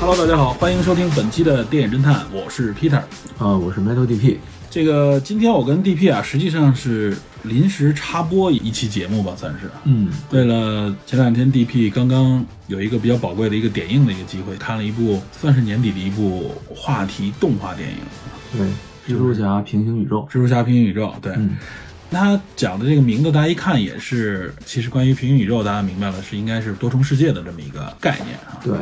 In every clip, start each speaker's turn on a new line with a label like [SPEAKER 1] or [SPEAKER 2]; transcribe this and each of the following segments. [SPEAKER 1] Hello，大家好，欢迎收听本期的电影侦探，我是 Peter。
[SPEAKER 2] 啊，我是 Metal DP，
[SPEAKER 1] 这个今天我跟 DP 啊，实际上是临时插播一期节目吧，算是。
[SPEAKER 2] 嗯，
[SPEAKER 1] 为了前两天 DP 刚刚有一个比较宝贵的一个点映的一个机会，看了一部算是年底的一部话题动画电影
[SPEAKER 2] 对，蜘蛛侠平行宇宙
[SPEAKER 1] 《蜘蛛侠：平行宇宙》。对，那他讲的这个名字，大家一看也是，其实关于平行宇宙，大家明白了是应该是多重世界的这么一个概念啊。
[SPEAKER 2] 对，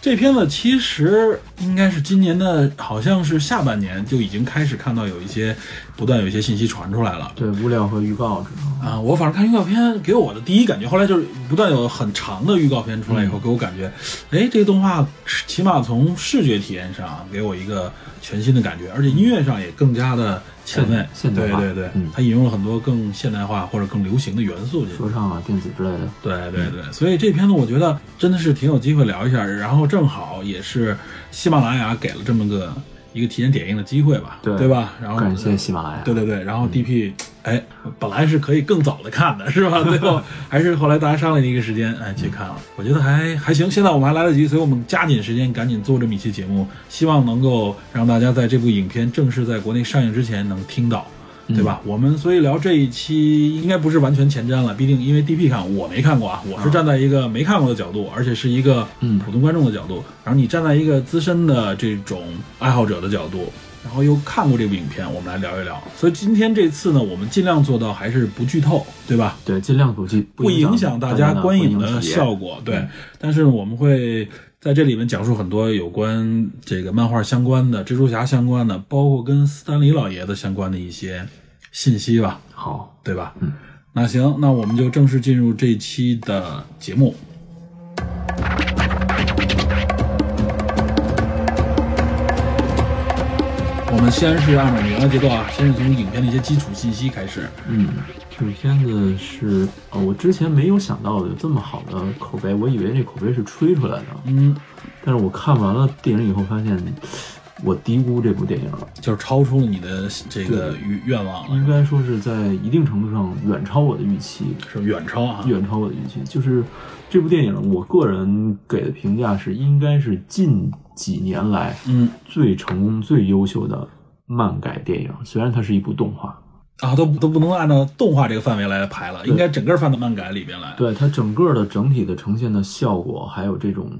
[SPEAKER 1] 这片子其实应该是今年的，好像是下半年就已经开始看到有一些不断有一些信息传出来了。
[SPEAKER 2] 对，物料和预告知道吗？
[SPEAKER 1] 啊、我反正看预告片给我的第一感觉，后来就是不断有很长的预告片出来以
[SPEAKER 2] 嗯
[SPEAKER 1] 后，给我感觉，哎，这个动画是起码从视觉体验上给我一个全新的感觉，而且音乐上也更加的前卫。
[SPEAKER 2] 现代化
[SPEAKER 1] 对对对，
[SPEAKER 2] 嗯
[SPEAKER 1] 它引用了很多更现代化或者更流行的元素进去。
[SPEAKER 2] 说唱啊、电子之类的。
[SPEAKER 1] 对对对，所以这片子我觉得真的是挺有机会聊一下，然后正好也是喜马拉雅给了这么个一个提前点映的机会吧，
[SPEAKER 2] 对
[SPEAKER 1] 对吧？然后
[SPEAKER 2] 感谢嗯喜马拉雅。
[SPEAKER 1] 对对对，然后 DP，、哎，本来是可以更早的看的， 是吧？最后还是后来大家商量了一个时间，哎，去看了，
[SPEAKER 2] 嗯
[SPEAKER 1] 我觉得还还行。现在我们还来得及，所以我们加紧时间，赶紧做这么一期节目，希望能够让大家在这部影片正式在国内上映之前能听到。对吧？我们所以聊这一期应该不是完全前瞻了，毕竟因为 DP 看我没看过啊，我是站在一个没看过的角度，而且是一个
[SPEAKER 2] 嗯
[SPEAKER 1] 普通观众的角度，然后你站在一个资深的这种爱好者的角度，然后又看过这部影片，我们来聊一聊。所以今天这次呢，我们尽量做到还是不剧透，对吧？
[SPEAKER 2] 对，尽量不去，
[SPEAKER 1] 不影响
[SPEAKER 2] 响
[SPEAKER 1] 大家
[SPEAKER 2] 的
[SPEAKER 1] 观影
[SPEAKER 2] 观
[SPEAKER 1] 的
[SPEAKER 2] 体验
[SPEAKER 1] 效果。对，但是我们会在这里面讲述很多有关这个漫画相关的、蜘蛛侠相关的，包括跟斯坦李老爷子相关的一些信息吧，
[SPEAKER 2] 好，
[SPEAKER 1] 对吧？
[SPEAKER 2] 嗯。
[SPEAKER 1] 那行，那我们就正式进入这期的节目。我们先是按照原来结构啊，先是从影片的一些基础信息开始。
[SPEAKER 2] 嗯，这个片子是呃，我之前没有想到有这么好的口碑，我以为这口碑是吹出来的，
[SPEAKER 1] 嗯，
[SPEAKER 2] 但是我看完了电影以后发现，我低估这部电影了，
[SPEAKER 1] 就是超出了你的这个愿愿望了，
[SPEAKER 2] 应该说是在一定程度上远超我的预期，
[SPEAKER 1] 是远超啊。
[SPEAKER 2] 远超我的预期。就是这部电影，我个人给的评价是，应该是近几年来
[SPEAKER 1] 嗯
[SPEAKER 2] 最成功、最优秀的漫改电影。虽然它是一部动画，
[SPEAKER 1] 啊，都都不能按照动画这个范围来排了，应该整个放到漫改里边来。
[SPEAKER 2] 对它整个的整体的呈现的效果，还有这种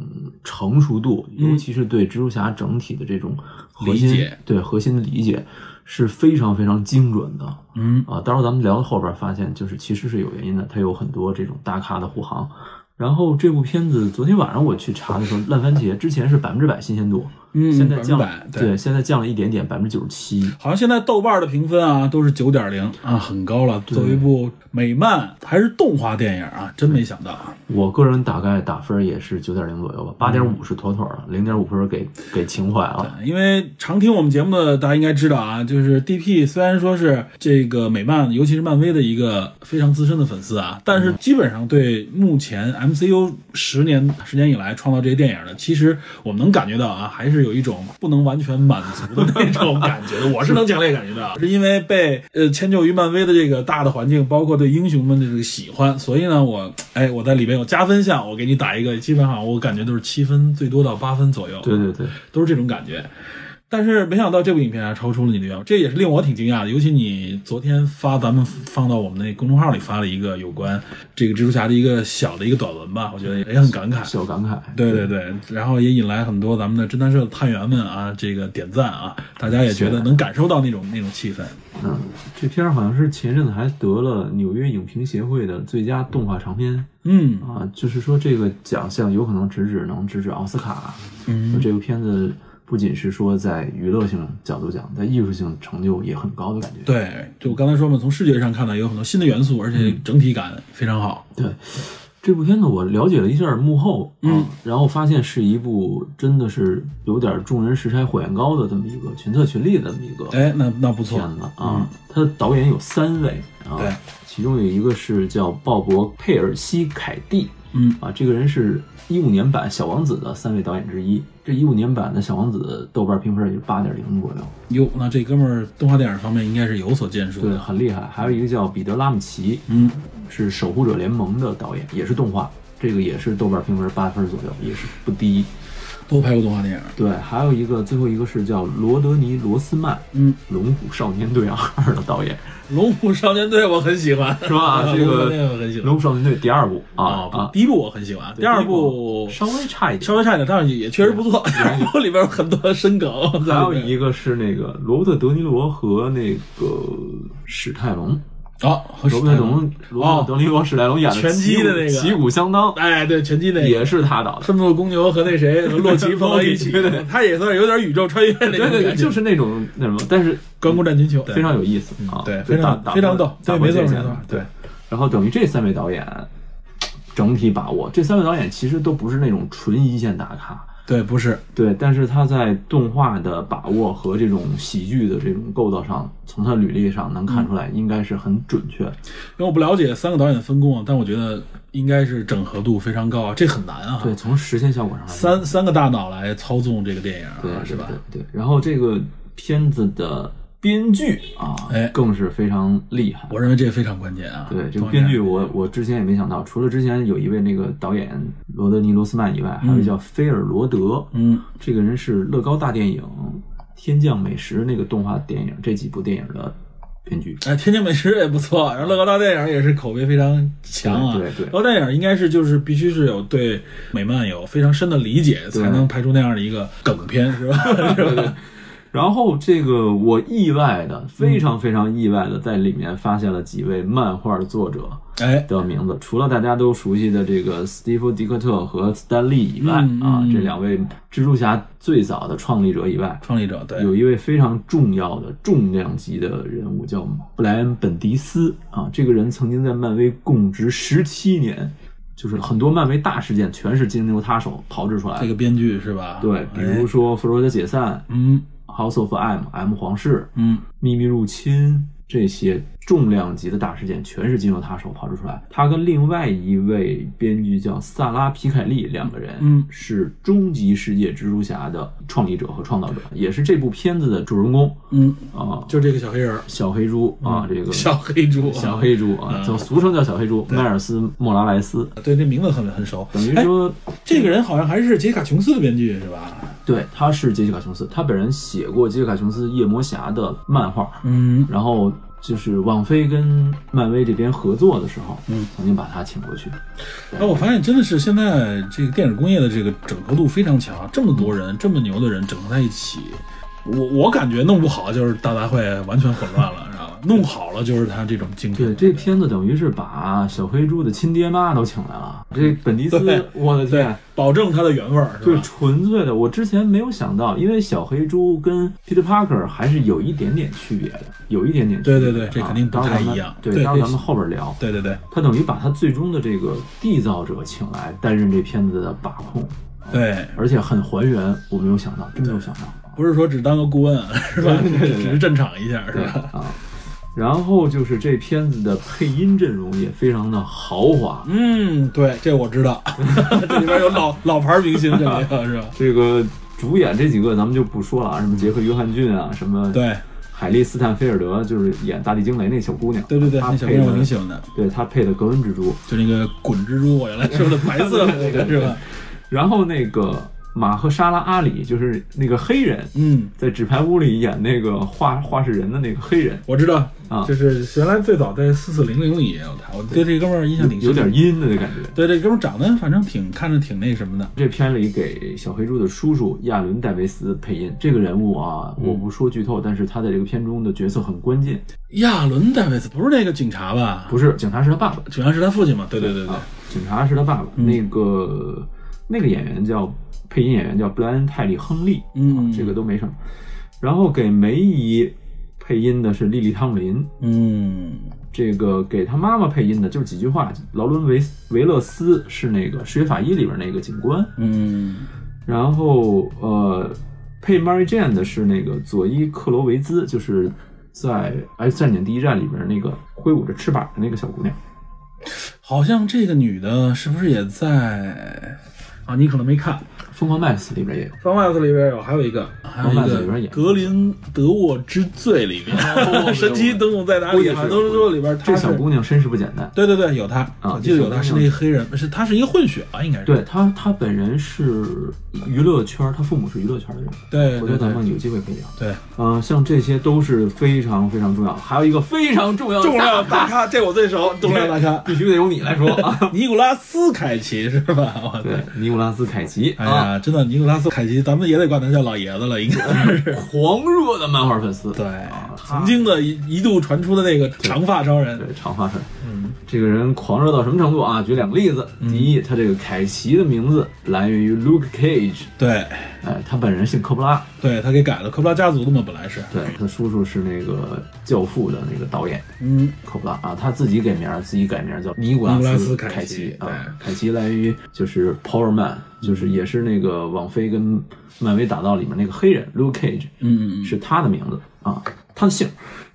[SPEAKER 2] 成熟度，
[SPEAKER 1] 嗯
[SPEAKER 2] 尤其是对蜘蛛侠整体的这种核
[SPEAKER 1] 理
[SPEAKER 2] 心
[SPEAKER 1] 解
[SPEAKER 2] 对核心的理解，是非常非常精准的。
[SPEAKER 1] 嗯
[SPEAKER 2] 啊，当然咱们聊到后边儿发现，就是其实是有原因的，它有很多这种大咖的护航。然后这部片子昨天晚上我去查的时候，烂番茄之前是百分之百新鲜度，
[SPEAKER 1] 嗯，
[SPEAKER 2] 现在
[SPEAKER 1] 百
[SPEAKER 2] 降
[SPEAKER 1] 分百
[SPEAKER 2] 对，现在降了一点点，百分之九十七。
[SPEAKER 1] 好像现在豆瓣的评分啊都是九点零啊，很高了。作为一部美漫还是动画电影啊，真没想到啊。
[SPEAKER 2] 我个人大概打分儿也是九点零左右吧，八点五是妥妥的，零点五分儿给给情怀了。
[SPEAKER 1] 啊因为常听我们节目的大家应该知道啊，就是 DP 虽然说是这个美漫，尤其是漫威的一个非常资深的粉丝啊，但是基本上对目前 MCU 十年十年以来创造这些电影的，其实我们能感觉到啊，还是有一种不能完全满足的那种感觉的。我是能强烈感觉到，啊是因为被呃迁就于漫威的这个大的环境，包括对英雄们的这个喜欢，所以呢，我哎我在里边有加分项，我给你打一个，基本上我感觉都是七分，最多到八分左右。
[SPEAKER 2] 对对对，
[SPEAKER 1] 都是这种感觉。但是没想到这部影片啊，超出了你的愿望，这也是令我挺惊讶的。尤其你昨天发咱们放到我们那公众号里发了一个有关这个蜘蛛侠的一个小的一个短文吧，我觉得也很感慨。
[SPEAKER 2] 小感慨。
[SPEAKER 1] 对对对，然后也引来很多咱们的侦探社的探员们啊，这个点赞啊，大家也觉得能感受到那种那种气氛。
[SPEAKER 2] 嗯，这片儿好像是前阵子还得了纽约影评协会的最佳动画长片。
[SPEAKER 1] 嗯
[SPEAKER 2] 啊，就是说这个奖项有可能直指能直指奥斯卡。
[SPEAKER 1] 嗯，
[SPEAKER 2] 这部片子不仅是说在娱乐性角度讲，在艺术性成就也很高的感觉。
[SPEAKER 1] 对，就我刚才说嘛，从视觉上看到也有很多新的元素，而且整体感非常好。
[SPEAKER 2] 对这部片子我了解了一下幕后，啊
[SPEAKER 1] 嗯，
[SPEAKER 2] 然后发现是一部真的是有点众人拾柴火焰高的这么一个群策群力的这么一个
[SPEAKER 1] 哎，那那不错，
[SPEAKER 2] 片
[SPEAKER 1] 嗯
[SPEAKER 2] 子啊。它的导演有三位啊
[SPEAKER 1] 对，
[SPEAKER 2] 其中有一个是叫鲍勃·佩尔西凯蒂，
[SPEAKER 1] 嗯
[SPEAKER 2] 啊，这个人是一五年版《小王子》的三位导演之一。这一五年版的《小王子》豆瓣评分也就八点零左右，
[SPEAKER 1] 哟，那这哥们儿动画电影方面应该是有所建树
[SPEAKER 2] 对，
[SPEAKER 1] 的，
[SPEAKER 2] 很厉害。还有一个叫彼得·拉姆齐，
[SPEAKER 1] 嗯，
[SPEAKER 2] 是《守护者联盟》的导演，也是动画，这个也是豆瓣评分八分左右，也是不低。
[SPEAKER 1] 都拍过动画电影，
[SPEAKER 2] 对，还有一个最后一个是叫罗德尼·罗斯曼，
[SPEAKER 1] 嗯，
[SPEAKER 2] 《龙虎少年队二》的导演，
[SPEAKER 1] 《龙虎少年队》我很喜欢，啊
[SPEAKER 2] 是吧这
[SPEAKER 1] 龙虎少
[SPEAKER 2] 个
[SPEAKER 1] 年队我很喜
[SPEAKER 2] 《
[SPEAKER 1] 欢
[SPEAKER 2] 龙虎少年队》第二部啊
[SPEAKER 1] 不
[SPEAKER 2] 啊，
[SPEAKER 1] 第一部我很喜欢，
[SPEAKER 2] 对
[SPEAKER 1] 第二
[SPEAKER 2] 第
[SPEAKER 1] 部
[SPEAKER 2] 一稍微差一点，
[SPEAKER 1] 稍微差一点，但是也确实不错。第二部里边有很多深梗，
[SPEAKER 2] 还有
[SPEAKER 1] 个
[SPEAKER 2] 一个是那个罗伯特·德尼罗和那个史泰龙，
[SPEAKER 1] 哦，和史
[SPEAKER 2] 罗伯特
[SPEAKER 1] 泰
[SPEAKER 2] ·龙，罗伯特·德尼罗、史泰龙演的
[SPEAKER 1] 拳击的那个
[SPEAKER 2] 旗鼓相当，
[SPEAKER 1] 哎，对，拳击那个
[SPEAKER 2] 也是他导的。
[SPEAKER 1] 愤怒的公牛和那谁和洛奇碰到一起
[SPEAKER 2] 对对，
[SPEAKER 1] 他也算是有点宇宙穿越那
[SPEAKER 2] 对
[SPEAKER 1] 种
[SPEAKER 2] 对对，
[SPEAKER 1] 感觉
[SPEAKER 2] 就，是那种那什么，但是
[SPEAKER 1] 关公战秦琼，
[SPEAKER 2] 非常有意思啊，
[SPEAKER 1] 嗯对，
[SPEAKER 2] 就
[SPEAKER 1] 非
[SPEAKER 2] 打
[SPEAKER 1] 常非常逗，
[SPEAKER 2] 打
[SPEAKER 1] 对，
[SPEAKER 2] 破
[SPEAKER 1] 没
[SPEAKER 2] 界
[SPEAKER 1] 错没
[SPEAKER 2] 限
[SPEAKER 1] 错
[SPEAKER 2] 了，
[SPEAKER 1] 对。
[SPEAKER 2] 然后等于这三位导演整体把握，这三位导演其实都不是那种纯一线大咖，
[SPEAKER 1] 对，不是，
[SPEAKER 2] 对，但是他在动画的把握和这种喜剧的这种构造上，从他履历上能看出来，应该是很准确。
[SPEAKER 1] 因为我不了解三个导演的分工啊，但我觉得应该是整合度非常高啊，这很难啊。
[SPEAKER 2] 对，，从实现效果上来说，
[SPEAKER 1] 三三个大脑来操纵这个电影啊，
[SPEAKER 2] 对
[SPEAKER 1] 是吧？？
[SPEAKER 2] 对对。然后这个片子的编剧啊，
[SPEAKER 1] 哎
[SPEAKER 2] 更是非常厉害。
[SPEAKER 1] 我认为这非常关键啊。
[SPEAKER 2] 对这个
[SPEAKER 1] 同样
[SPEAKER 2] 编剧我，我之前也没想到，除了之前有一位那个导演罗德尼·罗斯曼以外，还有一个叫菲尔罗德，
[SPEAKER 1] 嗯，
[SPEAKER 2] 这个人是乐高大电影《天降美食》那个动画电影这几部电影的编剧。
[SPEAKER 1] 哎，天津美食也不错，然后乐高大电影也是口碑非常强啊。
[SPEAKER 2] 对对对
[SPEAKER 1] 乐高电影应该是就是必须是有对美漫有非常深的理解，才能拍出那样的一个梗片，是吧？ 是吧？
[SPEAKER 2] 然后这个我意外的，
[SPEAKER 1] 嗯
[SPEAKER 2] 非常非常意外的，在里面发现了几位漫画作者
[SPEAKER 1] 哎，
[SPEAKER 2] 的名字，除了大家都熟悉的这个斯蒂夫·迪克特和斯丹利以外
[SPEAKER 1] 嗯嗯
[SPEAKER 2] 啊，
[SPEAKER 1] 嗯
[SPEAKER 2] 这两位蜘蛛侠最早的创立者以外，
[SPEAKER 1] 创立者对，
[SPEAKER 2] 有一位非常重要的重量级的人物叫布莱恩·本迪斯啊，这个人曾经在漫威供职十七年，就是很多漫威大事件全是经由他手炮制出来
[SPEAKER 1] 这
[SPEAKER 2] 的。
[SPEAKER 1] 个编剧是吧？
[SPEAKER 2] 对，比如
[SPEAKER 1] 哎
[SPEAKER 2] 说《复仇者解散》
[SPEAKER 1] 嗯
[SPEAKER 2] House of M、M 皇室、
[SPEAKER 1] 嗯，
[SPEAKER 2] 秘密入侵这些重量级的大事件，全是经由他手炮制出来。他跟另外一位编剧叫萨拉皮凯利，两个人，
[SPEAKER 1] 嗯
[SPEAKER 2] 是《终极世界蜘蛛侠》的创立者和创造者，也是这部片子的主人公
[SPEAKER 1] 嗯，
[SPEAKER 2] 啊，
[SPEAKER 1] 就这个小黑人儿，
[SPEAKER 2] 小黑猪啊，这个
[SPEAKER 1] 嗯小黑猪，
[SPEAKER 2] 小黑猪啊，
[SPEAKER 1] 嗯
[SPEAKER 2] 就俗称叫小黑猪，迈尔斯·莫拉莱斯。
[SPEAKER 1] 啊对，这名字很很熟。
[SPEAKER 2] 等于
[SPEAKER 1] 哎，
[SPEAKER 2] 说，
[SPEAKER 1] 这个人好像还是杰卡琼斯的编剧是吧？
[SPEAKER 2] 对，他是杰西卡·琼斯，他本人写过杰西卡·琼斯《夜魔侠》的漫画，
[SPEAKER 1] 嗯，
[SPEAKER 2] 然后就是网飞跟漫威这边合作的时候，
[SPEAKER 1] 嗯，
[SPEAKER 2] 曾经把他请过去。
[SPEAKER 1] 哎，我发现真的是现在这个电影工业的这个整合度非常强，这么多人，这么牛的人整合在一起，我我感觉弄不好就是大杂烩完全混乱了，知道吧？弄好了就是他这种精品。
[SPEAKER 2] 对，这片子等于是把小黑猪的亲爹妈都请来了。这本迪斯
[SPEAKER 1] 对，
[SPEAKER 2] 我的
[SPEAKER 1] 对
[SPEAKER 2] 天！，
[SPEAKER 1] 保证它的原味儿，是
[SPEAKER 2] 就是
[SPEAKER 1] 吧？
[SPEAKER 2] 纯粹的，我之前没有想到，因为小黑猪跟 Peter Parker 还是有一点点区别的，有一点点区别的。
[SPEAKER 1] 对对对这
[SPEAKER 2] 啊
[SPEAKER 1] 肯定不
[SPEAKER 2] 当然
[SPEAKER 1] 太
[SPEAKER 2] 咱们
[SPEAKER 1] 一样
[SPEAKER 2] 对，
[SPEAKER 1] 对
[SPEAKER 2] 待会儿
[SPEAKER 1] 这
[SPEAKER 2] 咱们后边聊。
[SPEAKER 1] 对对对
[SPEAKER 2] 他等于把他最终的这个缔造者请来担任这片子的把控，
[SPEAKER 1] 对，
[SPEAKER 2] 而且很还原，我没有想到，真没有想到。
[SPEAKER 1] 不是说只当个顾问是吧？
[SPEAKER 2] 对对对对
[SPEAKER 1] 只只是镇场一下是
[SPEAKER 2] 对
[SPEAKER 1] 吧？
[SPEAKER 2] 啊。然后就是这片子的配音阵容也非常的豪华，
[SPEAKER 1] 嗯，对，这我知道，这里边有老老牌明星，这里头是吧？
[SPEAKER 2] 这个主演这几个咱们就不说了啊，什么杰克·约翰逊啊，什么
[SPEAKER 1] 对
[SPEAKER 2] 海莉·斯坦菲尔德，就是演大地惊雷那小姑娘，
[SPEAKER 1] 对对对，
[SPEAKER 2] 她
[SPEAKER 1] 那小姑
[SPEAKER 2] 配
[SPEAKER 1] 娘我
[SPEAKER 2] 的
[SPEAKER 1] 挺喜欢的，
[SPEAKER 2] 对她配的格温蜘蛛，
[SPEAKER 1] 就那个滚蜘蛛，我原来说的白色的那个是吧？
[SPEAKER 2] 然后那个马赫沙拉·阿里就是那个黑人，
[SPEAKER 1] 嗯，
[SPEAKER 2] 在纸牌屋里演那个画画事人的那个黑人，
[SPEAKER 1] 我知道
[SPEAKER 2] 啊
[SPEAKER 1] 就是原来最早在四四零零里也有他，我对这哥们儿印象挺深
[SPEAKER 2] 有点阴的那感觉。
[SPEAKER 1] 对这哥们儿长得反正挺看着挺那什么的，
[SPEAKER 2] 这片里给小黑猪的叔叔亚伦·戴维斯配音，这个人物啊，
[SPEAKER 1] 嗯
[SPEAKER 2] 我不说剧透，但是他在这个片中的角色很关键，
[SPEAKER 1] 亚伦戴维斯不是那个警察吧？
[SPEAKER 2] 不是警察是他爸爸，
[SPEAKER 1] 警察是他父亲嘛？对对对对
[SPEAKER 2] 啊，，警察是他爸爸，
[SPEAKER 1] 嗯
[SPEAKER 2] 那个那个演员叫配啊音演员叫布莱恩·泰利·亨利，
[SPEAKER 1] 嗯
[SPEAKER 2] 这个都没什么。然后给梅姨配音的是莉莉·汤姆林，
[SPEAKER 1] 嗯，
[SPEAKER 2] 这个给他妈妈配音的就是几句话，劳伦维维勒斯是那个《雪法医》里边那个警官，
[SPEAKER 1] 嗯，
[SPEAKER 2] 然后呃，配 Mary Jane 的是那个佐伊·克罗维兹，就是在《X 战警：第一战》里边那个挥舞着翅膀的那个小姑娘。
[SPEAKER 1] 好像这个女的是不是也在啊？你可能没看
[SPEAKER 2] 《疯狂麦斯》里边也有，
[SPEAKER 1] 《方 X》里边有，还有一个，还有一
[SPEAKER 2] 方 X 里
[SPEAKER 1] 个
[SPEAKER 2] 边演
[SPEAKER 1] 《格林德沃之罪》里 面，神奇动物在哪
[SPEAKER 2] 我
[SPEAKER 1] 里
[SPEAKER 2] 也》是
[SPEAKER 1] 好像都是说里边她
[SPEAKER 2] 这
[SPEAKER 1] 是
[SPEAKER 2] 小姑娘身世不简单。
[SPEAKER 1] 对对对，有她，
[SPEAKER 2] 啊
[SPEAKER 1] 我记得有她是那个黑人，是她是一个混血吧，应该是
[SPEAKER 2] 对她，她本人是娱乐圈，她父母是娱乐圈的人。
[SPEAKER 1] 对
[SPEAKER 2] 回
[SPEAKER 1] 对
[SPEAKER 2] 头咱
[SPEAKER 1] 对
[SPEAKER 2] 们有机会可以聊。
[SPEAKER 1] 对，
[SPEAKER 2] 嗯、像这些都是非常非常重要。还有一个非常重要的
[SPEAKER 1] 重量大咖，这我最熟，重量大咖，
[SPEAKER 2] 必须得由你来说啊。
[SPEAKER 1] 尼古拉斯凯奇是吧？ 我
[SPEAKER 2] 对，尼古拉斯凯奇
[SPEAKER 1] 哎
[SPEAKER 2] 啊，
[SPEAKER 1] 呀，真的，尼古拉斯凯奇，咱们也得管他叫老爷子了，应该 是。
[SPEAKER 2] 狂热的漫画粉丝。
[SPEAKER 1] 对，曾经的一一度传出的那个长发超人，
[SPEAKER 2] 对，长发帅。嗯，这个人狂热到什么程度啊？举两个例子。
[SPEAKER 1] 嗯
[SPEAKER 2] 第一，他这个凯奇的名字来源于 Luke Cage，
[SPEAKER 1] 对，
[SPEAKER 2] 哎，他本人姓科布拉，
[SPEAKER 1] 对他给改了，科布拉家族的嘛，本来是，
[SPEAKER 2] 对他叔叔是那个《教父》的那个导演
[SPEAKER 1] 嗯，
[SPEAKER 2] 科布拉啊，他自己给名儿，自己改名儿叫尼古
[SPEAKER 1] 尼古拉斯
[SPEAKER 2] 斯
[SPEAKER 1] 凯
[SPEAKER 2] 凯
[SPEAKER 1] 奇嗯
[SPEAKER 2] 啊。凯奇来源于就是 Power Man，就是也是那个网飞跟漫威打造里面那个黑人 Luke Cage，
[SPEAKER 1] 嗯嗯
[SPEAKER 2] 是他的名字啊，他的姓。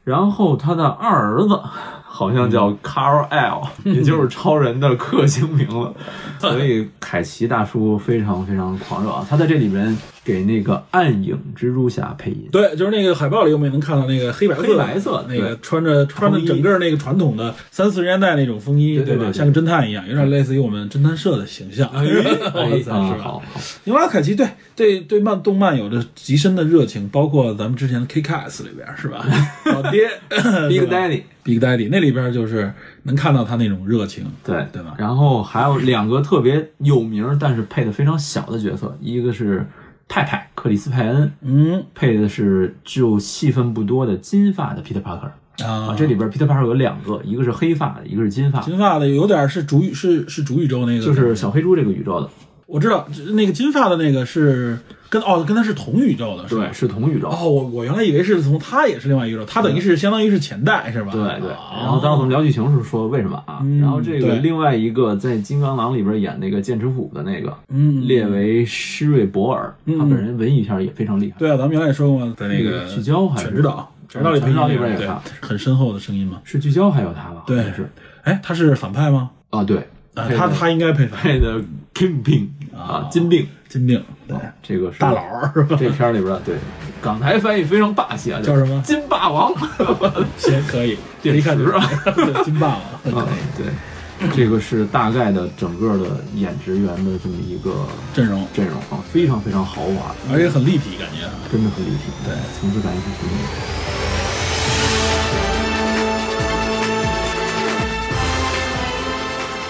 [SPEAKER 2] 然后他的二儿子好像叫
[SPEAKER 1] 嗯
[SPEAKER 2] Carl L，、也就是 超人的克星名了。所以凯奇大叔非常非常狂热啊！他在这里面给那个暗影蜘蛛侠配音，
[SPEAKER 1] 对，就是那个海报里，我们也能看到那个黑白色的
[SPEAKER 2] 黑白色
[SPEAKER 1] 那个
[SPEAKER 2] 对
[SPEAKER 1] 穿着穿着
[SPEAKER 2] 风衣
[SPEAKER 1] 整个那个传统的三四十年代那种风衣，
[SPEAKER 2] 对对
[SPEAKER 1] 吧？
[SPEAKER 2] 对对
[SPEAKER 1] 像个侦探一样，有点类似于我们侦探社的形象。 我
[SPEAKER 2] 哎
[SPEAKER 1] 操，
[SPEAKER 2] 啊
[SPEAKER 1] 是，吧？
[SPEAKER 2] 好好，
[SPEAKER 1] 尼古拉斯凯奇对对对漫动漫有着极深的热情，包括咱们之前的 KKS 里边是 吧？老爹
[SPEAKER 2] Big
[SPEAKER 1] 是吧
[SPEAKER 2] Daddy。
[SPEAKER 1] Big Daddy 那里边就是能看到他那种热情。
[SPEAKER 2] 对
[SPEAKER 1] 对吧
[SPEAKER 2] 然后还有两个特别有名但是配的非常小的角色，一个是派派克里斯派恩，
[SPEAKER 1] 嗯
[SPEAKER 2] 配的是就戏份不多的金发的 Peter Parker。
[SPEAKER 1] 啊
[SPEAKER 2] 啊，，这里边 Peter Parker 有两个，一个是黑发的，一个是金发，
[SPEAKER 1] 金发的有点是主宇是是主宇宙那个，
[SPEAKER 2] 就是小黑猪这个宇宙的，
[SPEAKER 1] 我知道就是那个金发的那个是跟哦跟他是同宇宙的，是吧？
[SPEAKER 2] 对，是同宇宙。
[SPEAKER 1] 哦，我我原来以为是从他也是另外一个宇宙，他等于是相当于是前代是吧？
[SPEAKER 2] 对对，
[SPEAKER 1] 哦
[SPEAKER 2] 然后当时我们聊剧情的时候说为什么啊？
[SPEAKER 1] 嗯
[SPEAKER 2] 然后这个
[SPEAKER 1] 对
[SPEAKER 2] 另外一个在《金刚狼》里边演那个剑齿虎的那个，
[SPEAKER 1] 嗯
[SPEAKER 2] 列为施瑞博尔，他本人文艺片也非常厉害。
[SPEAKER 1] 对啊，咱们原来也说过嘛，在那个
[SPEAKER 2] 聚焦还是
[SPEAKER 1] 全知道，全知道里
[SPEAKER 2] 全知道里边
[SPEAKER 1] 面
[SPEAKER 2] 有
[SPEAKER 1] 对
[SPEAKER 2] 他
[SPEAKER 1] 很深厚的声音嘛。
[SPEAKER 2] 是聚焦还有他吧？
[SPEAKER 1] 对
[SPEAKER 2] 好像是
[SPEAKER 1] 哎，他啊是反派吗？
[SPEAKER 2] 啊，对，
[SPEAKER 1] 啊，
[SPEAKER 2] 配
[SPEAKER 1] 他
[SPEAKER 2] 的
[SPEAKER 1] 他应该配反派
[SPEAKER 2] 配的 Kingpin 啊，金病，
[SPEAKER 1] 金啊病，对，
[SPEAKER 2] 这个是
[SPEAKER 1] 大佬儿是吧？
[SPEAKER 2] 这片儿里边儿对，港台翻译非常霸气啊，
[SPEAKER 1] 叫什么
[SPEAKER 2] 金 霸 王。啊
[SPEAKER 1] 行，可以，这
[SPEAKER 2] 电
[SPEAKER 1] 一看就是
[SPEAKER 2] 池啊
[SPEAKER 1] 对金霸王，
[SPEAKER 2] 啊，对，这个是大概的整个的演职员的这么一个
[SPEAKER 1] 阵容，
[SPEAKER 2] 阵容啊，非常非常豪华，
[SPEAKER 1] 而且很立体感觉啊。
[SPEAKER 2] 真的很立体，
[SPEAKER 1] 对
[SPEAKER 2] 层次感也很分明。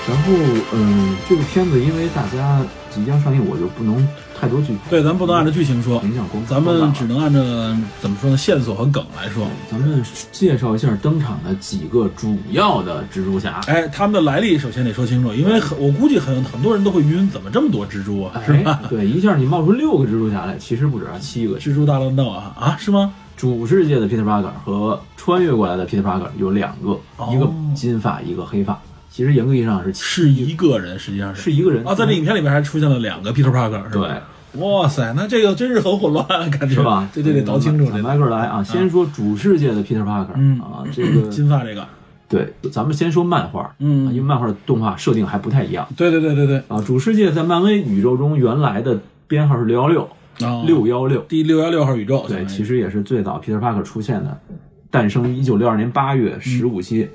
[SPEAKER 2] 然后，嗯，这个片子因为大家即将上映，我就不能太多剧透，
[SPEAKER 1] 对，咱不能按照剧情说，
[SPEAKER 2] 影响公
[SPEAKER 1] 咱们只能按照怎么说呢，线索和梗来说。
[SPEAKER 2] 咱们介绍一下登场的几个主要的蜘蛛侠。
[SPEAKER 1] 哎，他们的来历首先得说清楚，因为很我估计很很多人都会晕，怎么这么多蜘蛛啊？是吧？
[SPEAKER 2] 哎，对，一下你冒出六个蜘蛛侠来，其实不止啊，七个。
[SPEAKER 1] 蜘蛛大乱斗啊啊，是吗？
[SPEAKER 2] 主世界的 Peter Parker 和穿越过来的 Peter Parker 有两个，
[SPEAKER 1] 哦
[SPEAKER 2] 一个金发，一个黑发。其实严格意义上是七
[SPEAKER 1] 是一个人，实际上
[SPEAKER 2] 是一个人
[SPEAKER 1] 啊，在这影片里面还出现了两个 Peter Parker，是吧？
[SPEAKER 2] 对，
[SPEAKER 1] 哇塞，那这个真是很混乱，啊感觉
[SPEAKER 2] 是吧？嗯
[SPEAKER 1] 这这得倒清楚这
[SPEAKER 2] 迈克尔来啊，先说主世界的 Peter Parker
[SPEAKER 1] 嗯
[SPEAKER 2] 啊，这个
[SPEAKER 1] 金发这个，
[SPEAKER 2] 对，咱们先说漫画，
[SPEAKER 1] 嗯
[SPEAKER 2] 啊因为漫画的动画设定还不太一样
[SPEAKER 1] 对对对对对，
[SPEAKER 2] 啊。主世界在漫威宇宙中原来的编号是六幺六
[SPEAKER 1] 啊，
[SPEAKER 2] 六幺六，
[SPEAKER 1] 第六幺六号宇宙，
[SPEAKER 2] 对，其
[SPEAKER 1] 实
[SPEAKER 2] 实也是最早 Peter Parker 出现的，诞生于一九六二年八月十五期、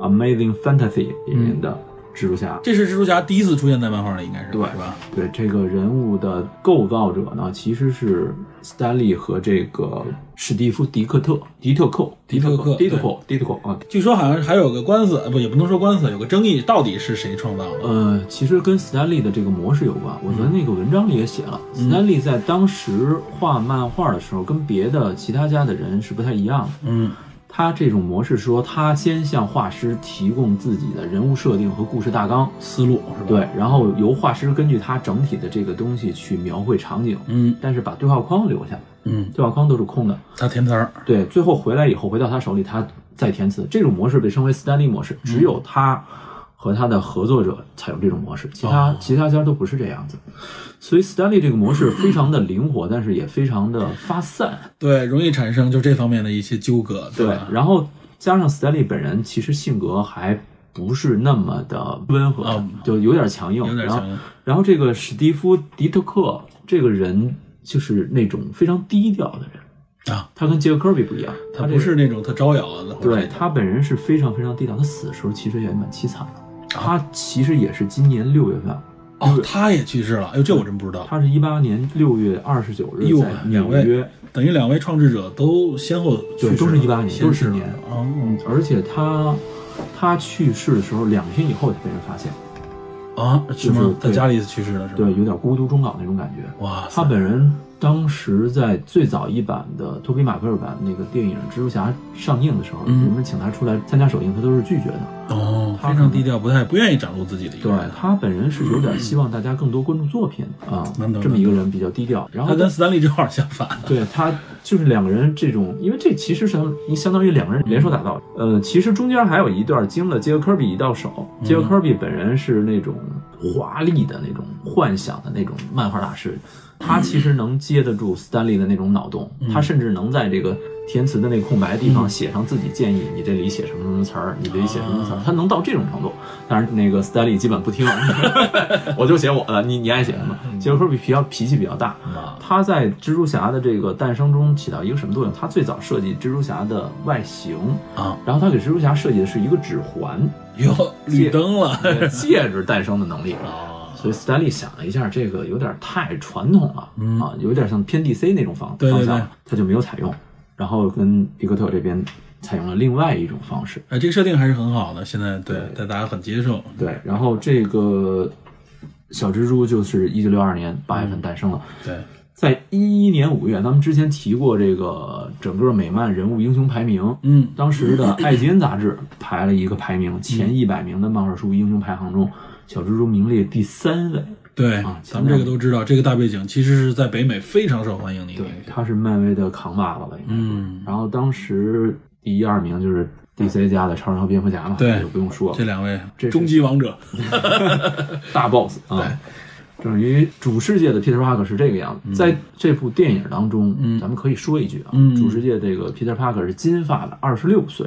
[SPEAKER 2] Amazing
[SPEAKER 1] 嗯
[SPEAKER 2] Fantasy》里面的蜘蛛侠。
[SPEAKER 1] 这是蜘蛛侠第一次出现在漫画里，应该是
[SPEAKER 2] 对
[SPEAKER 1] 是吧？
[SPEAKER 2] 对这个人物的构造者呢，其实是斯丹利和这个史蒂夫·迪克特、迪特寇、
[SPEAKER 1] 迪特寇
[SPEAKER 2] 迪特寇、迪特寇啊。
[SPEAKER 1] 据说好像还有个官司，呃不也不能说官司，有个争议，到底是谁创造的？
[SPEAKER 2] 呃，其实跟斯丹利的这个模式有关。我在那个文章里也写了，
[SPEAKER 1] 嗯
[SPEAKER 2] 斯丹利在当时画漫画的时候，跟别的其他家的人是不太一样的。
[SPEAKER 1] 嗯，
[SPEAKER 2] 他这种模式说，他先向画师提供自己的人物设定和故事大纲，
[SPEAKER 1] 思路是吧？，
[SPEAKER 2] 对，然后由画师根据他整体的这个东西去描绘场景，
[SPEAKER 1] 嗯
[SPEAKER 2] 但是把对话框留下来，
[SPEAKER 1] 嗯，
[SPEAKER 2] 对话框都是空的。
[SPEAKER 1] 他填词儿，
[SPEAKER 2] 对，最后回来以后回到他手里，他再填词。这种模式被称为 study 模式，
[SPEAKER 1] 嗯
[SPEAKER 2] 只有他和他的合作者才有这种模
[SPEAKER 1] 哦
[SPEAKER 2] 式，其他、其他家都不是这样子。所以 study 这个模式非常的灵 活，但是也非常的发散。
[SPEAKER 1] 对，容易产生就这方面的一些纠葛，
[SPEAKER 2] 对
[SPEAKER 1] 吧，？
[SPEAKER 2] 然后加上 Stanley 本人其实性格还不是那么的温和，
[SPEAKER 1] 嗯
[SPEAKER 2] 就有点强硬。
[SPEAKER 1] 有点
[SPEAKER 2] 然后
[SPEAKER 1] 强硬
[SPEAKER 2] 然后这个史蒂夫·迪特克这个人就是那种非常低调的人
[SPEAKER 1] 啊，
[SPEAKER 2] 他跟杰克科比不一样，
[SPEAKER 1] 他
[SPEAKER 2] 这
[SPEAKER 1] 不
[SPEAKER 2] 个
[SPEAKER 1] 是那种特招摇啊的，
[SPEAKER 2] 对他本人是非常非常低调，他死的时候其实也蛮凄惨的。
[SPEAKER 1] 啊
[SPEAKER 2] 他其实也是今年六月份，
[SPEAKER 1] 哦，他也去世了，哎呦，这我真不知道。
[SPEAKER 2] 他是一八年六月二十九日
[SPEAKER 1] 哟
[SPEAKER 2] 在
[SPEAKER 1] 两
[SPEAKER 2] 纽
[SPEAKER 1] 位
[SPEAKER 2] 约，
[SPEAKER 1] 等于两位创制者都先后去
[SPEAKER 2] 对
[SPEAKER 1] 世，
[SPEAKER 2] 都是18年
[SPEAKER 1] 先
[SPEAKER 2] 都是
[SPEAKER 1] 逝
[SPEAKER 2] 今年
[SPEAKER 1] 了哦
[SPEAKER 2] 而且他他去世的时候两天以后才被人发现，
[SPEAKER 1] 啊，是
[SPEAKER 2] 就
[SPEAKER 1] 吗
[SPEAKER 2] 是？
[SPEAKER 1] 在
[SPEAKER 2] 对
[SPEAKER 1] 家里去世的是吧？
[SPEAKER 2] 对，，有点孤独终老那种感觉。
[SPEAKER 1] 哇塞，
[SPEAKER 2] 他本人当时在最早一版的托比马奎尔版那个电影《蜘蛛侠》上映的时候，
[SPEAKER 1] 嗯
[SPEAKER 2] 人们请他出来参加首映，他都是拒绝的。
[SPEAKER 1] 哦，
[SPEAKER 2] 他
[SPEAKER 1] 非常低调，不太不愿意展露自己的一个
[SPEAKER 2] 对
[SPEAKER 1] 人。
[SPEAKER 2] 他本人是有点希望大家更多关注作品啊
[SPEAKER 1] 能懂，
[SPEAKER 2] 这么一个人比较低调。然后
[SPEAKER 1] 他跟斯坦利正好相反。
[SPEAKER 2] 对他就是两个人这种，因为这其实是相当于两个人联手打造。呃，其实中间还有一段经了杰克科比一到手，杰克科比本人是那种华丽的那种幻想的那种漫画大师，他其实能接得住斯坦利的那种脑洞，他甚至能在这个。填词的那个空白地方写上自己建议，你这里写什么什么词儿，你这里写什么词儿
[SPEAKER 1] 啊，
[SPEAKER 2] 他能到这种程度。当然，那个斯坦利基本不听， 我就写我的，你你爱写什么。杰克科比比较脾气比较大，
[SPEAKER 1] 啊
[SPEAKER 2] 他在蜘蛛侠的这个诞生中起到一个什么作用？他最早设计蜘蛛侠的外形，
[SPEAKER 1] 啊，
[SPEAKER 2] 然后他给蜘蛛侠设计的是一个指环，
[SPEAKER 1] 哟，绿灯了
[SPEAKER 2] 一个戒指诞生的能力。
[SPEAKER 1] 啊，
[SPEAKER 2] 所以斯坦利想了一下，这个有点太传统了、
[SPEAKER 1] 嗯
[SPEAKER 2] 啊，有点像偏 DC 那种方
[SPEAKER 1] 对对
[SPEAKER 2] 方
[SPEAKER 1] 对
[SPEAKER 2] 向，他就没有采用。然后跟皮克特这边采用了另外一种方式。
[SPEAKER 1] 哎，这个设定还是很好的，现在对
[SPEAKER 2] 对
[SPEAKER 1] 对大家很接受。
[SPEAKER 2] 对，然后这个小蜘蛛就是一九六二年八月份诞生了。
[SPEAKER 1] 对，
[SPEAKER 2] 在一一年五月，咱们之前提过这个整个美漫人物英雄排名，
[SPEAKER 1] 嗯，
[SPEAKER 2] 当时的《艾吉恩》杂志排了一个排名，前一百名的漫画书英雄排行中，小蜘蛛名列第三位。
[SPEAKER 1] 对
[SPEAKER 2] 啊，
[SPEAKER 1] 咱们这个都知道，这个大背景其实是在北美非常受欢迎的一个
[SPEAKER 2] 对，他是漫威的扛把子了，应该说。
[SPEAKER 1] 嗯
[SPEAKER 2] 然后当时第一二名就是 DC 家的超人和蝙蝠侠嘛，
[SPEAKER 1] 对
[SPEAKER 2] 这就不用说
[SPEAKER 1] 这两位
[SPEAKER 2] 这是
[SPEAKER 1] 终极王者，
[SPEAKER 2] 大 boss 啊。等于主世界的 Peter Parker 是这个样子，在这部电影当中，咱们可以说一句啊，
[SPEAKER 1] 嗯
[SPEAKER 2] 主世界这个 Peter Parker 是金发的，二十六岁，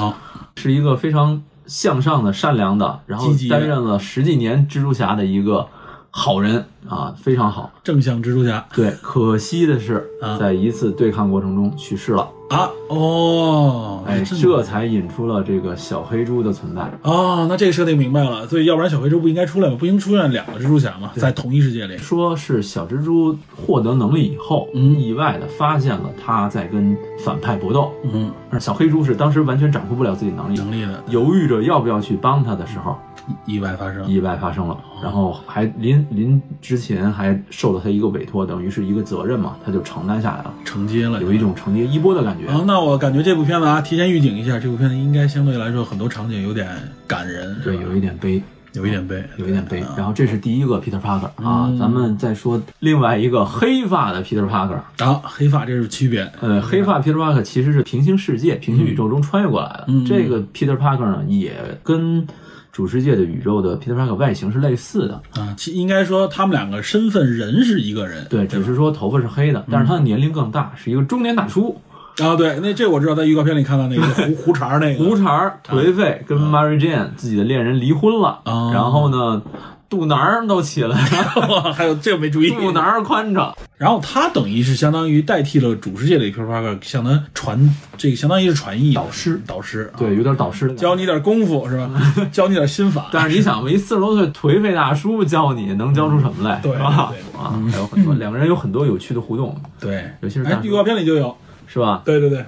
[SPEAKER 1] 啊，
[SPEAKER 2] 是一个非常向上的、善良的，然后
[SPEAKER 1] 积极的
[SPEAKER 2] 担任了十几年蜘蛛侠的一个好人啊，非常好。
[SPEAKER 1] 正向蜘蛛侠
[SPEAKER 2] 对，可惜的是
[SPEAKER 1] 啊，
[SPEAKER 2] 在一次对抗过程中去世了。
[SPEAKER 1] 啊，哦，
[SPEAKER 2] 哎，
[SPEAKER 1] 是
[SPEAKER 2] 这才引出了这个小黑猪的存在。
[SPEAKER 1] 哦，那这个设定明白了，所以要不然小黑猪不应该出来吗？不应出现两个蜘蛛侠吗？在同一世界里，
[SPEAKER 2] 说是小蜘蛛获得能力以后，
[SPEAKER 1] 嗯
[SPEAKER 2] 意外的发现了他在跟反派搏斗，
[SPEAKER 1] 嗯，
[SPEAKER 2] 而小黑猪是当时完全掌控不了自己能力，
[SPEAKER 1] 能力的
[SPEAKER 2] 犹豫着要不要去帮他的时候，
[SPEAKER 1] 意外发生，
[SPEAKER 2] 意外发生了，然后还临临之前还受了他一个委托，等于是一个责任嘛，他就承担下来了，
[SPEAKER 1] 承接了
[SPEAKER 2] 有一。种承接衣钵的感觉。
[SPEAKER 1] 啊，那我感觉这部片子啊，提前预警一下，这部片子应该相对来说很多场景有点感人，
[SPEAKER 2] 对，
[SPEAKER 1] 是吧
[SPEAKER 2] 有一点悲，
[SPEAKER 1] 有一点悲，
[SPEAKER 2] 有一点悲
[SPEAKER 1] 啊。
[SPEAKER 2] 然后这是第一个 Peter Parker 啊，咱们再说另外一个黑发的 Peter Parker。
[SPEAKER 1] 啊，黑发这是区别，
[SPEAKER 2] 呃，黑发 Peter Parker 其实是平行世界、平行宇宙中穿越过来的。
[SPEAKER 1] 嗯
[SPEAKER 2] 这个 Peter Parker 呢，也跟主世界的宇宙的 Peter Parker 外形是类似的，
[SPEAKER 1] 啊，其应该说他们两个身份人是一个人，
[SPEAKER 2] 对，只是说头发是黑的，但是他的年龄更大，是一个中年大叔。
[SPEAKER 1] 啊，对，那这我知道，在预告片里看到那个胡胡茬儿那个
[SPEAKER 2] 胡茬儿、颓废，跟 Mary Jane 自己的恋人离婚了，
[SPEAKER 1] 哦
[SPEAKER 2] 然后呢，肚腩儿都起来 了，
[SPEAKER 1] 茬，还有这个没 注意，
[SPEAKER 2] 肚腩儿宽敞，
[SPEAKER 1] 然后他等于是相当于代替了主世界里 Peter Parker，相当于传这个相当于是传译导师导师，啊，
[SPEAKER 2] 对，有点导师的感觉。
[SPEAKER 1] 教你点功夫是吧？ 教你点心法。
[SPEAKER 2] 但是你想吧，一四十多岁颓废大叔教你能教出什么来，
[SPEAKER 1] 对
[SPEAKER 2] 是吧
[SPEAKER 1] 对？
[SPEAKER 2] 啊，还有很多两个人有很多有趣的互动，
[SPEAKER 1] 对，
[SPEAKER 2] 尤其是
[SPEAKER 1] 哎
[SPEAKER 2] 大，
[SPEAKER 1] 预
[SPEAKER 2] 叔，
[SPEAKER 1] 告片里就有。
[SPEAKER 2] 是吧？
[SPEAKER 1] 对对对，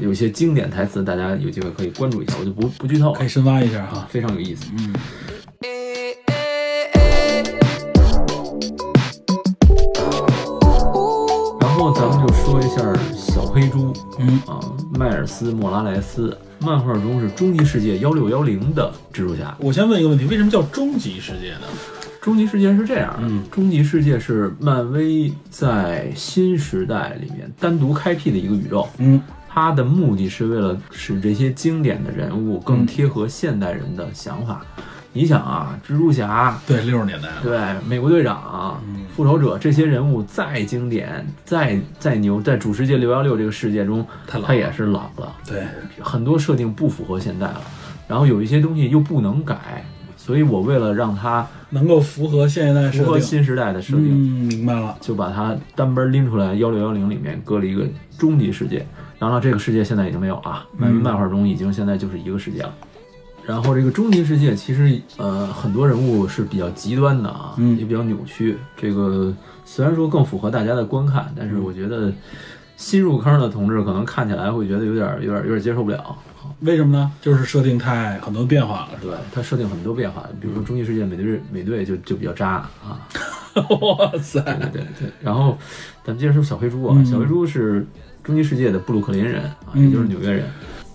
[SPEAKER 2] 有一些经典台词，大家有机会可以关注一下，我就不不剧透
[SPEAKER 1] 可以
[SPEAKER 2] 了，
[SPEAKER 1] 深挖一下哈。
[SPEAKER 2] 非常有意思。然后咱们就说说一下小黑猪
[SPEAKER 1] 嗯
[SPEAKER 2] 啊，迈尔斯·莫拉莱斯，漫画中是终极世界幺六幺零的蜘蛛侠。
[SPEAKER 1] 我先问一个问题，为什么叫终极世界呢？
[SPEAKER 2] 终极世界是这样的，
[SPEAKER 1] 嗯
[SPEAKER 2] 终极世界是漫威在新时代里面单独开辟的一个宇宙，
[SPEAKER 1] 嗯
[SPEAKER 2] 它的目的是为了使这些经典的人物更贴合现代人的想法。
[SPEAKER 1] 嗯
[SPEAKER 2] 你想啊，蜘蛛侠，
[SPEAKER 1] 对，六十年代了，
[SPEAKER 2] 对，美国队长、啊
[SPEAKER 1] 嗯
[SPEAKER 2] 复仇者这些人物再经典、再再牛，在主世界六幺六这个世界中，
[SPEAKER 1] 太老
[SPEAKER 2] 他
[SPEAKER 1] 了
[SPEAKER 2] 也是老了，
[SPEAKER 1] 对，
[SPEAKER 2] 很多设定不符合现代了，然后有一些东西又不能改，所以我为了让它
[SPEAKER 1] 能够符合现代
[SPEAKER 2] 符
[SPEAKER 1] 设
[SPEAKER 2] 合
[SPEAKER 1] 定。
[SPEAKER 2] 新时代的设定，
[SPEAKER 1] 嗯，明白了。
[SPEAKER 2] 就把它单门拎出来，幺六幺零里面搁了一个终极世界。然后这个世界现在已经没有了，
[SPEAKER 1] 嗯
[SPEAKER 2] 漫威漫画中已经现在就是一个世界了。然后这个终极世界其实呃很多人物是比较极端的啊，
[SPEAKER 1] 嗯
[SPEAKER 2] 也比较扭曲。这个虽然说更符合大家的观看，但
[SPEAKER 1] 嗯
[SPEAKER 2] 是我觉得新入坑的同志可能看起来会觉得有点有点有点接受不了。
[SPEAKER 1] 为什么呢？就是设定太很多变化了。
[SPEAKER 2] 对，它设定很多变化，比如说终极世界美队美队就就比较渣啊，
[SPEAKER 1] 哇塞，
[SPEAKER 2] 对对对，然后咱们接着说小黑猪啊，
[SPEAKER 1] 嗯
[SPEAKER 2] 小黑猪是终极世界的布鲁克林人啊，
[SPEAKER 1] 嗯
[SPEAKER 2] 也就是纽约人。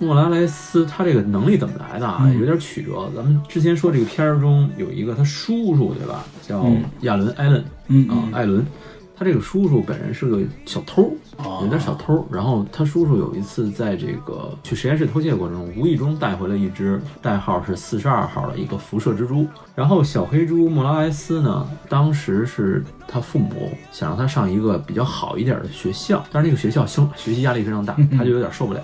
[SPEAKER 2] 莫拉莱斯他这个能力怎么来的啊？
[SPEAKER 1] 嗯
[SPEAKER 2] 有点曲折。咱们之前说这个片儿中有一个他叔叔对吧，叫
[SPEAKER 1] 嗯
[SPEAKER 2] 亚伦·艾伦
[SPEAKER 1] 嗯
[SPEAKER 2] 啊，
[SPEAKER 1] 嗯
[SPEAKER 2] 艾伦。他这个叔叔本人是个小偷，
[SPEAKER 1] 哦
[SPEAKER 2] 有点小偷。然后他叔叔有一次在这个去实验室偷窃过程中，无意中带回了一只代号是四十二号的一个辐射蜘蛛。然后小黑猪莫拉莱斯呢，当时是他父母想让他上一个比较好一点的学校，但是那个学校生学习压力非常大，他就有点受不了。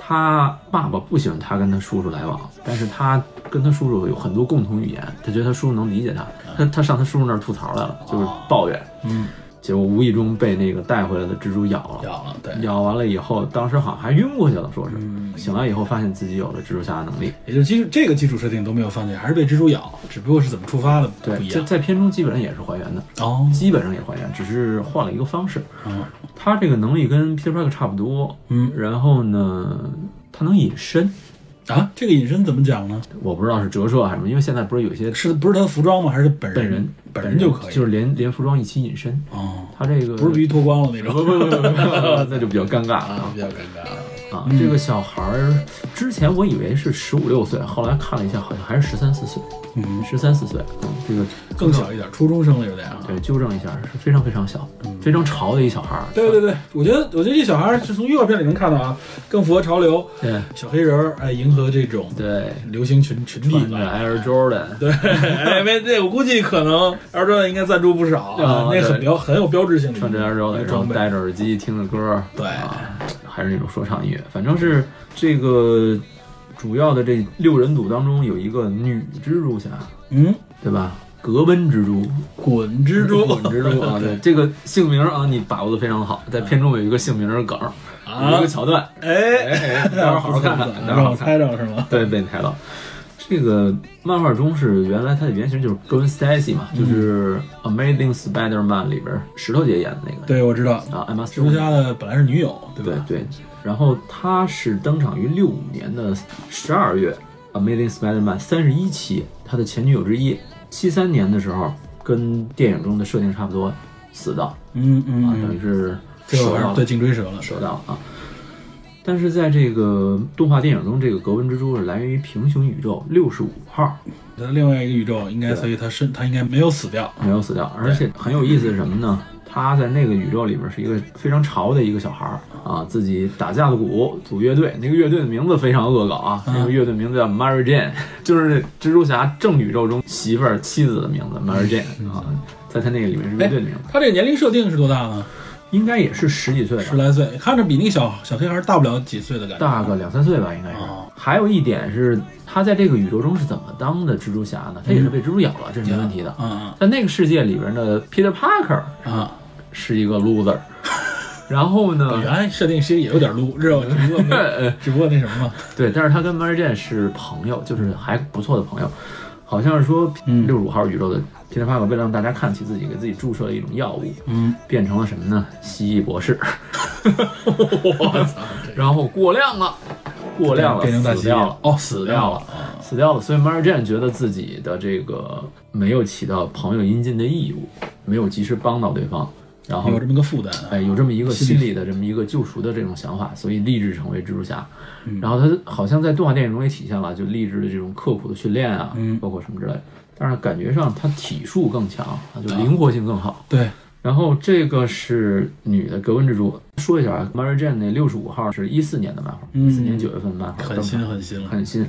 [SPEAKER 2] 他爸爸不喜欢他跟他叔叔来往，但是他跟他叔叔有很多共同语言，他觉得他叔叔能理解他，他他上他叔叔那儿吐槽来了，就是抱怨，
[SPEAKER 1] 嗯，
[SPEAKER 2] 结果无意中被那个带回来的蜘蛛咬了，
[SPEAKER 1] 要了，对，
[SPEAKER 2] 咬完了以后，当时好像还晕过去了，说是、
[SPEAKER 1] 嗯
[SPEAKER 2] 醒来以后发现自己有了蜘蛛侠的能力。
[SPEAKER 1] 也就是基础这个基础设定都没有放弃，还是被蜘蛛咬，只不过是怎么触发的不
[SPEAKER 2] 对
[SPEAKER 1] 一，
[SPEAKER 2] 在
[SPEAKER 1] 样。
[SPEAKER 2] 在片中基本上也是还原的，
[SPEAKER 1] 哦，
[SPEAKER 2] 基本上也还原，只是换了一个方式。
[SPEAKER 1] 嗯
[SPEAKER 2] 他这个能力跟 Peter Parker 差不多，
[SPEAKER 1] 嗯
[SPEAKER 2] 然后呢，他能隐身，
[SPEAKER 1] 啊，这个隐身怎么讲呢？
[SPEAKER 2] 我不知道是折射还是什么，因为现在不是有一些
[SPEAKER 1] 是不是他的服装吗？还是嗯本人？
[SPEAKER 2] 本人
[SPEAKER 1] 本人就可以。
[SPEAKER 2] 就是连连服装一起隐身。
[SPEAKER 1] 哦，
[SPEAKER 2] 他这个
[SPEAKER 1] 不 是必须脱光了那种
[SPEAKER 2] 不不不不不， 那就比较尴尬
[SPEAKER 1] 啊嗯
[SPEAKER 2] 了，
[SPEAKER 1] 比较尴尬了。
[SPEAKER 2] 啊！这个小孩儿之前我以为是十五六岁，后来看了一下，好像还是十三四岁，
[SPEAKER 1] 嗯，啊
[SPEAKER 2] 十三四岁。嗯，这个
[SPEAKER 1] 更小一点，初中生了有点啊。
[SPEAKER 2] 对，纠正一下，是非常非常小，非常潮的一小孩儿。
[SPEAKER 1] 嗯对对对，我觉得我觉得这小孩儿是从预告片里能看到啊，更符合潮流，
[SPEAKER 2] 对
[SPEAKER 1] 小黑人儿哎，迎合这种
[SPEAKER 2] 对，
[SPEAKER 1] 流行群群体
[SPEAKER 2] 穿着
[SPEAKER 1] 吧。
[SPEAKER 2] Air Jordan，
[SPEAKER 1] 对， 哎，没这我估计可能 Air Jordan 应该赞助不少，
[SPEAKER 2] 啊
[SPEAKER 1] 那
[SPEAKER 2] 对
[SPEAKER 1] 很标很有标志性的一个，
[SPEAKER 2] 穿着 Air
[SPEAKER 1] 一
[SPEAKER 2] Jordan，
[SPEAKER 1] 个
[SPEAKER 2] 然后
[SPEAKER 1] 装备。
[SPEAKER 2] 戴着耳机听着歌，
[SPEAKER 1] 对
[SPEAKER 2] 啊，还是那种说唱音乐，反正是这个主要的这六人组当中有一个女蜘蛛侠，
[SPEAKER 1] 嗯，
[SPEAKER 2] 对吧？格温蜘蛛，
[SPEAKER 1] 滚蜘蛛，
[SPEAKER 2] 滚蜘蛛啊！对，这个姓名啊，你把握的非常好，在片中有一个姓名的梗，有 一
[SPEAKER 1] 啊
[SPEAKER 2] 个，桥段，
[SPEAKER 1] 哎，
[SPEAKER 2] 哎，待会儿好好看看，待会儿好
[SPEAKER 1] 我
[SPEAKER 2] 好看。
[SPEAKER 1] 猜着了是吗？
[SPEAKER 2] 对，被你抬到。这个漫画中是原来它的原型就是 g w e n Stacy 嘛，就是《Amazing Spider-Man》里边石头姐演的那个，
[SPEAKER 1] 对，我知道，
[SPEAKER 2] 啊，Emma
[SPEAKER 1] 蜘蛛
[SPEAKER 2] Stone，
[SPEAKER 1] 侠的本来是女友，对
[SPEAKER 2] 对
[SPEAKER 1] 吧？
[SPEAKER 2] 对。然后她是登场于六五年的十二月，《Amazing Spider-Man》三十一期，她的前女友之一。七三年的时候，跟电影中的设定差不多，死的啊，
[SPEAKER 1] 嗯嗯
[SPEAKER 2] 等于
[SPEAKER 1] 嗯，
[SPEAKER 2] 是
[SPEAKER 1] 最后
[SPEAKER 2] 折
[SPEAKER 1] 还
[SPEAKER 2] 到
[SPEAKER 1] 是对颈椎折了，
[SPEAKER 2] 蛇道啊。但是在这个动画电影中，这个格温蜘蛛是来源于平行宇宙六十五号，
[SPEAKER 1] 他另外一个宇宙应该，所以他身他应该没有死掉。
[SPEAKER 2] 没有死掉，而且很有意思是什么呢？他在那个宇宙里面是一个非常潮的一个小孩儿啊，自己打架子鼓组乐队，那个乐队的名字非常恶搞啊，
[SPEAKER 1] 嗯
[SPEAKER 2] 那个乐队名字叫 Mary Jane，就是 蜘蛛侠正宇宙中媳妇儿妻子的名字 Mary Jane
[SPEAKER 1] 嗯
[SPEAKER 2] 啊，在他那个里面
[SPEAKER 1] 哎
[SPEAKER 2] 是乐队的名字，
[SPEAKER 1] 他这个年龄设定是多大呢？
[SPEAKER 2] 应该也是十几岁吧
[SPEAKER 1] 十，来岁，看着比那个小小黑孩大不了几岁的感觉。
[SPEAKER 2] 大个两三岁吧，应该是
[SPEAKER 1] 哦。
[SPEAKER 2] 还有一点是，他在这个宇宙中是怎么当的蜘蛛侠呢？他也是被蜘蛛咬了，这是没问题的。
[SPEAKER 1] 嗯
[SPEAKER 2] 在那个世界里边呢，Peter Parker
[SPEAKER 1] 嗯啊，
[SPEAKER 2] 是一 个 loser，然后
[SPEAKER 1] 原
[SPEAKER 2] 呢，
[SPEAKER 1] 来设定其实也有点撸，热，只不过没有 只不过那什么嘛。
[SPEAKER 2] 对，但是他跟 Mary Jane 是朋友，就是还不错的朋友。好像是说
[SPEAKER 1] 嗯
[SPEAKER 2] 六十五号宇宙的 Peter Parker 为了让大家看起自己，给自己注射了一种药物，
[SPEAKER 1] 嗯，
[SPEAKER 2] 变成了什么呢？蜥蜴博士，
[SPEAKER 1] 我操，
[SPEAKER 2] 然后过量了，过量了，
[SPEAKER 1] 变成大
[SPEAKER 2] 死
[SPEAKER 1] 蜥蜴
[SPEAKER 2] 掉了，
[SPEAKER 1] 哦，
[SPEAKER 2] 死
[SPEAKER 1] 死
[SPEAKER 2] 掉
[SPEAKER 1] 掉
[SPEAKER 2] 了。
[SPEAKER 1] 了。
[SPEAKER 2] 死掉了，所以 Mary Jane 觉得自己的这个没有起到朋友应尽的义务，没有及时帮到对方，然后
[SPEAKER 1] 有这么个负担啊。
[SPEAKER 2] 哎，有这么一个心理的这么一个救赎的这种想法，所以立志成为蜘蛛侠。然后他好像在动画电影中也体现了，就励志的这种刻苦的训练啊，包括什么之类的。但是感觉上他体术更强，啊，就灵活性更好。
[SPEAKER 1] 对，
[SPEAKER 2] 然后这个是女的格温蜘蛛，说一下啊，Mary Jane 那六十五号是一四年的漫画，一四年九月份的漫画，
[SPEAKER 1] 很新很新了。
[SPEAKER 2] 嗯很新。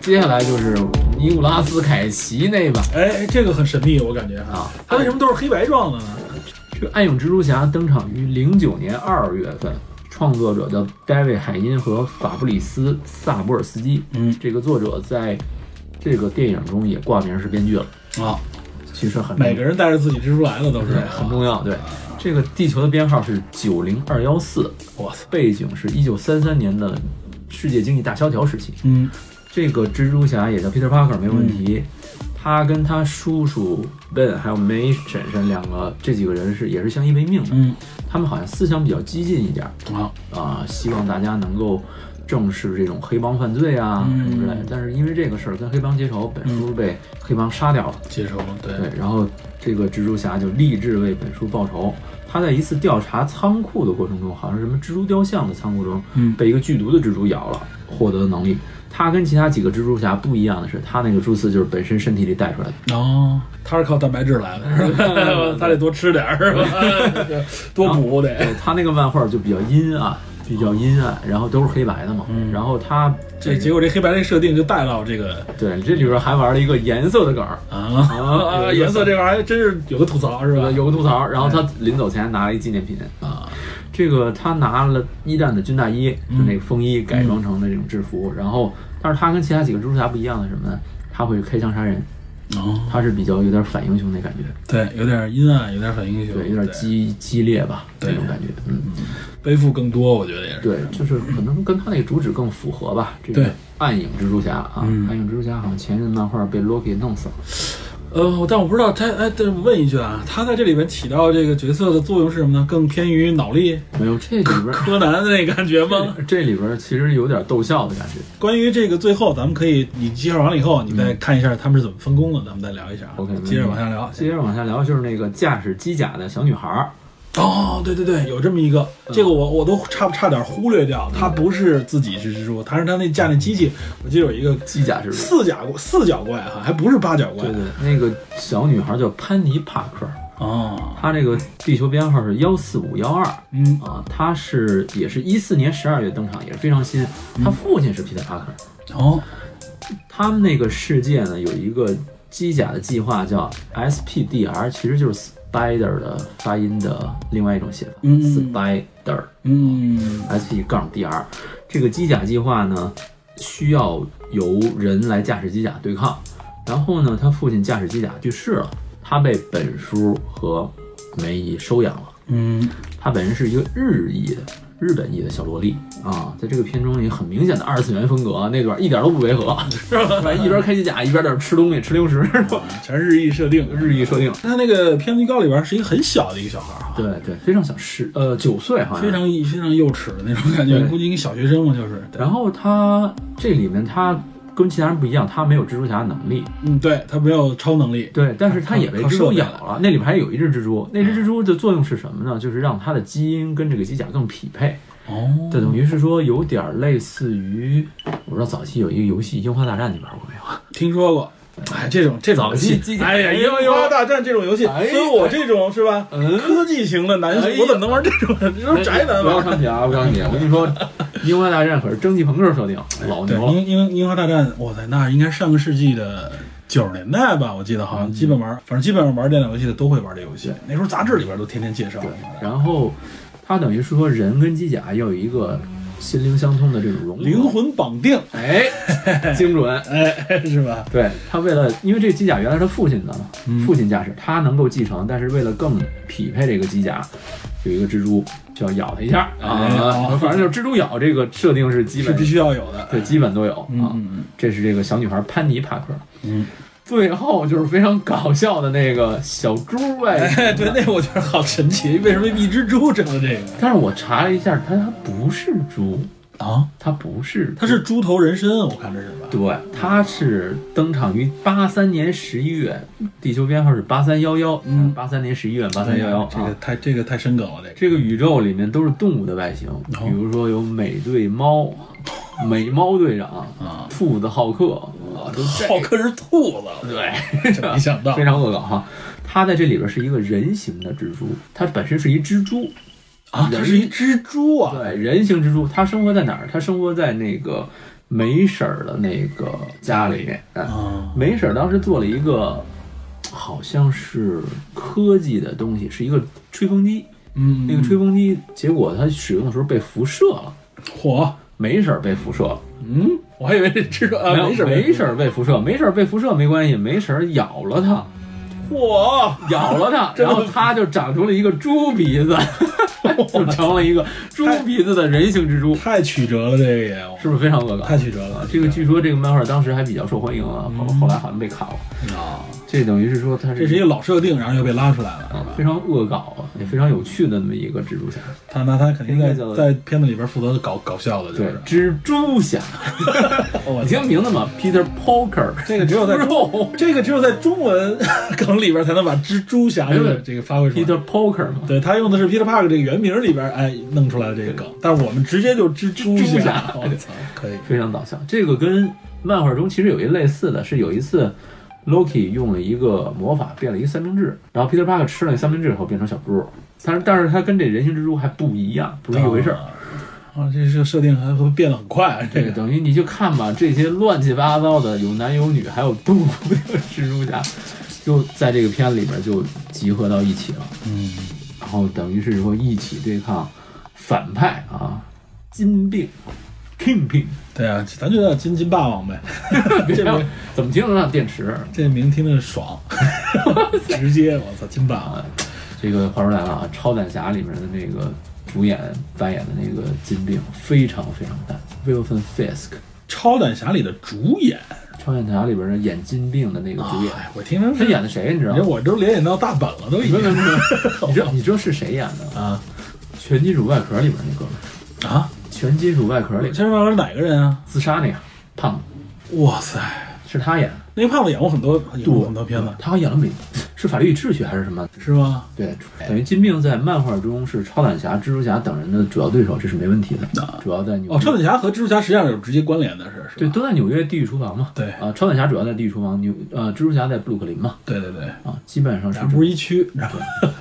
[SPEAKER 2] 接下来就是尼古拉斯凯奇那版
[SPEAKER 1] 哎，这个很神秘，我感觉哈。
[SPEAKER 2] 啊，
[SPEAKER 1] 他为什么都是黑白撞的呢？
[SPEAKER 2] 这个《暗影蜘蛛侠》登场于零九年二月份，创作者叫戴维·海因和法布里斯·萨博尔斯基。
[SPEAKER 1] 嗯，
[SPEAKER 2] 这个作者在这个电影中也挂名是编剧了，
[SPEAKER 1] 啊，
[SPEAKER 2] 其实很
[SPEAKER 1] 每个人带着自己蜘蛛来了，都是
[SPEAKER 2] 对很重要。对，这个地球的编号是九零二幺四，
[SPEAKER 1] 我操，
[SPEAKER 2] 背景是一九三三年的世界经济大萧条时期。
[SPEAKER 1] 嗯
[SPEAKER 2] 这个蜘蛛侠也叫 Peter Parker 没有问题。他跟他叔叔 Ben 还有 May 婶婶两个这几个人是也是相依为命的，
[SPEAKER 1] 嗯
[SPEAKER 2] 他们好像思想比较激进一点儿
[SPEAKER 1] 啊，
[SPEAKER 2] 啊、希望大家能够正视这种黑帮犯罪啊
[SPEAKER 1] 嗯
[SPEAKER 2] 什么之类的。但是因为这个事儿跟黑帮结仇，本叔被黑帮杀掉了。
[SPEAKER 1] 接受了，对
[SPEAKER 2] 对，然后这个蜘蛛侠就立志为本叔报仇。他在一次调查仓库的过程中，好像是什么蜘蛛雕像的仓库中，
[SPEAKER 1] 嗯
[SPEAKER 2] 被一个剧毒的蜘蛛咬了，获得能力。他跟其他几个蜘蛛侠不一样的是，他那个蛛丝就是本身身体里带出来的。
[SPEAKER 1] 哦，他是靠蛋白质来 的，是吧他得多吃 点儿，是吧？多补得。
[SPEAKER 2] 对他那个漫画就比较阴暗，比较阴暗，然后都是黑白的嘛。
[SPEAKER 1] 嗯
[SPEAKER 2] 然后他
[SPEAKER 1] 这结果这黑白这设定就带到这个
[SPEAKER 2] 对这里边还玩了一个颜色的梗儿，
[SPEAKER 1] 啊
[SPEAKER 2] 啊
[SPEAKER 1] 颜色啊这玩意儿还真是有个吐槽，是吧？
[SPEAKER 2] 有个吐槽。然后他
[SPEAKER 1] 嗯
[SPEAKER 2] 临走前拿了一纪念品啊，这个他拿了一战的军大衣，就
[SPEAKER 1] 嗯
[SPEAKER 2] 那个风衣改装成的这种制服。然后，但是他跟其他几个蜘蛛侠不一样的是什么呢？他会开枪杀人，
[SPEAKER 1] 哦，
[SPEAKER 2] 他是比较有点反英雄那感觉，
[SPEAKER 1] 对，有点阴暗，有点反英雄，
[SPEAKER 2] 对，有点激激烈吧，
[SPEAKER 1] 对
[SPEAKER 2] 这种感觉，嗯，
[SPEAKER 1] 背负更多，我觉得也是。
[SPEAKER 2] 对，就是可能跟他那个主旨更符合吧。这
[SPEAKER 1] 对
[SPEAKER 2] 个暗影蜘蛛侠啊，
[SPEAKER 1] 嗯
[SPEAKER 2] 暗影蜘蛛侠好像前任漫画被 Loki 弄死了，
[SPEAKER 1] 呃，但我不知道他，哎，但是我问一句啊，他在这里边起到这个角色的作用是什么呢？更偏于脑力
[SPEAKER 2] 没有这里边
[SPEAKER 1] 柯南的那感觉 吗？
[SPEAKER 2] 这这里边其实有点逗笑的感觉，
[SPEAKER 1] 关于这个，最后咱们可以你介绍完了以后，你再看一下他们是怎么分工的，咱们再聊一下啊。
[SPEAKER 2] OK，没问题
[SPEAKER 1] 接着往下聊。
[SPEAKER 2] 接着往下聊，就是那个驾驶机甲的小女孩儿，
[SPEAKER 1] 哦，对对对，有这么一个，
[SPEAKER 2] 嗯
[SPEAKER 1] 这个我我都差差点忽略掉，他不是自己是蜘蛛，他是他那架那机器，我记得有一个
[SPEAKER 2] 机甲是
[SPEAKER 1] 四甲怪四角怪哈，还不是八角怪
[SPEAKER 2] 对对，那个小女孩叫潘妮·帕克，
[SPEAKER 1] 哦，
[SPEAKER 2] 她这个地球编号是幺四五幺二
[SPEAKER 1] 嗯，
[SPEAKER 2] 啊，她是也是一四年十二月登场，也是非常新。
[SPEAKER 1] 嗯
[SPEAKER 2] 她父亲是皮特·帕克，
[SPEAKER 1] 哦，
[SPEAKER 2] 他们那个世界呢有一个机甲的计划叫 SPDR，其实就是 Spider 的发音的另外一种写法、
[SPEAKER 1] 嗯
[SPEAKER 2] s p i d e r
[SPEAKER 1] 嗯
[SPEAKER 2] SP 杠 DR，这个机甲计划呢，需要由人来驾驶机甲对抗。然后呢，他父亲驾驶机甲去世了，他被本叔和梅姨收养了。
[SPEAKER 1] 嗯，
[SPEAKER 2] 他本人是一个日裔的日本裔的小萝莉啊，在这个片中也很明显的二次元风格，那段一点都不违和，是吧？一边开机甲一边在那吃东西吃零食，是吧
[SPEAKER 1] 全是日裔设定。
[SPEAKER 2] 日裔设定。
[SPEAKER 1] 他那个片子预告里边是一个很小的一个小孩儿哈，
[SPEAKER 2] 对对，非常小，十呃九岁好像，
[SPEAKER 1] 非常非常幼稚的那种感觉，
[SPEAKER 2] 对
[SPEAKER 1] 估计一个小学生嘛，就是。对
[SPEAKER 2] 然后他这里面他跟其他人不一样，他没有蜘蛛侠的能力，
[SPEAKER 1] 嗯，对他没有超能力，
[SPEAKER 2] 对，但是它也被蜘蛛咬
[SPEAKER 1] 靠
[SPEAKER 2] 了。那里面还有一只蜘蛛，那
[SPEAKER 1] 嗯
[SPEAKER 2] 只蜘蛛的作用是什么呢？就是让它的基因跟这个机甲更匹配。
[SPEAKER 1] 哦，
[SPEAKER 2] 这等于是说有点儿类似于，我不知道早期有一个游戏《樱花大战》，你玩过没有？
[SPEAKER 1] 听说过。哎，这种这种游戏
[SPEAKER 2] 早期，
[SPEAKER 1] 哎呀，
[SPEAKER 2] 哎
[SPEAKER 1] 樱
[SPEAKER 2] 呦
[SPEAKER 1] 花大战这种游戏，所
[SPEAKER 2] 哎
[SPEAKER 1] 以我这种是吧，
[SPEAKER 2] 嗯
[SPEAKER 1] 科技型的男
[SPEAKER 2] 哎
[SPEAKER 1] 性，
[SPEAKER 2] 呀
[SPEAKER 1] 我怎么能玩这种？这都是宅男
[SPEAKER 2] 不要
[SPEAKER 1] 玩。
[SPEAKER 2] 看不起啊！不要看不起，我 跟你说，《樱花大战》可是蒸汽朋克设定，老
[SPEAKER 1] 对，
[SPEAKER 2] 牛了。
[SPEAKER 1] 樱樱樱花大战，哇塞，那应该上个世纪的九十年代吧，我记得好像基本
[SPEAKER 2] 嗯
[SPEAKER 1] 玩，反正基本上玩电脑游戏的都会玩这游戏。那时候杂志里边都天天介绍。
[SPEAKER 2] 然后它等于是说人跟机甲要有一个心灵相通的这种融合
[SPEAKER 1] 灵。魂绑定，
[SPEAKER 2] 哎，精准。
[SPEAKER 1] 哎， 是吧？
[SPEAKER 2] 对他为了，因为这个机甲原来是他父亲的嘛，
[SPEAKER 1] 嗯
[SPEAKER 2] 父亲驾驶，他能够继承，但是为了更匹配这个机甲，有一个蜘蛛需要咬他一下啊、
[SPEAKER 1] 哎好
[SPEAKER 2] 反正就是蜘蛛咬这个设定是基
[SPEAKER 1] 是
[SPEAKER 2] 本
[SPEAKER 1] 必须要有的。
[SPEAKER 2] 对基本都有啊、
[SPEAKER 1] 嗯
[SPEAKER 2] 这是这个小女孩潘妮帕克，
[SPEAKER 1] 嗯，
[SPEAKER 2] 最后就是非常搞笑的那个小猪
[SPEAKER 1] 哎，
[SPEAKER 2] 哎，
[SPEAKER 1] 对，那我觉得好神奇，为什么一只猪成了这个？
[SPEAKER 2] 但是我查了一下，它还不是猪，
[SPEAKER 1] 啊，
[SPEAKER 2] 他不是，
[SPEAKER 1] 他是猪头人参，我看这是吧？
[SPEAKER 2] 对，他是登场于八三年十一月，地球编号是八三幺幺，嗯，八三年十一月八三幺幺，
[SPEAKER 1] 哎这个太这个太深梗了，这个
[SPEAKER 2] 这个宇宙里面都是动物的外形，
[SPEAKER 1] 哦
[SPEAKER 2] 比如说有美队猫、美猫队长、兔子浩克，啊，都这
[SPEAKER 1] 浩克是兔子，
[SPEAKER 2] 对，
[SPEAKER 1] 没想到
[SPEAKER 2] 非常恶搞哈。它在这里边是一个人形的蜘蛛，它本身是一蜘蛛，
[SPEAKER 1] 啊，它是一蜘蛛啊，
[SPEAKER 2] 对，人形蜘蛛。它生活在哪儿？它生活在那个梅婶儿的那个家里面。嗯
[SPEAKER 1] 啊，
[SPEAKER 2] 梅婶儿当时做了一个，好像是科技的东西，是一个吹风机。
[SPEAKER 1] 嗯，
[SPEAKER 2] 那个吹风机，结果它使用的时候被辐射了，
[SPEAKER 1] 火，
[SPEAKER 2] 梅婶儿被辐射了。
[SPEAKER 1] 嗯，我还以为是蜘蛛啊，
[SPEAKER 2] 没有
[SPEAKER 1] 没事
[SPEAKER 2] 梅
[SPEAKER 1] 事，
[SPEAKER 2] 婶儿被辐射，梅婶儿被辐射没关系，梅婶儿咬 了它。
[SPEAKER 1] 火，
[SPEAKER 2] 咬了它，
[SPEAKER 1] 真
[SPEAKER 2] 然
[SPEAKER 1] 的
[SPEAKER 2] 后它就长出了一个猪鼻 子，就成了一个猪鼻子的人形蜘蛛，
[SPEAKER 1] 太曲折了，这个也
[SPEAKER 2] 是不是非常恶搞？
[SPEAKER 1] 太曲折了，
[SPEAKER 2] 这个据说这个漫画当时还比较受欢迎啊，后后来好像被砍了。
[SPEAKER 1] 啊，
[SPEAKER 2] 这等于是说它
[SPEAKER 1] 嗯这是一个老设定，然后又被拉出来了，是吧？
[SPEAKER 2] 啊非常恶搞也非常有趣的那么一个蜘蛛侠，
[SPEAKER 1] 他那他肯定在
[SPEAKER 2] 应该叫
[SPEAKER 1] 在片子里边负责搞搞笑的，就
[SPEAKER 2] 对
[SPEAKER 1] 是，
[SPEAKER 2] 蜘 蛛侠，
[SPEAKER 1] 我
[SPEAKER 2] 你
[SPEAKER 1] 操
[SPEAKER 2] 听名字吗？Peter Parker，
[SPEAKER 1] 这个只 有在
[SPEAKER 2] 肉
[SPEAKER 1] 这个只有在中文 梗里边才能把蜘蛛侠这
[SPEAKER 2] 没
[SPEAKER 1] 个
[SPEAKER 2] 有
[SPEAKER 1] 这个发挥出来。
[SPEAKER 2] Peter Parker 嘛，
[SPEAKER 1] 对他用的是 Peter Park 这个原名里边，哎，弄出来的这个梗，但是我们直接就蜘蛛
[SPEAKER 2] 蜘蛛
[SPEAKER 1] 侠
[SPEAKER 2] 侠，
[SPEAKER 1] 我操，可以，
[SPEAKER 2] 非常搞笑。这个跟漫画中其实有一类似的是，有一次 Loki 用了一个魔法变了一个三明治，然后 Peter Parker 吃了那三明治以后变成小猪，但是但是他跟这人形蜘蛛还不一样，不是一回事儿。
[SPEAKER 1] 啊，这是设定还会变得很快啊，这
[SPEAKER 2] 这个
[SPEAKER 1] 个
[SPEAKER 2] 等于你就看吧，这些乱七八糟的有男有女，还有动物的蜘蛛侠，就在这个片里边就集合到一起了，
[SPEAKER 1] 嗯，
[SPEAKER 2] 然后等于是说一起对抗反派啊，金病，Kingpin，
[SPEAKER 1] 对啊，咱就叫金金霸王 呗，这名
[SPEAKER 2] 怎么听得上电池？
[SPEAKER 1] 这名听着 爽，直接我操金霸王，
[SPEAKER 2] 这个话说来了啊，《超胆侠》里面的那个主演扮演的那个金病非常非常淡，Wilson Fisk，
[SPEAKER 1] 超胆侠里的主演，
[SPEAKER 2] 《超胆侠》里边的演金病的那个主演，
[SPEAKER 1] 哎，我听着
[SPEAKER 2] 他
[SPEAKER 1] 是，
[SPEAKER 2] 演的谁你知道
[SPEAKER 1] 你这
[SPEAKER 2] 吗？
[SPEAKER 1] 我都联想到大本了， 都已
[SPEAKER 2] 没有没
[SPEAKER 1] 经
[SPEAKER 2] 有没有，你知道你知道是谁演的吗？
[SPEAKER 1] 啊
[SPEAKER 2] 《全金属外壳》里边那哥们儿，
[SPEAKER 1] 啊，
[SPEAKER 2] 《全金属外壳》里
[SPEAKER 1] 千万是哪个人啊？
[SPEAKER 2] 自杀那个胖子
[SPEAKER 1] 哇塞，
[SPEAKER 2] 是他演的，
[SPEAKER 1] 那个胖子演过很多演过很多片子，
[SPEAKER 2] 他好像演了美是法律与秩序还是什么？
[SPEAKER 1] 是吗？
[SPEAKER 2] 对，等于金并在漫画中是超胆侠、蜘蛛侠等人的主要对手，这是没问题的。主要在纽
[SPEAKER 1] 哦，
[SPEAKER 2] 约
[SPEAKER 1] 超胆侠和蜘蛛侠实际上有直接关联的是，是吧？
[SPEAKER 2] 对，都在纽约地狱厨房嘛。
[SPEAKER 1] 对
[SPEAKER 2] 啊，超胆侠主要在地狱厨房，纽呃蜘蛛侠在布鲁克林嘛。
[SPEAKER 1] 对对对，
[SPEAKER 2] 啊，基本上是
[SPEAKER 1] 咱不是一区，你知道吗？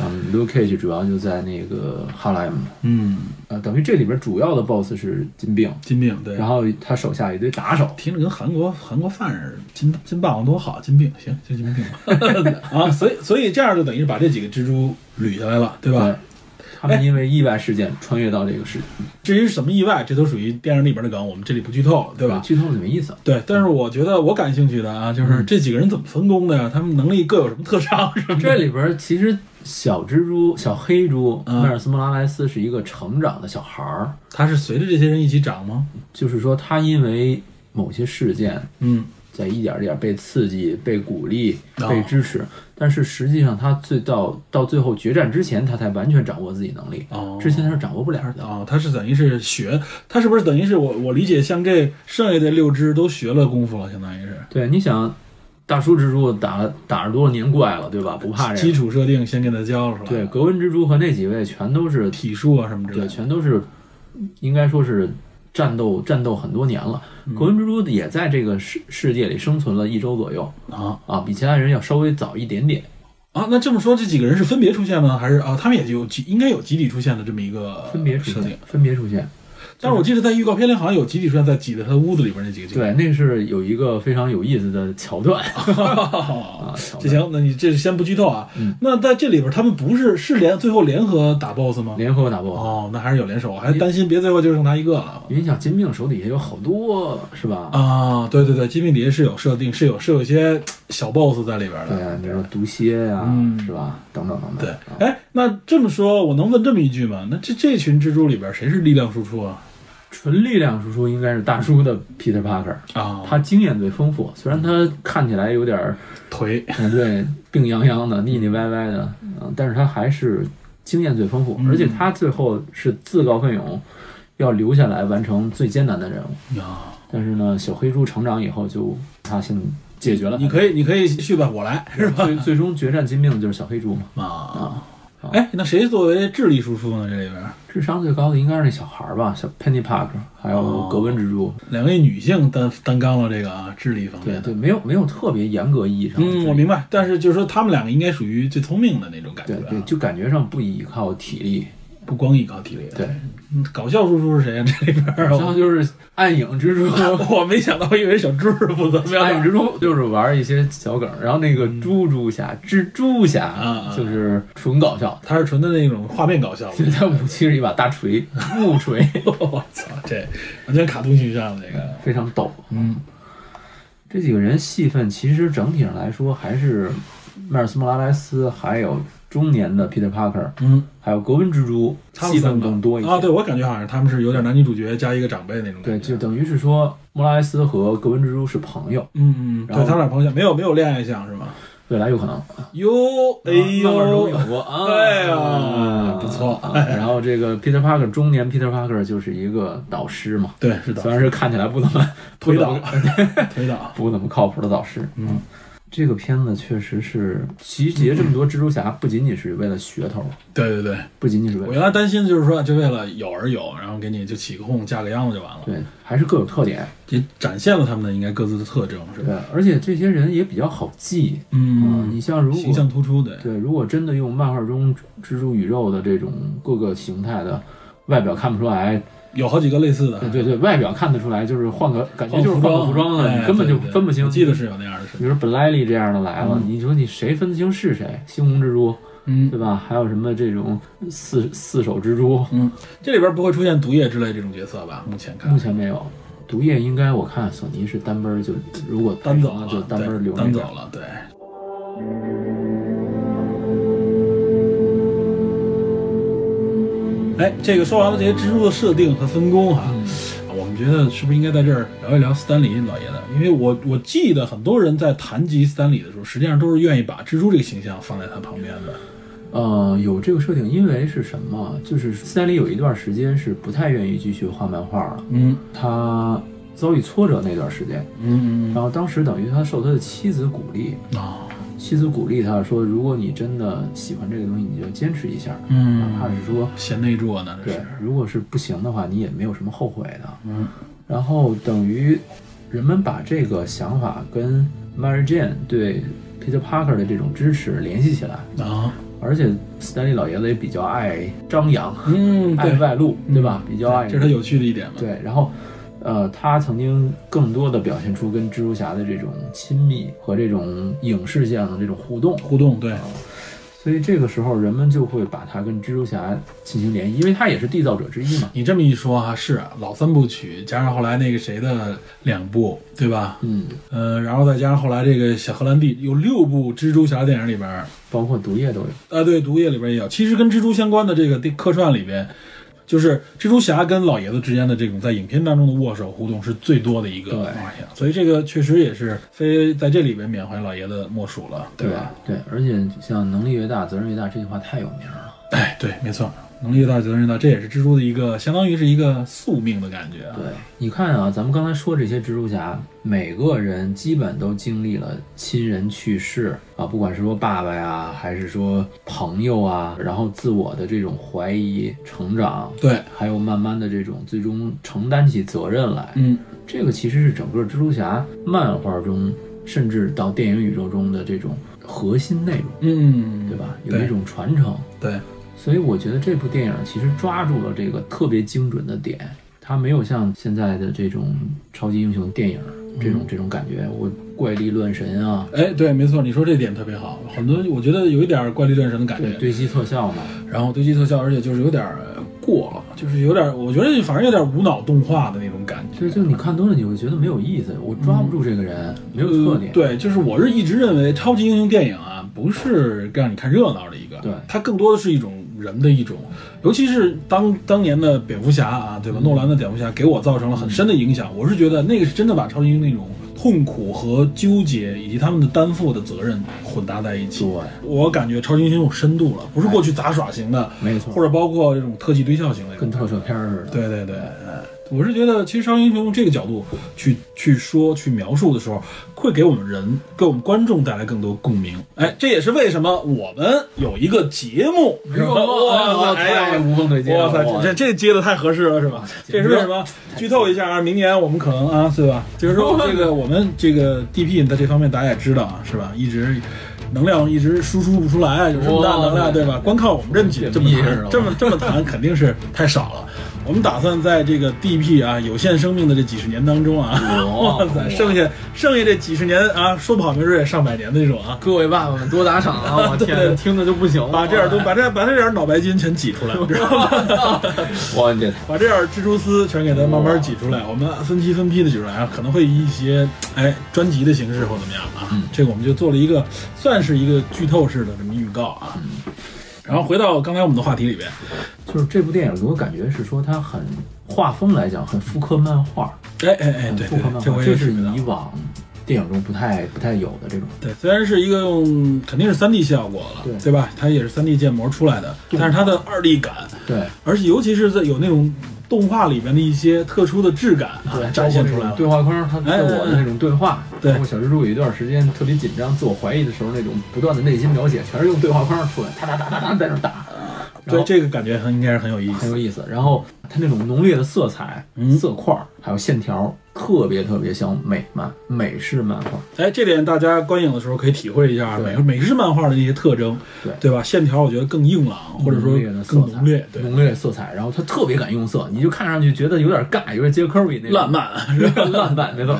[SPEAKER 2] 嗯，Luke Cage 主要就在那个哈莱姆。
[SPEAKER 1] 嗯，
[SPEAKER 2] 啊，等于这里边主要的 BOSS 是金并，
[SPEAKER 1] 金病对，
[SPEAKER 2] 然后他手下一堆打手。
[SPEAKER 1] 听着跟韩国韩国犯人金金霸王多好，金病行就 金病吧啊，所以所以这样就等于是把这几个蜘蛛捋下来了，对吧？
[SPEAKER 2] 对，他们因为意外事件穿越到这个世界，
[SPEAKER 1] 至于是什么意外，这都属于电影里边的梗，我们这里不剧透了，对吧？
[SPEAKER 2] 剧透就没意思了。
[SPEAKER 1] 对，但是我觉得我感兴趣的啊，就是这几个人怎么分工的呀？他们能力各有什么特长什么的？
[SPEAKER 2] 这里边儿其实小蜘蛛、小黑猪
[SPEAKER 1] 嗯
[SPEAKER 2] 迈尔斯·莫拉莱斯是一个成长的小孩儿，
[SPEAKER 1] 他是随着这些人一起长吗？
[SPEAKER 2] 就是说他因为某些事件
[SPEAKER 1] 嗯，
[SPEAKER 2] 在一点儿一点儿被刺激、被鼓励、
[SPEAKER 1] 哦
[SPEAKER 2] 被支持，但是实际上他最到到最后决战之前，他才完全掌握自己能力，
[SPEAKER 1] 哦，
[SPEAKER 2] 之前他是掌握不了的。
[SPEAKER 1] 哦，他是等于是学，他是不是等于是我我理解，像这剩下的六只都学了功夫了，相当于是
[SPEAKER 2] 对，你想，大叔蜘蛛打了打了多少年怪了，对吧？不怕这
[SPEAKER 1] 基
[SPEAKER 2] 个。
[SPEAKER 1] 础设定先给他教了，是吧？
[SPEAKER 2] 对，，格温蜘蛛和那几位全都是
[SPEAKER 1] 体术啊什么之类
[SPEAKER 2] 对，
[SPEAKER 1] 的。
[SPEAKER 2] 全都是应该说是战斗战斗很多年了。
[SPEAKER 1] 嗯
[SPEAKER 2] 格温蜘蛛也在这个世世界里生存了一周左右
[SPEAKER 1] 啊
[SPEAKER 2] 啊，比其他人要稍微早一点点。
[SPEAKER 1] 啊，那这么说，这几个人是分别出现吗？还是啊，他们也就有集应该有集体出现的这么一个
[SPEAKER 2] 分别出
[SPEAKER 1] 设定
[SPEAKER 2] 现？，分别出现。
[SPEAKER 1] 但是我记得在预告片里好像有集体出现在挤在他的屋子里边那几个镜头。
[SPEAKER 2] 对，那是有一个非常有意思的桥段
[SPEAKER 1] 啊，
[SPEAKER 2] 啊 桥
[SPEAKER 1] 这
[SPEAKER 2] 段。
[SPEAKER 1] 行，那你这是先不剧透啊。
[SPEAKER 2] 嗯
[SPEAKER 1] 那在这里边，他们不是是联最后联合打 BOSS 吗？
[SPEAKER 2] 联合打 BOSS，
[SPEAKER 1] 哦，那还是有联手，我还担心别最后就剩他一个了。
[SPEAKER 2] 因为你想金并手底下有好多是吧？
[SPEAKER 1] 啊，对对对，金币底下是有设定，是有是有一些小 boss 在里边
[SPEAKER 2] 对
[SPEAKER 1] 的。
[SPEAKER 2] 啊，比如说毒蝎呀
[SPEAKER 1] 嗯，
[SPEAKER 2] 是吧？等等等等。啊
[SPEAKER 1] 对，哎，那这么说，我能问这么一句吗？那这这群蜘蛛里边，谁是力量输出啊？
[SPEAKER 2] 纯力量输出应该是大叔的 Peter Parker，
[SPEAKER 1] 啊，
[SPEAKER 2] 他经验最丰富，虽然他看起来有点儿
[SPEAKER 1] 腿
[SPEAKER 2] 嗯，对，病殃殃的、腻腻歪歪的，
[SPEAKER 1] 嗯
[SPEAKER 2] 嗯，但是他还是经验最丰富，而且他最后是自告奋勇，要留下来完成最艰难的任务。
[SPEAKER 1] 呀，
[SPEAKER 2] 但是呢，小黑猪成长以后就他先解决了他，
[SPEAKER 1] 你可以，你可以续吧，我来是吧？
[SPEAKER 2] 最最终决战金命的就是小黑猪嘛。
[SPEAKER 1] 啊
[SPEAKER 2] 啊，
[SPEAKER 1] 哎，那谁作为智力输出呢？这里边
[SPEAKER 2] 智商最高的应该是那小孩儿吧，小 Penny Parker，还
[SPEAKER 1] 哦
[SPEAKER 2] 有格温蜘蛛。
[SPEAKER 1] 两位女性担担纲了这个啊，智力方
[SPEAKER 2] 对
[SPEAKER 1] 面的
[SPEAKER 2] 对，。没有没有特别严格意义上的这
[SPEAKER 1] 嗯，
[SPEAKER 2] 个。
[SPEAKER 1] 我明白，但是就是说，他们两个应该属于最聪明的那种感觉
[SPEAKER 2] 对
[SPEAKER 1] 啊，
[SPEAKER 2] 对，就感觉上不依靠体力。
[SPEAKER 1] 不光依靠体力。
[SPEAKER 2] 对，
[SPEAKER 1] 嗯，搞笑叔叔是谁啊？这里边儿
[SPEAKER 2] 然后就是暗影蜘蛛，
[SPEAKER 1] 我我没想到，我以为小智负责
[SPEAKER 2] 暗影蜘蛛就是玩一些小梗儿，然后那个猪猪侠、蜘
[SPEAKER 1] 嗯
[SPEAKER 2] 蛛
[SPEAKER 1] 啊
[SPEAKER 2] 侠就是纯搞笑，
[SPEAKER 1] 他是纯的那种画面搞笑。
[SPEAKER 2] 因为他武器是一把大 锤，木锤，
[SPEAKER 1] 我操，啊 这完全卡通形象这个。
[SPEAKER 2] 非常逗。
[SPEAKER 1] 嗯，
[SPEAKER 2] 这几个人戏份其实整体上来说还是迈尔斯·莫拉莱斯，还有中年的 Peter Parker，
[SPEAKER 1] 嗯，
[SPEAKER 2] 还有格温蜘蛛，
[SPEAKER 1] 他
[SPEAKER 2] 戏
[SPEAKER 1] 们三
[SPEAKER 2] 份
[SPEAKER 1] 个
[SPEAKER 2] 更多一些。
[SPEAKER 1] 啊。对，我感觉好像他们是有点男女主角加一个长辈那种
[SPEAKER 2] 对，
[SPEAKER 1] 感觉。
[SPEAKER 2] 就等于是说莫拉莱斯和格温蜘蛛是朋友，
[SPEAKER 1] 嗯嗯，对
[SPEAKER 2] 然后
[SPEAKER 1] 他们俩朋友没有没有恋爱相是吗？
[SPEAKER 2] 未来有可能。啊
[SPEAKER 1] 哟，哎
[SPEAKER 2] 漫画中有
[SPEAKER 1] 呦，
[SPEAKER 2] 过啊，
[SPEAKER 1] 哎呀不错
[SPEAKER 2] 啊然后这个 Peter Parker 中年 Peter Parker 就是一个导师嘛，
[SPEAKER 1] 对，是的，
[SPEAKER 2] 虽然是看起来不怎么
[SPEAKER 1] 推
[SPEAKER 2] 导
[SPEAKER 1] 倒，推倒，
[SPEAKER 2] 不怎么靠谱的导师。
[SPEAKER 1] 嗯，
[SPEAKER 2] 这个片子确实是集结这么多蜘蛛侠，不仅仅是为了噱头，
[SPEAKER 1] 对对对，
[SPEAKER 2] 不仅仅是为
[SPEAKER 1] 我
[SPEAKER 2] 了
[SPEAKER 1] 原来担心就是说，就为了有而有，然后给你就起个哄，架个秧子就完了，
[SPEAKER 2] 对，还是各有特点。
[SPEAKER 1] 也展现了他们的应该各自的特征，是吧？
[SPEAKER 2] 对，而且这些人也比较好记。啊
[SPEAKER 1] 嗯，
[SPEAKER 2] 你像如
[SPEAKER 1] 形
[SPEAKER 2] 果
[SPEAKER 1] 象突出，对，
[SPEAKER 2] 对，如果真的用漫画中蜘蛛宇宙的这种各个形态的外表看不出来，
[SPEAKER 1] 有好几个类似的，
[SPEAKER 2] 对对对，外表看得出来，就是换个感觉
[SPEAKER 1] 换
[SPEAKER 2] 就是换个服装了，
[SPEAKER 1] 哎
[SPEAKER 2] 你根本就
[SPEAKER 1] 对对对
[SPEAKER 2] 分不清。
[SPEAKER 1] 我记得是有那样的事
[SPEAKER 2] 比，如说本莱利这样的来了，你说你谁分得清是谁？猩红蜘蛛
[SPEAKER 1] 嗯
[SPEAKER 2] 对吧？还有什么这种四四手蜘蛛？
[SPEAKER 1] 嗯，这里边不会出现毒液之类这种角色吧？目前看
[SPEAKER 2] 目，前没有。毒液应该我看索尼是单奔儿就如果
[SPEAKER 1] 单走
[SPEAKER 2] 了
[SPEAKER 1] 了，
[SPEAKER 2] 啊就单奔儿
[SPEAKER 1] 对
[SPEAKER 2] 留那
[SPEAKER 1] 单
[SPEAKER 2] 边
[SPEAKER 1] 走了，对。哎，这个说完了这些蜘蛛的设定和分工哈、
[SPEAKER 2] 嗯
[SPEAKER 1] 啊我们觉得是不是应该在这儿聊一聊斯坦李老爷子？因为我我记得很多人在谈及斯坦李的时候，实际上都是愿意把蜘蛛这个形象放在他旁边的。
[SPEAKER 2] 呃，有这个设定，因为是什么？就是斯坦利有一段时间是不太愿意继续画漫画了，
[SPEAKER 1] 嗯
[SPEAKER 2] 他遭遇挫折那段时间，
[SPEAKER 1] 嗯
[SPEAKER 2] 然后当时等于他受他的妻子鼓励，
[SPEAKER 1] 嗯啊
[SPEAKER 2] 妻子鼓励他说：“如果你真的喜欢这个东西，你就坚持一下，哪怕
[SPEAKER 1] 嗯，
[SPEAKER 2] 是说，
[SPEAKER 1] 贤内助呢这
[SPEAKER 2] 对
[SPEAKER 1] 是，
[SPEAKER 2] 如果是不行的话，你也没有什么后悔的。
[SPEAKER 1] 嗯”
[SPEAKER 2] 然后等于人们把这个想法跟 Mary Jane 对 Peter Parker 的这种支持联系起来，
[SPEAKER 1] 啊
[SPEAKER 2] 而且斯丹利老爷子也比较爱张扬，
[SPEAKER 1] 嗯
[SPEAKER 2] 爱
[SPEAKER 1] 对，
[SPEAKER 2] 外露，对吧？比较爱
[SPEAKER 1] 这是他有趣的一点嘛。
[SPEAKER 2] 对，然后。呃，他曾经更多的表现出跟蜘蛛侠的这种亲密和这种影视上的这种互动，
[SPEAKER 1] 互动对，
[SPEAKER 2] 所以这个时候人们就会把它跟蜘蛛侠进行联系，因为他也是缔造者之一嘛。
[SPEAKER 1] 你这么一说啊，是啊老三部曲加上后来那个谁的两部，对吧？
[SPEAKER 2] 嗯，
[SPEAKER 1] 嗯，然后再加上后来这个小荷兰弟，有六部蜘蛛侠电影里边儿，
[SPEAKER 2] 包括毒液都有。
[SPEAKER 1] 啊，对，毒液里边也有。其实跟蜘蛛相关的这个客串里边，就是蜘蛛侠跟老爷子之间的这种在影片当中的握手互动是最多的一个
[SPEAKER 2] 对
[SPEAKER 1] 画像，所以这个确实也是非在这里边缅怀老爷子莫属了，对吧？
[SPEAKER 2] 对，而且像能力越大，责任越大这句话太有名了。
[SPEAKER 1] 哎，对，没错，能力越大责任越大，这也是蜘蛛的一个相当于是一个宿命的感觉啊。
[SPEAKER 2] 对，你看啊，咱们刚才说这些蜘蛛侠，每个人基本都经历了亲人去世啊，不管是说爸爸呀，还是说朋友啊，然后自我的这种怀疑、成长，
[SPEAKER 1] 对，
[SPEAKER 2] 还有慢慢的这种最终承担起责任来。
[SPEAKER 1] 嗯，
[SPEAKER 2] 这个其实是整个蜘蛛侠漫画中，甚至到电影宇宙中的这种核心内容，
[SPEAKER 1] 嗯，
[SPEAKER 2] 对吧？有
[SPEAKER 1] 对
[SPEAKER 2] 一种传承。
[SPEAKER 1] 对，
[SPEAKER 2] 所以我觉得这部电影其实抓住了这个特别精准的点，它没有像现在的这种超级英雄电影这
[SPEAKER 1] 嗯
[SPEAKER 2] 种这种感觉，我怪力乱神啊，
[SPEAKER 1] 哎，对，没错，你说这点特别好，很多我觉得有一点怪力乱神的感
[SPEAKER 2] 对，
[SPEAKER 1] 觉，
[SPEAKER 2] 堆积特效嘛，
[SPEAKER 1] 然后堆积特效，而且就是有点呃过了，就是有点，我觉得反正有点无脑动画的那种感觉。
[SPEAKER 2] 就就你看多了你会觉得没有意思，我抓不住这个人，没有特点。
[SPEAKER 1] 呃对，就是我是一直认为超级英雄电影啊，不是让你看热闹的一个，
[SPEAKER 2] 对
[SPEAKER 1] 它更多的是一种人的一种，尤其是当当年的
[SPEAKER 2] 嗯
[SPEAKER 1] 蝙蝠侠啊，对吧？诺兰的蝙蝠侠给我造成了很深的影响，我是觉得那个是真的把超级英雄那种痛苦和纠结以及他们的担负的责任混搭在一起。
[SPEAKER 2] 对哎
[SPEAKER 1] 我感觉超级英雄有深度了，不是过去杂耍型的，
[SPEAKER 2] 没错
[SPEAKER 1] 或者包括这种特技堆笑型的。
[SPEAKER 2] 跟特摄片儿似的。嗯
[SPEAKER 1] 对对对，哎我是觉得其实超级英雄用这个角度去去说、去描述的时候，会给我们人、给我们观众带来更多共鸣。哎，这也是为什么我们有一个节目，是吧哇塞，哎
[SPEAKER 2] 太
[SPEAKER 1] 呀
[SPEAKER 2] 无缝对接了！
[SPEAKER 1] 哇塞，这这这接的太合适了，是吧？这也是为什么？剧透一下啊，明年我们可能啊，对吧？就是说这个我们这个 DP 在这方面大家也知道啊，是吧？一直能量一直输出不出来，啊有这么大能
[SPEAKER 2] 哇
[SPEAKER 1] 量，对吧？光靠我们这几这么
[SPEAKER 2] 这么意识
[SPEAKER 1] 谈
[SPEAKER 2] 了
[SPEAKER 1] 这么这么谈肯定是太少了。我们打算在这个 DP 啊有限生命的这几十年当中啊，
[SPEAKER 2] 哇
[SPEAKER 1] 哇塞，剩下剩下这几十年啊，说不好没准也上百年的这种啊，
[SPEAKER 2] 各位爸爸们多打赏 啊！我
[SPEAKER 1] 对
[SPEAKER 2] 天，听着就不行了。
[SPEAKER 1] 把这点都把这把这点脑白金全挤出来，你知道吗？
[SPEAKER 2] 哇，你这
[SPEAKER 1] 把这点蜘蛛丝全给它慢慢挤出来，我们分批分批的挤出来啊，可能会以一些哎专辑的形式或怎么样啊，
[SPEAKER 2] 嗯
[SPEAKER 1] 这个我们就做了一个算是一个剧透式的这么预告啊。
[SPEAKER 2] 嗯
[SPEAKER 1] 然后回到刚才我们的话题里边，
[SPEAKER 2] 就是这部电影给我感觉是说，它很画风来讲很复刻漫画，
[SPEAKER 1] 哎哎哎，
[SPEAKER 2] 很
[SPEAKER 1] 对
[SPEAKER 2] 复
[SPEAKER 1] 对
[SPEAKER 2] 刻
[SPEAKER 1] 对，
[SPEAKER 2] 漫
[SPEAKER 1] 这我
[SPEAKER 2] 画，
[SPEAKER 1] 也
[SPEAKER 2] 这是
[SPEAKER 1] 觉得
[SPEAKER 2] 以往电影中不太不太有的这种。
[SPEAKER 1] 对，虽然是一个用肯定是三 D 效果了，
[SPEAKER 2] 对
[SPEAKER 1] 对吧？它也是三 D 建模出来的，但是它的二 D 感，
[SPEAKER 2] 对，
[SPEAKER 1] 而且尤其是在有那种动画里边的一些特殊的质感啊
[SPEAKER 2] 对，，
[SPEAKER 1] 展现出来了。
[SPEAKER 2] 包括那种
[SPEAKER 1] 哎
[SPEAKER 2] 对话框，他对我的那种对话，
[SPEAKER 1] 对
[SPEAKER 2] 包括小蜘蛛有一段时间特别紧张、自我怀疑的时候，那种不断的内心描写，全是用对话框出来，哒哒哒哒哒在那打，然
[SPEAKER 1] 对，
[SPEAKER 2] 后
[SPEAKER 1] 这个感觉很应该是很有意
[SPEAKER 2] 很
[SPEAKER 1] 思。
[SPEAKER 2] 有意思。然后它那种浓烈的色彩、
[SPEAKER 1] 嗯
[SPEAKER 2] 色块儿还有线条，特别特别像美漫、美式漫画。
[SPEAKER 1] 哎，这点大家观影的时候可以体会一下美啊
[SPEAKER 2] 对
[SPEAKER 1] 美式漫画的那些特征，
[SPEAKER 2] 对
[SPEAKER 1] 对吧？线条我觉得更硬朗，或者说
[SPEAKER 2] 浓烈的
[SPEAKER 1] 更
[SPEAKER 2] 色彩
[SPEAKER 1] 浓烈，对，
[SPEAKER 2] 浓烈色彩，然后它特别敢用色，你就看上去觉得有点尬，有点杰科比那种
[SPEAKER 1] 烂 漫是吧？
[SPEAKER 2] 烂漫没错。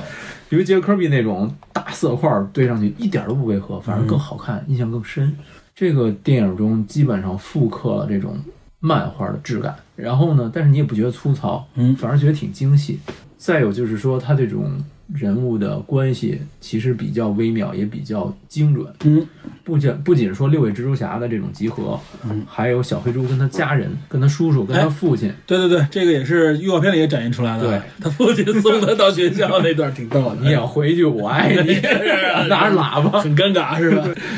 [SPEAKER 2] 比如杰科比那种大色块儿堆上去一点儿都不违和，反而
[SPEAKER 1] 嗯
[SPEAKER 2] 更好看，印象更深。这个电影中基本上复刻了这种漫画的质感，然后呢，但是你也不觉得粗糙，
[SPEAKER 1] 嗯
[SPEAKER 2] 反而觉得挺精细。再有就是说，他这种人物的关系其实比较微妙，也比较精准。
[SPEAKER 1] 嗯，
[SPEAKER 2] 不仅不仅说六位蜘蛛侠的这种集合，
[SPEAKER 1] 嗯
[SPEAKER 2] 还有小黑猪跟他家人、跟他叔叔、跟他
[SPEAKER 1] 哎
[SPEAKER 2] 父亲，
[SPEAKER 1] 对对对，这个也是预告片里也展现出来的。
[SPEAKER 2] 对，
[SPEAKER 1] 他父亲送他到学校那段挺逗的，
[SPEAKER 2] 你想回一句“我爱 你”，拿着喇叭，
[SPEAKER 1] 很尴尬是吧？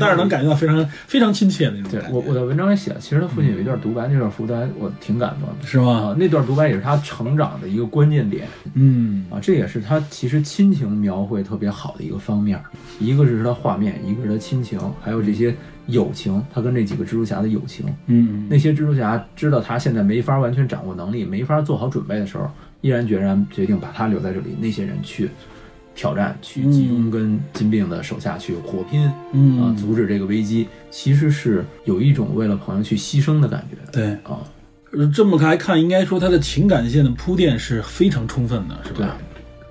[SPEAKER 1] 但是能感觉到非常非常亲切的那种
[SPEAKER 2] 对
[SPEAKER 1] 感
[SPEAKER 2] 我
[SPEAKER 1] 觉，
[SPEAKER 2] 我在文章里写了，其实他父亲有一段独白，那段独白我挺感动的。
[SPEAKER 1] 是
[SPEAKER 2] 啊、
[SPEAKER 1] 吗？
[SPEAKER 2] 那段独白也是他成长的一个关键点
[SPEAKER 1] 嗯，
[SPEAKER 2] 啊，这也是他其实亲情描绘特别好的一个方面。一个是他画面，一个是他亲情，还有这些友情，他跟这几个蜘蛛侠的友情。
[SPEAKER 1] 嗯，
[SPEAKER 2] 那些蜘蛛侠知道他现在没法完全掌握能力，没法做好准备的时候，毅然决然决定把他留在这里，那些人去挑战，去集中跟金病的手下去火拼，
[SPEAKER 1] 嗯
[SPEAKER 2] 啊，阻止这个危机，其实是有一种为了朋友去牺牲的感觉的
[SPEAKER 1] 对，
[SPEAKER 2] 啊，
[SPEAKER 1] 呃这么来看，应该说他的情感线的铺垫是非常充分的，是
[SPEAKER 2] 对
[SPEAKER 1] 吧？，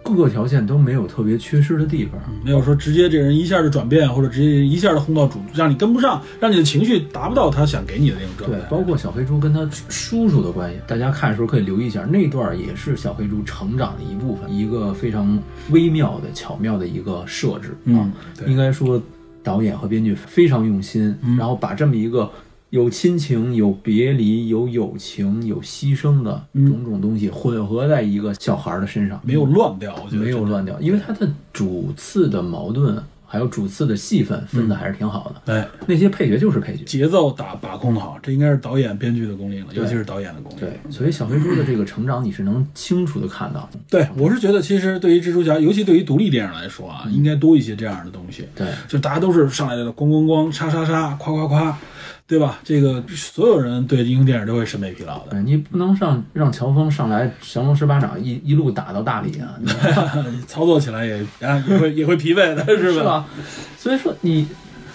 [SPEAKER 2] 各个条件都没有特别缺失的地方，
[SPEAKER 1] 没有说直接这人一下就转变，或者直接一下就轰到主，让你跟不上，让你的情绪达不到他想给你的那种状
[SPEAKER 2] 对
[SPEAKER 1] 态，。
[SPEAKER 2] 包括小黑猪跟他叔叔的关系，大家看的时候可以留意一下，那段儿也是小黑猪成长的一部分，一个非常微妙的、巧妙的一个设置啊
[SPEAKER 1] 嗯，，对，
[SPEAKER 2] 应该说导演和编剧非常用心，
[SPEAKER 1] 嗯
[SPEAKER 2] 然后把这么一个。有亲情，有别离，有友情，有牺牲的
[SPEAKER 1] 嗯
[SPEAKER 2] 种种东西混合在一个小孩儿的身上，
[SPEAKER 1] 没有乱掉，我觉得
[SPEAKER 2] 没有
[SPEAKER 1] 真的。
[SPEAKER 2] 乱掉，因为它的主次的矛盾还有主次的戏份分的还是挺好的。
[SPEAKER 1] 哎，
[SPEAKER 2] 那些配角就是配角，
[SPEAKER 1] 节奏打把控的好，这应该是导演、编剧的功力了，尤其是导演的功力。
[SPEAKER 2] 对，所以小黑猪的这个成长你是能清楚的看到。
[SPEAKER 1] 对，我是觉得其实对于蜘蛛侠，尤其对于独立电影来说啊，
[SPEAKER 2] 嗯
[SPEAKER 1] 应该多一些这样的东西。
[SPEAKER 2] 对，
[SPEAKER 1] 就大家都是上来的咣咣咣、杀杀杀、夸夸夸，对吧？这个所有人对英雄电影都会审美疲劳的。
[SPEAKER 2] 对你不能上让乔峰上来降龙十八掌一一路打到大理啊，你
[SPEAKER 1] 操作起来也啊也会也会疲惫的， 是吧？
[SPEAKER 2] 是吧？所以说你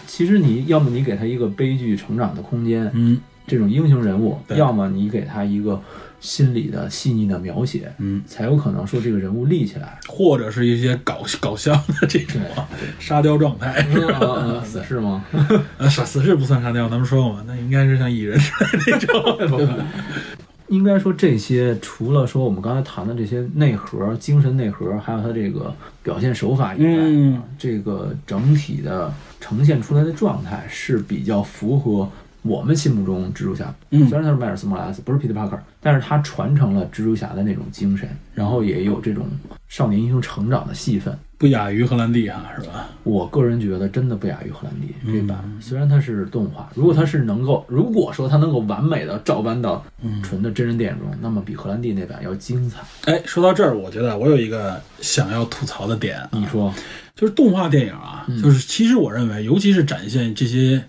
[SPEAKER 2] 其实你要么你给他一个悲剧成长的空间，
[SPEAKER 1] 嗯
[SPEAKER 2] 这种英雄人物，
[SPEAKER 1] 对
[SPEAKER 2] 要么你给他一个心理的细腻的描写，
[SPEAKER 1] 嗯，
[SPEAKER 2] 才有可能说这个人物立起 来。
[SPEAKER 1] 或者是一些搞搞笑的这种啊沙雕状态， 是吧？
[SPEAKER 2] 啊死是吗？
[SPEAKER 1] 啊，傻死是不算沙雕，咱们说过嘛，那应该是像蚁人之类那种，对吧？
[SPEAKER 2] 应该说，这些除了说我们刚才谈的这些内核、精神内核，还有它这个表现手法以外，
[SPEAKER 1] 嗯
[SPEAKER 2] 这个整体的呈现出来的状态是比较符合我们心目中蜘蛛侠。
[SPEAKER 1] 嗯
[SPEAKER 2] 虽然他是迈尔斯·莫拉斯，不是 Peter Parker，但是他传承了蜘蛛侠的那种精神，然后也有这种少年英雄成长的戏份。
[SPEAKER 1] 不亚于荷兰弟哈，是吧？
[SPEAKER 2] 我个人觉得真的不亚于荷兰弟这
[SPEAKER 1] 嗯
[SPEAKER 2] 版，虽然它是动画，如果它是能够，如果说它能够完美的照搬到纯的真人电影中，那么比荷兰弟那版要精彩。
[SPEAKER 1] 哎，说到这儿，我觉得我有一个想要吐槽的点啊，
[SPEAKER 2] 你说，
[SPEAKER 1] 就是动画电影啊，就是其实我认为，尤其是展现这些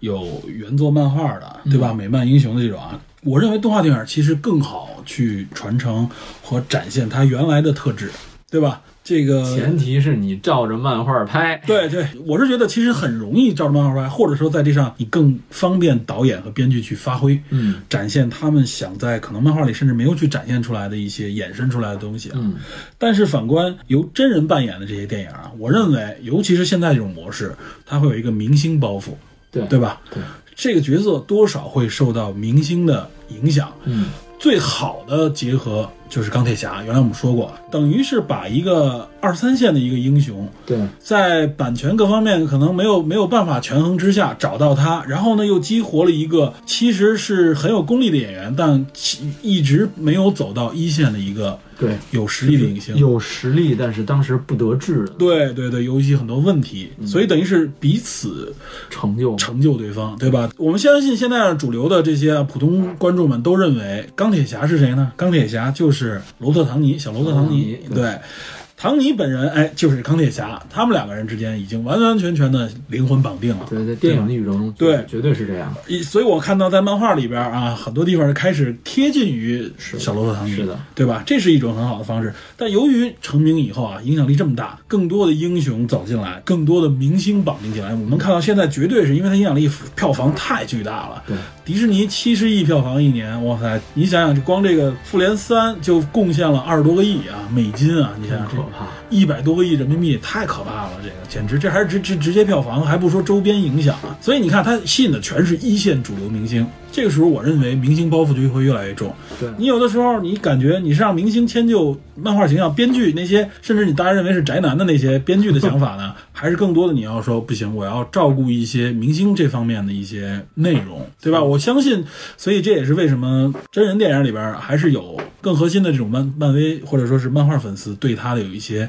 [SPEAKER 1] 有原作漫画的，对吧？美漫英雄的这种啊，我认为动画电影其实更好去传承和展现它原来的特质，对吧？这个
[SPEAKER 2] 前提是你照着漫画拍，
[SPEAKER 1] 对对，我是觉得其实很容易照着漫画拍，或者说在这上你更方便导演和编剧去发挥，
[SPEAKER 2] 嗯，
[SPEAKER 1] 展现他们想在可能漫画里甚至没有去展现出来的一些衍生出来的东西啊。
[SPEAKER 2] 嗯，
[SPEAKER 1] 但是反观由真人扮演的这些电影啊，我认为尤其是现在这种模式，它会有一个明星包袱，
[SPEAKER 2] 对
[SPEAKER 1] 对吧？
[SPEAKER 2] 对，
[SPEAKER 1] 这个角色多少会受到明星的影响，
[SPEAKER 2] 嗯
[SPEAKER 1] 最好的结合就是钢铁侠。原来我们说过，等于是把一个二三线的一个英雄，
[SPEAKER 2] 对，
[SPEAKER 1] 在版权各方面可能没有没有办法权衡之下找到他，然后呢又激活了一个其实是很有功力的演员，但其一直没有走到一线的一个
[SPEAKER 2] 对，
[SPEAKER 1] 有实力的影星。
[SPEAKER 2] 有实力，但是当时不得志的
[SPEAKER 1] 对对对，有一些很多问题，所以等于是彼此
[SPEAKER 2] 成就，
[SPEAKER 1] 成就对方，对吧？我们相信现在主流的这些啊普通观众们都认为钢铁侠是谁呢？钢铁侠就是罗伯特·唐尼，小罗伯特·唐尼
[SPEAKER 2] 唐尼，对
[SPEAKER 1] 对。唐尼本人，哎，就是钢铁侠，他们两个人之间已经完完全全的灵魂绑定了。
[SPEAKER 2] 对，在电影的宇宙中，
[SPEAKER 1] 对
[SPEAKER 2] 绝对是这样，
[SPEAKER 1] 一所以我看到在漫画里边啊，很多地方开始贴近于小罗伯特·唐尼，
[SPEAKER 2] 是的，
[SPEAKER 1] 对吧？这是一种很好的方式。但由于成名以后啊，影响力这么大，更多的英雄走进来，更多的明星绑定进来，我们看到现在绝对是因为它影响力票房太巨大了。
[SPEAKER 2] 对，
[SPEAKER 1] 迪士尼七十亿票房一年，哇塞！你想想，这光这个《复联三》就贡献了二十多个亿啊，美金啊！你想想，
[SPEAKER 2] 很可怕。
[SPEAKER 1] 一百多个亿人民币，太可怕了！这个简直，这还是直直直接票房，还不说周边影响啊。所以你看，它吸引的全是一线主流明星。这个时候，我认为明星包袱就会越来越重。
[SPEAKER 2] 对
[SPEAKER 1] 你有的时候，你感觉你是让明星迁就漫画形象，编剧那些，甚至你大家认为是宅男的那些编剧的想法呢， 还是更多的你要说不行，我要照顾一些明星这方面的一些内容，对吧？我相信，所以这也是为什么真人电影里边还是有更核心的这种漫漫威或者说是漫画粉丝对他的有一些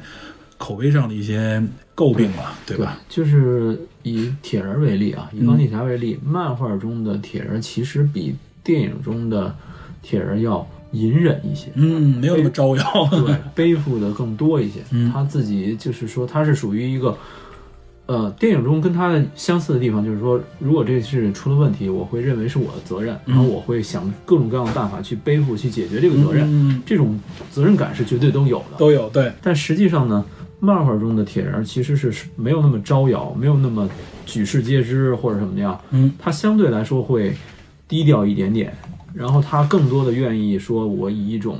[SPEAKER 1] 口碑上的一些诟病吧，对吧？
[SPEAKER 2] 就是以铁人为例啊，以钢铁侠为例，漫画中的铁人其实比电影中的铁人要隐忍一些，
[SPEAKER 1] 嗯，没有那么招摇。
[SPEAKER 2] 对， 背负的更多一些。
[SPEAKER 1] 嗯
[SPEAKER 2] 他自己就是说，他是属于一个，呃，电影中跟他的相似的地方，就是说，如果这事出了问题，我会认为是我的责任，
[SPEAKER 1] 嗯
[SPEAKER 2] 然后我会想各种各样的办法去背负、去解决这个责任。
[SPEAKER 1] 嗯，
[SPEAKER 2] 这种责任感是绝对都有的。
[SPEAKER 1] 都有对，
[SPEAKER 2] 但实际上呢，漫画中的铁人其实是没有那么招摇，没有那么举世皆知或者什么样，
[SPEAKER 1] 嗯，
[SPEAKER 2] 他相对来说会低调一点点，然后他更多的愿意说，我以一种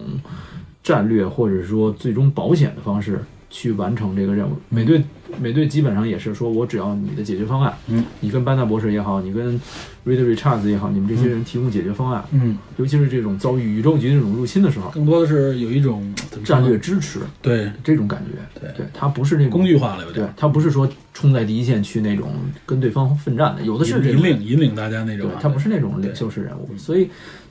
[SPEAKER 2] 战略或者说最终保险的方式去完成这个任务。
[SPEAKER 1] 嗯
[SPEAKER 2] 美队，美队基本上也是说我只要你的解决方案，
[SPEAKER 1] 嗯，
[SPEAKER 2] 你跟班纳博士也好，你跟 Reed Richards 也好，你们这些人提供解决方案，
[SPEAKER 1] 嗯，
[SPEAKER 2] 尤其是这种遭遇宇宙级这种入侵的时候，
[SPEAKER 1] 更多的是有一种怎么说
[SPEAKER 2] 战
[SPEAKER 1] 呢
[SPEAKER 2] 略支持。
[SPEAKER 1] 对
[SPEAKER 2] 这种感觉，
[SPEAKER 1] 对
[SPEAKER 2] 对，他不是那种
[SPEAKER 1] 工具化了有点
[SPEAKER 2] 对。他不是说冲在第一线去那种跟对方奋战的，有的是这
[SPEAKER 1] 引
[SPEAKER 2] 种，
[SPEAKER 1] 领引领大家那
[SPEAKER 2] 对
[SPEAKER 1] 种啊，
[SPEAKER 2] 他不是那种领袖式人物，所以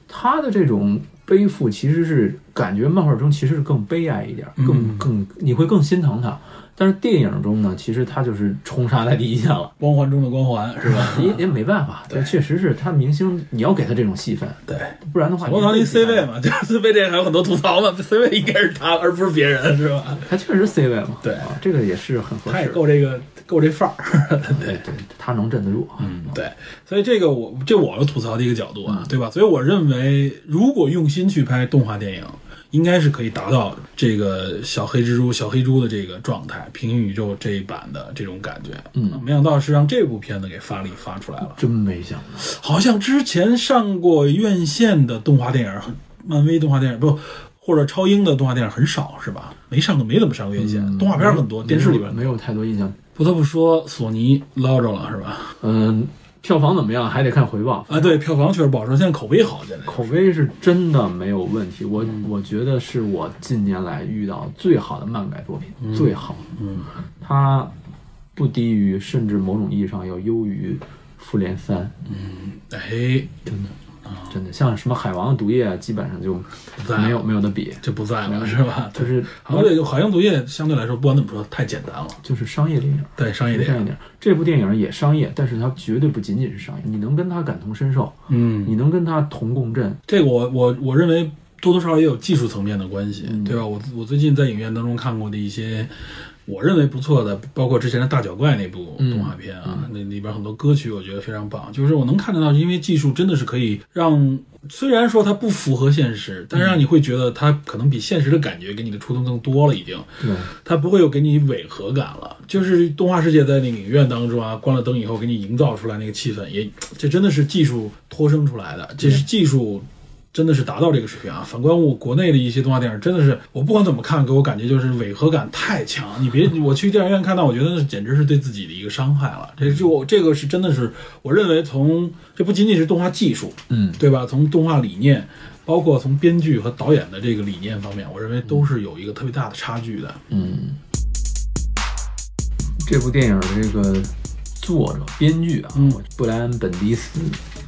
[SPEAKER 2] 他的这种背负其实是感觉漫画中其实是更悲哀一点，
[SPEAKER 1] 嗯
[SPEAKER 2] 更更你会更心疼他。但是电影中呢，其实他就是冲杀在第一线了，
[SPEAKER 1] 光环中的光环，是 吧？
[SPEAKER 2] 也也没办法，对，确实是他明星，你要给他这种戏份，
[SPEAKER 1] 对，
[SPEAKER 2] 不然的话，
[SPEAKER 1] 罗唐尼
[SPEAKER 2] 你
[SPEAKER 1] C 位嘛， 就是 C 位这还有很多吐槽嘛，C 位应该是他，而不是别人，是吧？
[SPEAKER 2] 他确实 C 位嘛，
[SPEAKER 1] 对
[SPEAKER 2] 啊，这个也是很合
[SPEAKER 1] 他也
[SPEAKER 2] 适的，
[SPEAKER 1] 够这个够这范儿，
[SPEAKER 2] 对对，他能镇得住，嗯，
[SPEAKER 1] 对，所以这个我这我要吐槽的一个角度啊，对吧？所以我认为，如果用心去拍动画电影，应该是可以达到这个小黑蜘蛛、小黑猪的这个状态，平行宇宙这一版的这种感觉。
[SPEAKER 2] 嗯，
[SPEAKER 1] 没想到是让这部片子给发力发出来了。
[SPEAKER 2] 真没想到，
[SPEAKER 1] 好像之前上过院线的动画电影，很漫威动画电影不，或者超英的动画电影很少，是吧？没上过，没怎么上过院线。动画片很多，电视里边
[SPEAKER 2] 没有太多印象。
[SPEAKER 1] 嗯不得不说，索尼捞着了，是吧？
[SPEAKER 2] 嗯，票房怎么样还得看回报，
[SPEAKER 1] 啊，对，票房确实不好说，现在口碑好，现在
[SPEAKER 2] 口碑是真的没有问题。我
[SPEAKER 1] 嗯
[SPEAKER 2] 我觉得是我近年来遇到最好的漫改作品，最好。嗯，它不低于，
[SPEAKER 1] 嗯
[SPEAKER 2] 甚至某种意义上要优于《复联三
[SPEAKER 1] 哎，真的。
[SPEAKER 2] 真的像什么海王的毒液啊，基本上就
[SPEAKER 1] 在
[SPEAKER 2] 没有没有的比，
[SPEAKER 1] 就不在了，是吧？
[SPEAKER 2] 就
[SPEAKER 1] 对，
[SPEAKER 2] 是
[SPEAKER 1] 好像这个《海洋毒液》相对来说，不管怎么说，太简单了，
[SPEAKER 2] 就是商业电影。
[SPEAKER 1] 对商业
[SPEAKER 2] 商
[SPEAKER 1] 电
[SPEAKER 2] 业
[SPEAKER 1] 影，
[SPEAKER 2] 电影，这部电影也商业，但是它绝对不仅仅是商业。你能跟它感同身受，
[SPEAKER 1] 嗯，
[SPEAKER 2] 你能跟它同共振，
[SPEAKER 1] 这个我我我认为多多少少也有技术层面的关系，对吧？我我最近在影院当中看过的一些我认为不错的，包括之前的大脚怪那部动画片啊，那里边很多歌曲我觉得非常棒。就是我能看得到，因为技术真的是可以让，虽然说它不符合现实，但是让你会觉得它可能比现实的感觉给你的触动更多了，已经。
[SPEAKER 2] 对，
[SPEAKER 1] 它不会有给你违和感了。就是动画世界在那个影院当中啊，关了灯以后给你营造出来那个气氛，也这真的是技术托生出来的，这是技术。真的是达到这个水平啊！反观我国内的一些动画电影，真的是我不管怎么看，给我感觉就是违和感太强。你别， 我去电影院看到，我觉得那简直是对自己的一个伤害了。这就我这个是真的是，我认为从这不仅仅是动画技术，
[SPEAKER 2] 嗯，
[SPEAKER 1] 对吧？从动画理念，包括从编剧和导演的这个理念方面，我认为都是有一个特别大的差距的。
[SPEAKER 2] 嗯，这部电影的这个作者、编剧啊，
[SPEAKER 1] 嗯
[SPEAKER 2] 布莱恩·本迪斯，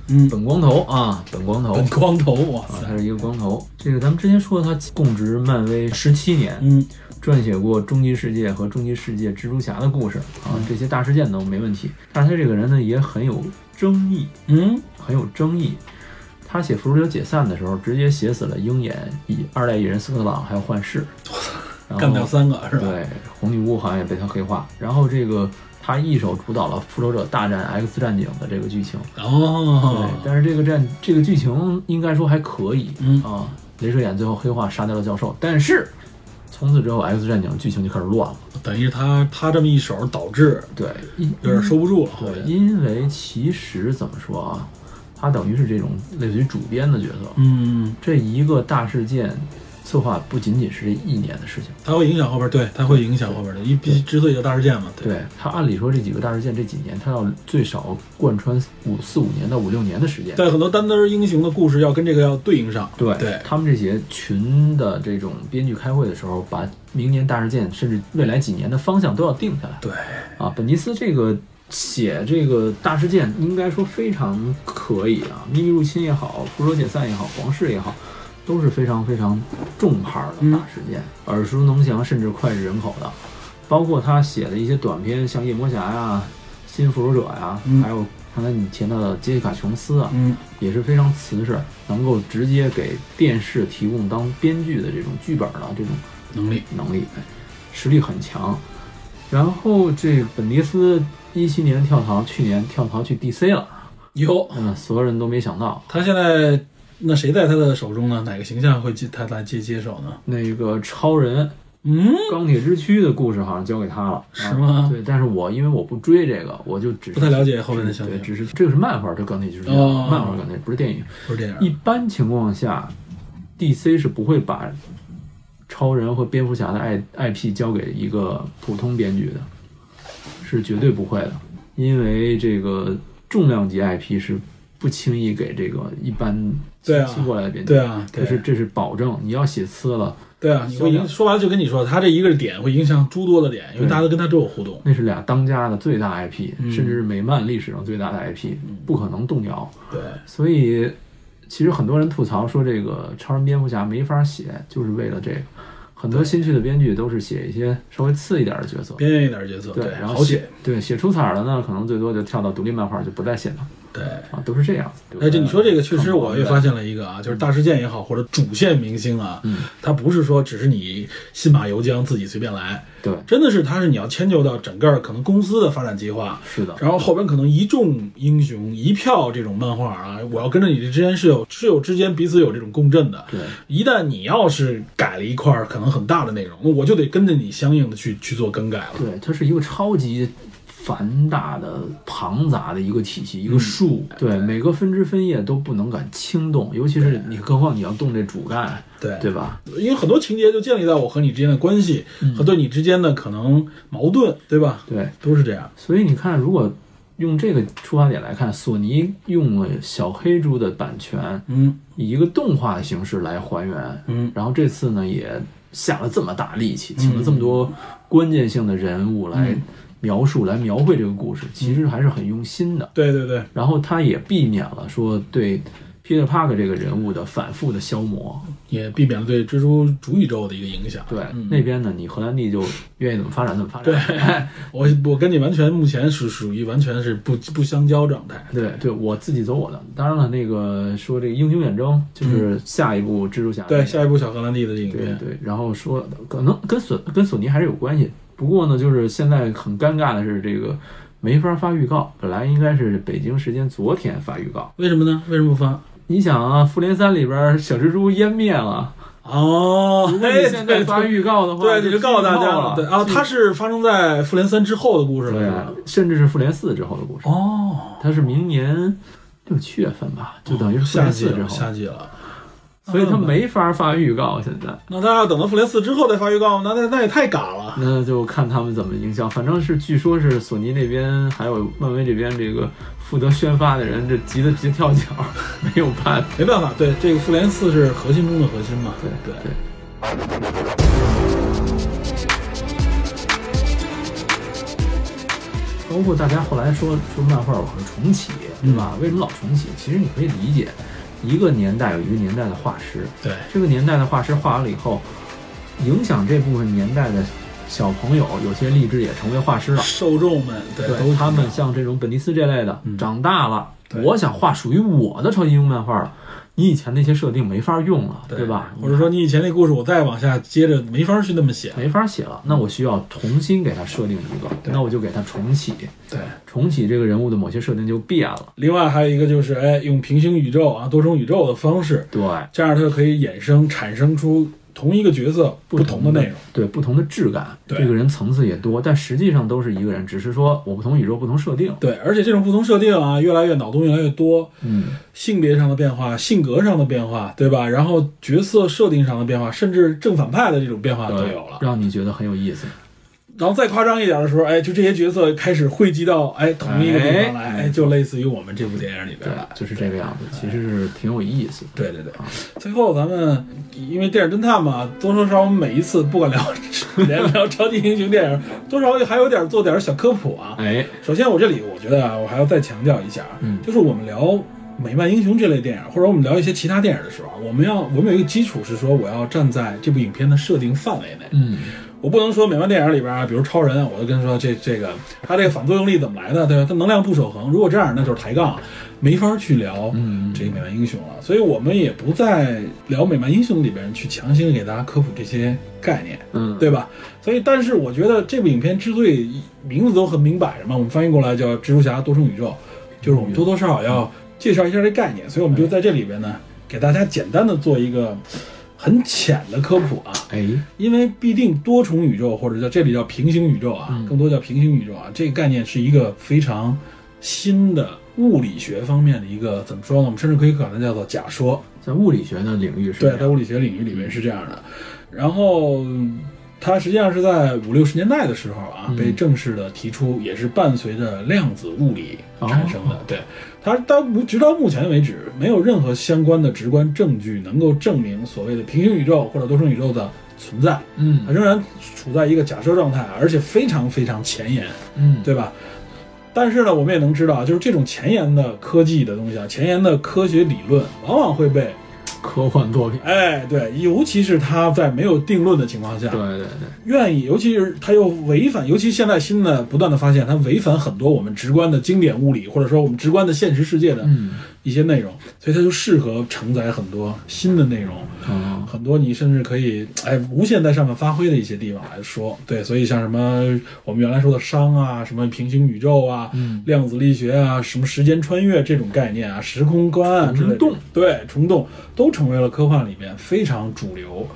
[SPEAKER 1] 嗯，
[SPEAKER 2] 本光头啊，本光头
[SPEAKER 1] 本
[SPEAKER 2] 啊，
[SPEAKER 1] 光头，哇塞，
[SPEAKER 2] 他是一个光头。这个咱们之前说他供职漫威十七年，
[SPEAKER 1] 嗯
[SPEAKER 2] 撰写过《终极世界》和《终极世界蜘蛛侠》的故事啊，
[SPEAKER 1] 嗯
[SPEAKER 2] 这些大事件都没问题。但是他这个人呢，也很有争议，
[SPEAKER 1] 嗯，
[SPEAKER 2] 很有争议。他写《复仇者解散》的时候，直接写死了鹰眼、以二代蚁人斯科特朗还有幻视，
[SPEAKER 1] 嗯
[SPEAKER 2] 然后
[SPEAKER 1] 干掉三个是吧？
[SPEAKER 2] 哦对，红女巫好像也被他黑化。然后这个他一手主导了《复仇者大战 X 战警》的这个剧情，对
[SPEAKER 1] 哦，，
[SPEAKER 2] 但是这个战这个剧情应该说还可以，
[SPEAKER 1] 嗯
[SPEAKER 2] 啊，镭射眼最后黑化杀掉了教授，但是从此之后 X 战警剧情就开始乱了，
[SPEAKER 1] 等于他他这么一手导致
[SPEAKER 2] 对，因
[SPEAKER 1] 有点收不住了，后
[SPEAKER 2] 对，
[SPEAKER 1] 面
[SPEAKER 2] 因为其实怎么说啊，他等于是这种类似于主编的角色，
[SPEAKER 1] 嗯，
[SPEAKER 2] 这一个大事件策划不仅仅是这一年的事情。
[SPEAKER 1] 他会影响后边，对，他会影响后边的，因为毕之所以叫大事件嘛，对，
[SPEAKER 2] 对他按理说这几个大事件这几年，他要最少贯穿五四五年到五六年的时间。
[SPEAKER 1] 但很多单单英雄的故事要跟这个要对应上，
[SPEAKER 2] 对
[SPEAKER 1] 对
[SPEAKER 2] 他们这些群的这种编剧开会的时候，把明年大事件甚至未来几年的方向都要定下来。
[SPEAKER 1] 对，
[SPEAKER 2] 啊，本尼斯这个写这个大事件，应该说非常可以啊，秘密入侵也好，复仇解散也好，皇室也好，都是非常非常重牌儿的
[SPEAKER 1] 嗯
[SPEAKER 2] 大事件，耳熟能详，甚至脍炙人口的。包括他写的一些短篇，像夜魔侠呀、新复仇者呀，
[SPEAKER 1] 嗯
[SPEAKER 2] 还有刚才你提到的杰西卡·琼斯啊，
[SPEAKER 1] 嗯，
[SPEAKER 2] 也是非常瓷实，能够直接给电视提供当编剧的这种剧本的这种
[SPEAKER 1] 能力，
[SPEAKER 2] 能力，哎实力很强。然后这本尼斯一七年跳槽，去年跳槽去 DC 了，
[SPEAKER 1] 有，
[SPEAKER 2] 嗯，所有人都没想到。
[SPEAKER 1] 他现在那谁在他的手中呢？哪个形象会接他来接接手呢？
[SPEAKER 2] 那个超人、
[SPEAKER 1] 嗯，
[SPEAKER 2] 钢铁之躯的故事好像交给他了，
[SPEAKER 1] 是吗
[SPEAKER 2] 啊对，但是我因为我不追这个，我就只
[SPEAKER 1] 不太了解后面的详
[SPEAKER 2] 对，
[SPEAKER 1] 情，
[SPEAKER 2] 只是这个是漫画的钢铁之躯，啊
[SPEAKER 1] 哦
[SPEAKER 2] 漫画钢铁不是电影。
[SPEAKER 1] 不是电影，
[SPEAKER 2] 一般情况下，DC 是不会把超人和蝙蝠侠的 I IP 交给一个普通编剧的，是绝对不会的，因为这个重量级 IP 是不轻易给这个一般
[SPEAKER 1] 对啊
[SPEAKER 2] 吸过来的编剧。
[SPEAKER 1] 对啊，对
[SPEAKER 2] 这是这是保证，你要写次了，
[SPEAKER 1] 对啊，你会
[SPEAKER 2] 嗯销
[SPEAKER 1] 影
[SPEAKER 2] 量
[SPEAKER 1] 说白了就跟你说，他这一个点会影响诸多的点，因为
[SPEAKER 2] 对
[SPEAKER 1] 大家都跟他都有互动。
[SPEAKER 2] 那是俩当家的最大 IP，、
[SPEAKER 1] 嗯
[SPEAKER 2] 甚至是美漫历史上最大的 IP，不可能动摇。
[SPEAKER 1] 对，
[SPEAKER 2] 所以，其实很多人吐槽说这个超人蝙蝠侠没法写，就是为了这个。很多新去的编剧都是写一些稍微次一点的角色，
[SPEAKER 1] 边缘一点的角色，
[SPEAKER 2] 对，然后
[SPEAKER 1] 好写，
[SPEAKER 2] 对写出彩儿的呢，可能最多就跳到独立漫画就不再写了
[SPEAKER 1] 对。
[SPEAKER 2] 啊，都是这样子。对不
[SPEAKER 1] 哎，这
[SPEAKER 2] 对
[SPEAKER 1] 你说这个确实，我也发，现了一个啊，就是大事件也好，或者主线明星啊，
[SPEAKER 2] 嗯
[SPEAKER 1] 他不是说只是你信马由缰自己随便来，
[SPEAKER 2] 对，
[SPEAKER 1] 真的是他是你要迁就到整个可能公司的发展计划，
[SPEAKER 2] 是的，
[SPEAKER 1] 然后后边可能一众英雄一票这种漫画啊，我要跟着你这之间是有是有之间彼此有这种共振的。
[SPEAKER 2] 对
[SPEAKER 1] 一旦你要是改了一块儿可能很大的内容，那我就得跟着你相应的去去做更改了。
[SPEAKER 2] 对，它是一个超级繁大的、庞杂的一个体系，一
[SPEAKER 1] 嗯
[SPEAKER 2] 个树，对，每个分支分叶都不能敢轻动，尤其是你，何况你要动这主干，
[SPEAKER 1] 对
[SPEAKER 2] 对吧？
[SPEAKER 1] 因为很多情节就建立在我和你之间的关系、
[SPEAKER 2] 嗯
[SPEAKER 1] 和对你之间的可能矛盾，对吧？
[SPEAKER 2] 对，
[SPEAKER 1] 都是这样。
[SPEAKER 2] 所以你看，如果用这个出发点来看，索尼用了小黑猪的版权，
[SPEAKER 1] 嗯
[SPEAKER 2] 以一个动画的形式来还原，
[SPEAKER 1] 嗯，
[SPEAKER 2] 然后这次呢也下了这么大力气，请了这么多关键性的人物来描述、来描绘这个故事，其实还是很用心的。
[SPEAKER 1] 对对对，
[SPEAKER 2] 然后他也避免了说对 Peter Park 这个人物的反复的消磨。
[SPEAKER 1] 也避免了对蜘蛛主宇宙的一个影响。嗯
[SPEAKER 2] 对，那边呢，你荷兰弟就愿意怎么发展怎么发展。
[SPEAKER 1] 我我跟你完全目前是属于完全是不不相交状态。
[SPEAKER 2] 对对，我自己走我的。当然了，那个说这个英雄远征就是下一部蜘蛛侠。
[SPEAKER 1] 嗯对，下一部小荷兰弟的这个影
[SPEAKER 2] 嗯对
[SPEAKER 1] 片，
[SPEAKER 2] 对，然后说可能跟索跟索尼还是有关系。不过呢，就是现在很尴尬的是，这个没法发预告。本来应该是北京时间昨天发预告。
[SPEAKER 1] 为什么呢？为什么不发？
[SPEAKER 2] 你想啊，复联三里边小蜘蛛湮灭了，
[SPEAKER 1] 哦，
[SPEAKER 2] 如果你现在发预告的话，
[SPEAKER 1] 对，你就告诉大
[SPEAKER 2] 剧
[SPEAKER 1] 家
[SPEAKER 2] 透
[SPEAKER 1] 了。
[SPEAKER 2] 了。
[SPEAKER 1] 对啊，它是发生在复联三之后的故事了，
[SPEAKER 2] 对
[SPEAKER 1] 是
[SPEAKER 2] 啊
[SPEAKER 1] 吧？，
[SPEAKER 2] 甚至是复联四之后的故事。
[SPEAKER 1] 哦，
[SPEAKER 2] 它是明年六七月份吧，就等于是复
[SPEAKER 1] 夏
[SPEAKER 2] 联
[SPEAKER 1] 季
[SPEAKER 2] 四之
[SPEAKER 1] 了，
[SPEAKER 2] 后，
[SPEAKER 1] 夏季了。
[SPEAKER 2] 所以它没法发预告。现在，
[SPEAKER 1] 那大家等到复联四之后再发预告，那那那也太嘎了。
[SPEAKER 2] 那就看他们怎么营销。反正是据说是索尼那边还有漫威这边这个负责宣发的人，这急得直跳脚， 没有办法。
[SPEAKER 1] 没办法，对这个复联四是核心中的核心嘛。
[SPEAKER 2] 对
[SPEAKER 1] 对
[SPEAKER 2] 对。包括大家后来说说漫画我是重启，对吧？为什么老重启？其实你可以理解，一个年代有一个年代的画师，
[SPEAKER 1] 对
[SPEAKER 2] 这个年代的画师画完了以后，影响这部分年代的小朋友，有些立志也成为画师了。
[SPEAKER 1] 受众们对都嗯
[SPEAKER 2] 对，他们像这种本尼斯这类的，长大了，
[SPEAKER 1] 对
[SPEAKER 2] 我想画属于我的超级英雄漫画了。你以前那些设定没法用了，对吧？
[SPEAKER 1] 或者说你以前那故事，我再往下接着没法去那么写。
[SPEAKER 2] 没法写了，那我需要重新给他设定一个，那我就给他重启，
[SPEAKER 1] 对，
[SPEAKER 2] 重启这个人物的某些设定就变了。
[SPEAKER 1] 另外还有一个就是，哎，用平行宇宙啊、多重宇宙的方式，
[SPEAKER 2] 对，
[SPEAKER 1] 这样它就可以衍生、产生出同一个角色不同的内容。
[SPEAKER 2] 对不同的质感，
[SPEAKER 1] 对
[SPEAKER 2] 这个人层次也多，但实际上都是一个人，只是说我不同宇宙不同设定。
[SPEAKER 1] 对，而且这种不同设定啊，越来越脑洞越来越多，
[SPEAKER 2] 嗯，
[SPEAKER 1] 性别上的变化、性格上的变化，对吧？然后角色设定上的变化，甚至正反派的这种变化都有了。
[SPEAKER 2] 呃让你觉得很有意思。
[SPEAKER 1] 然后再夸张一点的时候，哎，就这些角色开始汇集到哎同一个地方来，
[SPEAKER 2] 哎
[SPEAKER 1] 哎，就类似于我们这部电影里边
[SPEAKER 2] 对
[SPEAKER 1] 来，。
[SPEAKER 2] 就是这个样子，其实是挺有意思的。
[SPEAKER 1] 对对对，最后咱们因为电影侦探嘛，多多少少我们每一次不管聊 聊聊超级英雄电影，多少还有点做点小科普啊。
[SPEAKER 2] 哎，
[SPEAKER 1] 首先我这里我觉得啊，我还要再强调一下啊，
[SPEAKER 2] 嗯
[SPEAKER 1] 就是我们聊美漫英雄这类电影，或者我们聊一些其他电影的时候啊，我们要我们有一个基础是说我要站在这部影片的设定范围内，
[SPEAKER 2] 嗯，
[SPEAKER 1] 我不能说美漫电影里边啊，比如超人啊，我就跟你说这这个他这个反作用力怎么来的，对吧？他能量不守恒，如果这样，那就是抬杠，没法去聊
[SPEAKER 2] 嗯
[SPEAKER 1] 这个美漫英雄了。所以我们也不在聊美漫英雄里边去强行给大家科普这些概念，
[SPEAKER 2] 嗯，
[SPEAKER 1] 对吧？所以，但是我觉得这部影片之所以名字都很明摆着嘛，我们翻译过来叫《蜘蛛侠：多重宇宙》，就是我们多多少少要介绍一下这概念，所以我们就在这里边呢，给大家简单的做一个很浅的科普啊。
[SPEAKER 2] 哎，
[SPEAKER 1] 因为必定多重宇宙或者叫这里叫平行宇宙啊，
[SPEAKER 2] 嗯
[SPEAKER 1] 更多叫平行宇宙啊，这个概念是一个非常新的物理学方面的一个怎么说呢？我们甚至可以管它叫做假说。
[SPEAKER 2] 在物理学的领域是这
[SPEAKER 1] 对，
[SPEAKER 2] 样
[SPEAKER 1] 在物理学领域里面是这样的。然后嗯它实际上是在五六十年代的时候啊，
[SPEAKER 2] 嗯
[SPEAKER 1] 被正式的提出，也是伴随着量子物理
[SPEAKER 2] 哦
[SPEAKER 1] 产生的。对，它到目直到目前为止，没有任何相关的直观证据能够证明所谓的平行宇宙或者多重宇宙的存在。
[SPEAKER 2] 嗯
[SPEAKER 1] 它仍然处在一个假设状态，而且非常非常前沿，
[SPEAKER 2] 嗯，
[SPEAKER 1] 对吧？但是呢，我们也能知道啊，就是这种前沿的科技的东西啊，前沿的科学理论往往会被，
[SPEAKER 2] 科幻作品，
[SPEAKER 1] 哎，对，尤其是它在没有定论的情况下
[SPEAKER 2] 对，对对，
[SPEAKER 1] 愿意，尤其是它又违反，尤其现在新的不断的发现，它违反很多我们直观的经典物理，或者说我们直观的现实世界的
[SPEAKER 2] 嗯，
[SPEAKER 1] 一些内容，所以它就适合承载很多新的内容。
[SPEAKER 2] 哦，
[SPEAKER 1] 很多你甚至可以哎无限在上面发挥的一些地方来说，对，所以像什么我们原来说的熵啊，什么平行宇宙啊，
[SPEAKER 2] 嗯
[SPEAKER 1] 量子力学啊，什么时间穿越这种概念啊，时空观啊之类的，
[SPEAKER 2] 虫洞
[SPEAKER 1] 对，虫洞都成为了科幻里面非常主流、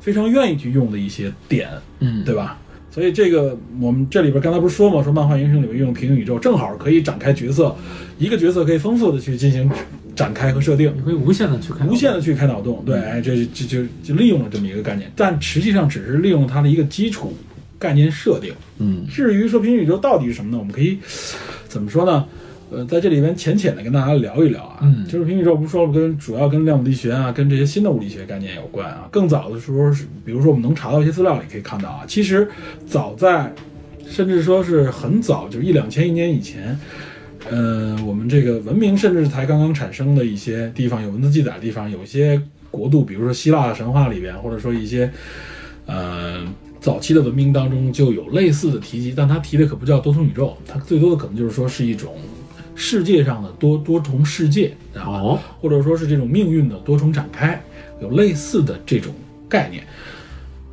[SPEAKER 1] 非常愿意去用的一些点，
[SPEAKER 2] 嗯，
[SPEAKER 1] 对吧？所以这个我们这里边刚才不是说嘛，说漫画英雄里面用平行宇宙，正好可以展开角色，一个角色可以丰富的去进行展开和设定。
[SPEAKER 2] 你可以无限的去看，
[SPEAKER 1] 无限的去开脑洞，对，哎，这这就就利用了这么一个概念，但实际上只是利用它的一个基础概念设定。
[SPEAKER 2] 嗯，
[SPEAKER 1] 至于说平行宇宙到底是什么呢？我们可以怎么说呢？呃，在这里边浅浅的跟大家聊一聊啊，
[SPEAKER 2] 嗯
[SPEAKER 1] 就是平行宇宙不是说了跟主要跟量子力学啊，跟这些新的物理学概念有关啊。更早的时候是，比如说我们能查到一些资料里可以看到啊，其实早在甚至说是很早，就一两千一年以前，呃，我们这个文明甚至是才刚刚产生的一些地方，有文字记载的地方，有一些国度，比如说希腊神话里边，或者说一些呃早期的文明当中就有类似的提及，但他提的可不叫多重宇宙，他最多的可能就是说是一种世界上的多多重世界，然后、
[SPEAKER 2] 哦
[SPEAKER 1] 或者说是这种命运的多重展开，有类似的这种概念。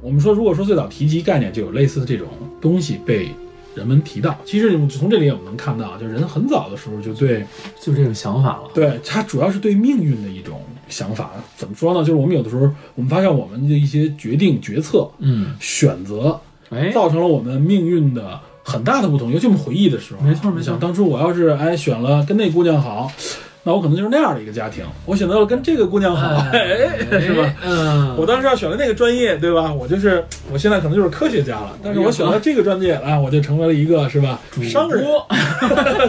[SPEAKER 1] 我们说，如果说最早提及概念，就有类似的这种东西被人们提到。其实我们从这里我们能看到，就人很早的时候就对
[SPEAKER 2] 就这种想法了。
[SPEAKER 1] 对它主要是对命运的一种想法。怎么说呢？就是我们有的时候，我们发现我们的一些决定、决策、
[SPEAKER 2] 嗯，
[SPEAKER 1] 选择，
[SPEAKER 2] 哎，
[SPEAKER 1] 造成了我们命运的很大的不同。尤其我们回忆的时候啊，
[SPEAKER 2] 没错没错
[SPEAKER 1] 你想当初我要是哎选了跟那姑娘好，那我可能就是那样的一个家庭；我选择了跟这个姑娘好， 哎，是吧？？
[SPEAKER 2] 嗯，
[SPEAKER 1] 我当时要选了那个专业，对吧？我就是我现在可能就是科学家了，但是
[SPEAKER 2] 哎
[SPEAKER 1] 我选了这个专业，啊，我就成为了一个是吧商人，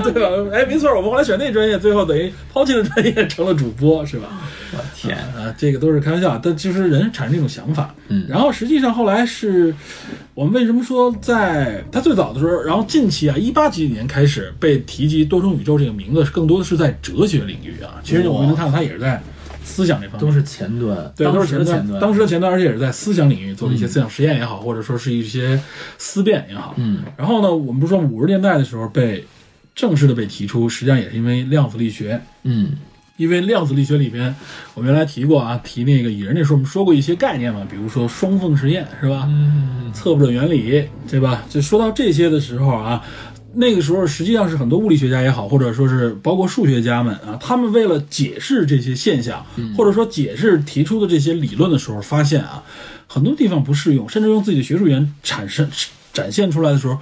[SPEAKER 1] 对吧？哎，没错，我们后来选那专业，最后等于抛弃了专业，成了主播，是吧？
[SPEAKER 2] 我 天，
[SPEAKER 1] 啊，这个都是开玩笑，但就是人产生这种想法。
[SPEAKER 2] 嗯
[SPEAKER 1] 然后实际上后来是我们为什么说在他最早的时候，然后近期啊，一八几几年开始被提及多重宇宙这个名字，更多的是在哲学领域啊。其实我们能看到他也是在思想这方面
[SPEAKER 2] 都。是前端，嗯
[SPEAKER 1] 对，
[SPEAKER 2] 当
[SPEAKER 1] 都是
[SPEAKER 2] 时的前
[SPEAKER 1] 端，当时的前端，而且也是在思想领域做了一些思想实验也好，或者说是一些思辨也好。
[SPEAKER 2] 嗯，
[SPEAKER 1] 然后呢，我们不是说五十年代的时候被正式的被提出，实际上也是因为量子力学，
[SPEAKER 2] 嗯，
[SPEAKER 1] 因为量子力学里边，我们原来提过啊，提那个蚁人那时候我们说过一些概念嘛，比如说双缝实验是吧？
[SPEAKER 2] 嗯，
[SPEAKER 1] 测不准原理，对吧？就说到这些的时候啊，那个时候实际上是很多物理学家也好，或者说是包括数学家们啊，他们为了解释这些现象，或者说解释提出的这些理论的时候，发现啊，很多地方不适用，甚至用自己的学术语言产生展现出来的时候，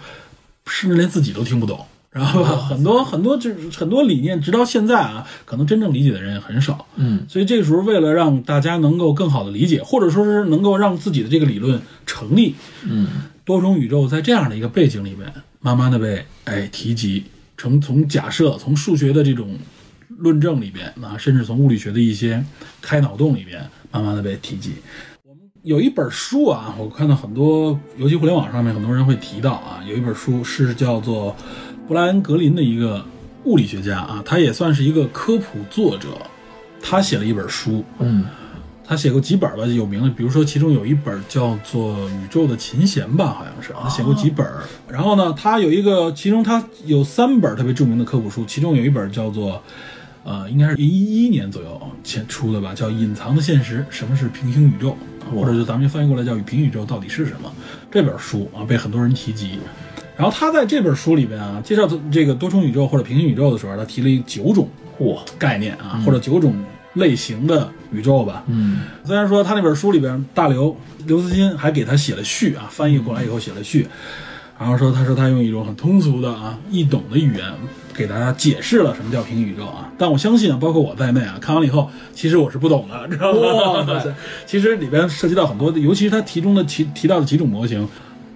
[SPEAKER 1] 甚至连自己都听不懂。然后吧很多很多就是很多理念，直到现在啊，可能真正理解的人也很少。
[SPEAKER 2] 嗯，
[SPEAKER 1] 所以这个时候，为了让大家能够更好的理解，或者说是能够让自己的这个理论成立，
[SPEAKER 2] 嗯，
[SPEAKER 1] 多重宇宙在这样的一个背景里面，慢慢的被哎提及，从从假设，从数学的这种论证里边啊，甚至从物理学的一些开脑洞里边，慢慢的被提及。我们有一本书啊，我看到很多，尤其互联网上面很多人会提到啊，有一本书是叫做布莱恩格林的一个物理学家啊，他也算是一个科普作者，他写了一本书，
[SPEAKER 2] 嗯，
[SPEAKER 1] 他写过几本吧，有名的，比如说其中有一本叫做《宇宙的琴弦》吧，好像是他写过几本。然后呢，他有一个，其中他有三本特别著名的科普书，其中有一本叫做，呃，应该是一一年左右前出的吧，叫《隐藏的现实：什么是平行宇宙》，或者就咱们就翻译过来叫《与平行宇宙到底是什么》这本书啊，被很多人提及。然后他在这本书里边啊，介绍这个多重宇宙或者平行宇宙的时候，他提了一九种
[SPEAKER 2] 嚯，
[SPEAKER 1] 概念啊，或者九种类型的宇宙吧。
[SPEAKER 2] 嗯，
[SPEAKER 1] 虽然说他那本书里边，大刘刘慈欣还给他写了序啊，翻译过来以后写了序，然后说他说他用一种很通俗的啊易懂的语言给大家解释了什么叫平行宇宙啊。但我相信啊，包括我在内啊，看完了以后，其实我是不懂的，知道
[SPEAKER 2] 哇
[SPEAKER 1] 吗
[SPEAKER 2] 塞？
[SPEAKER 1] 其实里边涉及到很多的，尤其是他题中的提提到的几种模型。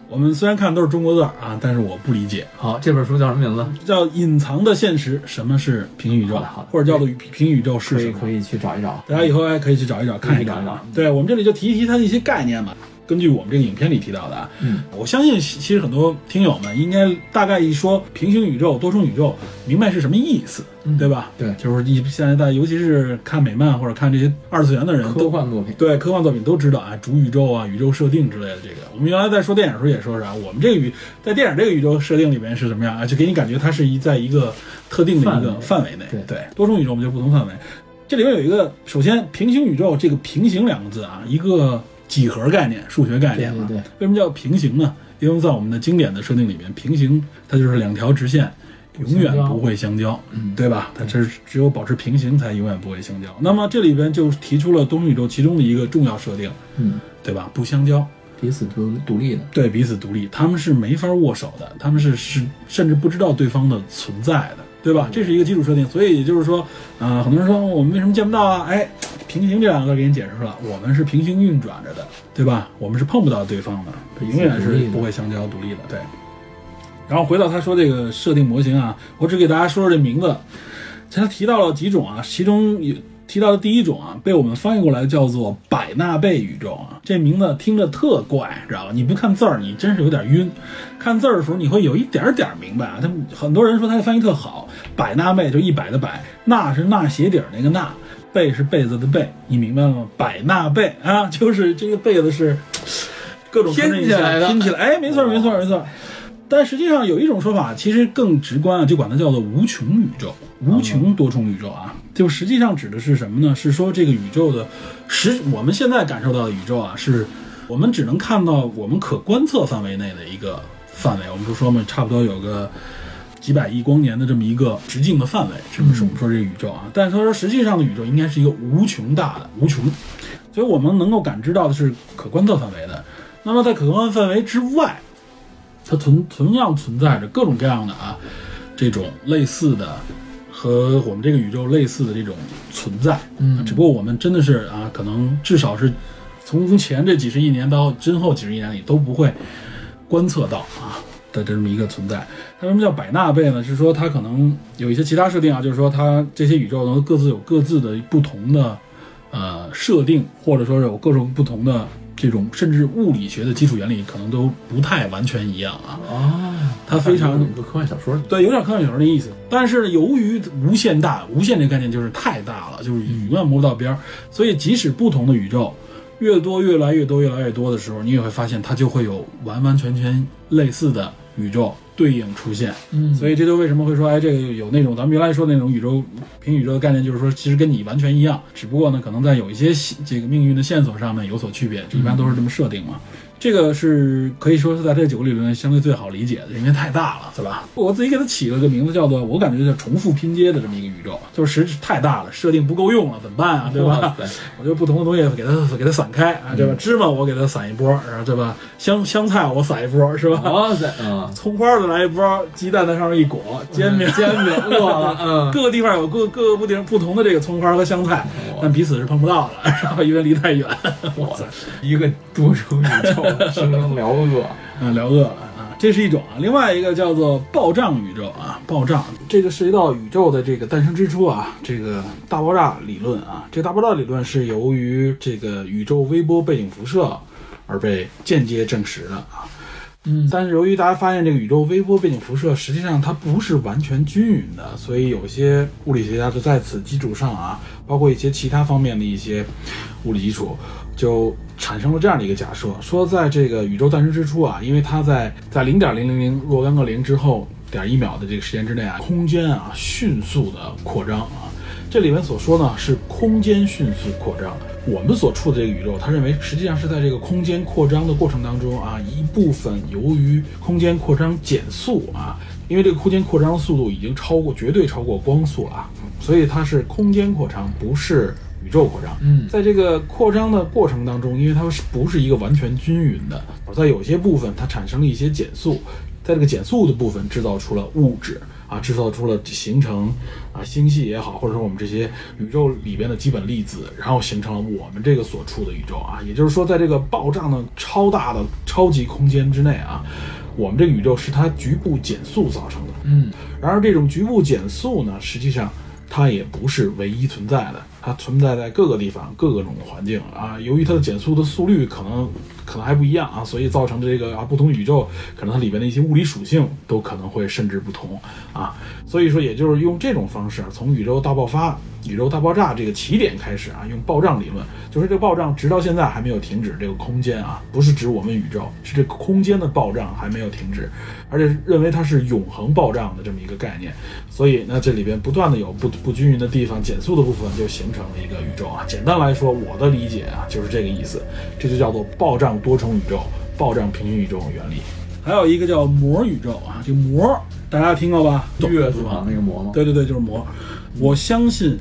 [SPEAKER 1] 我们虽然看都是中国字儿啊，但是我不理解，
[SPEAKER 2] 好，这本书叫什么名字？
[SPEAKER 1] 叫隐藏的现实，什么是平行宇宙
[SPEAKER 2] 好的好的，
[SPEAKER 1] 或者叫做平平行宇宙是
[SPEAKER 2] 可
[SPEAKER 1] 什
[SPEAKER 2] 以
[SPEAKER 1] 么？
[SPEAKER 2] 可以去找一找。
[SPEAKER 1] 大家以后还可以去找一找，看一看
[SPEAKER 2] 可以去找一
[SPEAKER 1] 啊
[SPEAKER 2] 找。
[SPEAKER 1] 对我们这里就提一提它的一些概念嘛。根据我们这个影片里提到的啊，
[SPEAKER 2] 嗯，
[SPEAKER 1] 我相信其实很多听友们应该大概一说平行宇宙、多重宇宙，明白是什么意思，
[SPEAKER 2] 嗯
[SPEAKER 1] 对吧？
[SPEAKER 2] 对
[SPEAKER 1] 就是一现在大家尤其是看美漫或者看这些二次元的人
[SPEAKER 2] 科
[SPEAKER 1] 都。
[SPEAKER 2] 幻作品，
[SPEAKER 1] 对科幻作品都知道啊，主宇宙啊、宇宙设定之类的这个，我们原来在说电影的时候也说是啊，我们这个宇在电影这个宇宙设定里面是怎么样啊，就给你感觉它是一在一个特定的一个范围内，
[SPEAKER 2] 对
[SPEAKER 1] 多重宇宙我们就不同范围。这里面有一个，首先平行宇宙这个“平行”两个字啊，一个几何概念、数学概
[SPEAKER 2] 对
[SPEAKER 1] 念嘛
[SPEAKER 2] 对。对，
[SPEAKER 1] 为什么叫平行呢？因为在我们的经典的设定里面，平行它就是两条直线永远不会相交，
[SPEAKER 2] 嗯
[SPEAKER 1] 对吧？它只是只有保持平行才永远不会相交。那么这里边就提出了东宇宙其中的一个重要设定，
[SPEAKER 2] 嗯，
[SPEAKER 1] 对吧？不相交，
[SPEAKER 2] 彼此独独立的，
[SPEAKER 1] 对彼此独立，他们是没法握手的，他们是是甚至不知道对方的存在的，对吧？这是一个基础设定，所以也就是说，啊、很多人说我们为什么见不到啊？哎，平行这两个字给你解释出来，我们是平行运转着的，对吧？我们是碰不到对方的，
[SPEAKER 2] 彼
[SPEAKER 1] 永
[SPEAKER 2] 此
[SPEAKER 1] 远是
[SPEAKER 2] 独立的
[SPEAKER 1] 不会相交独立的，对。然后回到他说这个设定模型啊，我只给大家说说这名字，他提到了几种啊，其中有提到的第一种啊，被我们翻译过来叫做百纳贝宇宙啊，这名字听着特怪，知道吧？你不看字儿，你真是有点晕。看字儿的时候，你会有一点点儿明白啊。他们很多人说他的翻译特好，百纳贝就一百的百，纳是纳鞋底儿那个纳，贝是被子的贝，你明白吗？百纳贝啊，就是这个被子是各种
[SPEAKER 3] 拼
[SPEAKER 1] 穿
[SPEAKER 3] 起来的
[SPEAKER 1] 拼起来，哎，没错儿没错儿没错儿。但实际上有一种说法，其实更直观啊，就管它叫做无穷宇宙、无穷多重宇宙啊。就实际上指的是什么呢？是说这个宇宙的实，我们现在感受到的宇宙啊，是我们只能看到我们可观测范围内的一个范围。我们不是说嘛，差不多有个几百亿光年的这么一个直径的范围，是不是？我们说这个宇宙啊，但是他说实际上的宇宙应该是一个无穷大的无穷，所以我们能够感知到的是可观测范围的。那么在可观范围之外，它同同样存在着各种各样的啊，这种类似的和我们这个宇宙类似的这种存在，嗯，只不过我们真的是啊，可能至少是从前这几十亿年到今后几十亿年里都不会观测到啊的这么一个存在。它为什么叫百纳贝呢？是说它可能有一些其他设定啊，就是说它这些宇宙能各自有各自的不同的呃设定，或者说是有各种不同的这种甚至物理学的基础原理可能都不太完全一样啊。
[SPEAKER 2] 啊，
[SPEAKER 1] 它非常
[SPEAKER 2] 个科幻小说，
[SPEAKER 1] 对，有点科幻小说的意思。但是呢，由于无限大，无限这个概念就是太大了，就是永远摸不到边儿，所以即使不同的宇宙越多、越来越多、越来越多的时候，你也会发现它就会有完完全全类似的宇宙对应出现。
[SPEAKER 2] 嗯
[SPEAKER 1] 所以这就为什么会说，哎，这个有那种咱们原来说的那种宇宙平行宇宙的概念，就是说其实跟你完全一样，只不过呢，可能在有一些细这个命运的线索上面有所区别，这一般都是这么设定嘛。这个是可以说是在这九个理论相对最好理解的，因为太大了，对吧？我自己给它起了个名字，叫做我感觉叫重复拼接的这么一个宇宙，就是实太大了，设定不够用了，怎么办啊？对吧？我就不同的东西给它给它散开啊，对吧？芝麻我给它散一波，然后对吧？香香菜我撒一波，是吧？
[SPEAKER 3] 哇塞，
[SPEAKER 2] 啊，
[SPEAKER 1] 葱花儿的来一包，鸡蛋在上面一裹，煎饼。
[SPEAKER 3] 嗯煎饼饿 了，嗯，
[SPEAKER 1] 各个地方有各各个不同不同的这个葱花和香菜，
[SPEAKER 3] 哦
[SPEAKER 1] 但彼此是碰不到的， 然后因为离太远。 哇塞，
[SPEAKER 3] 一个多重宇 宙，生生聊 饿，
[SPEAKER 1] 啊，聊饿了啊，这是一种啊。另外一个叫做暴胀宇宙啊，暴胀，这个涉及到宇宙的这个诞生之初啊，这个大爆炸理论啊，这个大爆炸理论是由于这个宇宙微波背景辐射而被间接证实的啊。嗯，但是由于大家发现这个宇宙微波背景辐射实际上它不是完全均匀的，所以有些物理学家就在此基础上啊，包括一些其他方面的一些物理基础，就产生了这样的一个假设，说在这个宇宙诞生之初啊，因为它在在零点零零零若干个零之后点一秒的这个时间之内啊，空间啊迅速的扩张啊。这里面所说呢是空间迅速扩张，我们所处的这个宇宙，他认为实际上是在这个空间扩张的过程当中啊，一部分由于空间扩张减速啊，因为这个空间扩张的速度已经超过绝对超过光速了啊，所以它是空间扩张，不是宇宙扩张。
[SPEAKER 2] 嗯
[SPEAKER 1] 在这个扩张的过程当中，因为它是不是一个完全均匀的，在有些部分它产生了一些减速，在这个减速的部分制造出了物质啊，制造出了形成啊星系也好，或者说我们这些宇宙里边的基本粒子，然后形成了我们这个所处的宇宙啊，也就是说，在这个爆炸的超大的超级空间之内啊，我们这个宇宙是它局部减速造成的。
[SPEAKER 2] 嗯，
[SPEAKER 1] 然而，这种局部减速呢，实际上它也不是唯一存在的，它存在在各个地方、各个种环境啊。由于它的减速的速率可能可能还不一样啊，所以造成这个啊不同宇宙可能它里边的一些物理属性都可能会甚至不同啊。所以说，也就是用这种方式，从宇宙大爆发、宇宙大爆炸这个起点开始啊，用暴胀理论，就是这个暴胀直到现在还没有停止，这个空间啊，不是指我们宇宙，是这个空间的暴胀还没有停止，而且认为它是永恒暴胀的这么一个概念，所以那这里边不断的有不不均匀的地方，减速的部分就形成了一个宇宙啊。简单来说，我的理解啊就是这个意思，这就叫做暴胀多重宇宙、暴胀平行宇宙原理。还有一个叫膜宇宙啊，这膜大家听过吧？
[SPEAKER 2] 月字旁那个魔吗？
[SPEAKER 1] 对对对，就是膜。我相信，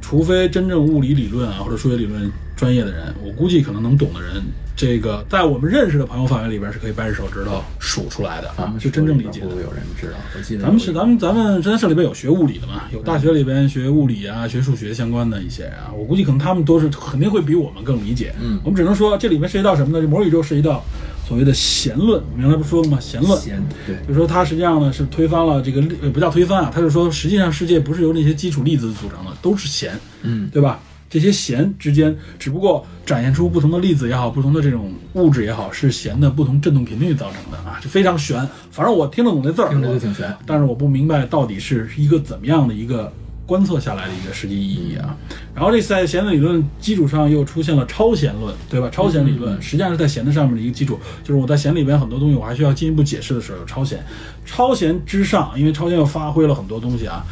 [SPEAKER 1] 除非真正物理理论啊或者数学理论专业的人，我估计可能能懂的人，这个在我们认识的朋友范围里边是可以掰着手指头数出来的，啊
[SPEAKER 2] 咱们
[SPEAKER 1] 就真正理解
[SPEAKER 2] 不
[SPEAKER 1] 的。
[SPEAKER 2] 会有人知道，我记得
[SPEAKER 1] 咱们是咱们咱们真社里边有学物理的嘛，有大学里边学物理啊、学数学相关的一些啊，我估计可能他们都是肯定会比我们更理解。
[SPEAKER 2] 嗯
[SPEAKER 1] 我们只能说这里面涉及到什么呢？这模宇宙涉及到所谓的弦论，我们原来不说了吗？弦论，
[SPEAKER 2] 闲对
[SPEAKER 1] 就说它实际上呢是推翻了这个粒，呃不叫推翻啊，它是说实际上世界不是由那些基础粒子组成的，都是弦，
[SPEAKER 2] 嗯
[SPEAKER 1] 对吧？这些弦之间，只不过展现出不同的粒子也好，不同的这种物质也好，是弦的不同振动频率造成的啊，这非常悬。反正我听得懂这字儿，
[SPEAKER 3] 听着就挺悬。
[SPEAKER 1] 但是我不明白到底是一个怎么样的一个观测下来的一个实际意义啊。然后这在弦理论基础上又出现了超弦论，对吧？超弦理论实际上是在弦的上面的一个基础，就是我在弦里边很多东西我还需要进一步解释的时候有超弦，超弦之上，因为超弦又发挥了很多东西啊，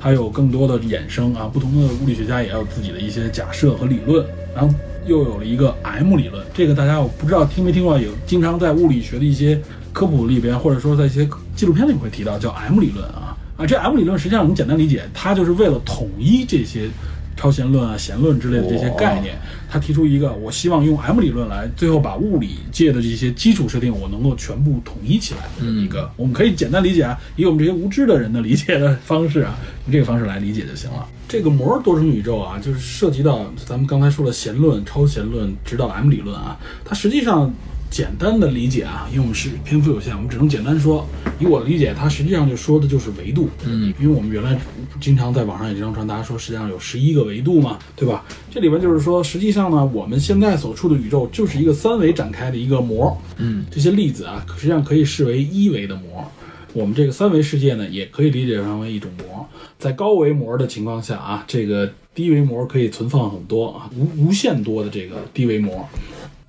[SPEAKER 1] 它有更多的衍生啊，不同的物理学家也有自己的一些假设和理论，然后。又有了一个 M 理论，这个大家我不知道听没听过，有经常在物理学的一些科普里边，或者说在一些纪录片里会提到，叫 M 理论啊啊，这 M 理论实际上你简单理解，它就是为了统一这些超弦论啊、弦论之类的这些概念，他提出一个，我希望用 M 理论来最后把物理界的这些基础设定，我能够全部统一起来的一个，我们可以简单理解啊，以我们这些无知的人的理解的方式啊，用这个方式来理解就行了。这个摩尔多重宇宙啊，就是涉及到咱们刚才说了弦论、超弦论，直到 M 理论啊，它实际上简单的理解啊，因为我们是篇幅有限，我们只能简单说。以我的理解，它实际上就说的就是维度。嗯，因为我们原来经常在网上也经常传达说，实际上有十一个维度嘛，对吧？这里边就是说，实际上呢，我们现在所处的宇宙就是一个三维展开的一个膜。嗯，这些粒子啊，实际上可以视为一维的膜。我们这个三维世界呢，也可以理解成为一种膜。在高维膜的情况下啊，这个低维膜可以存放很多啊，无无限多的这个低维膜。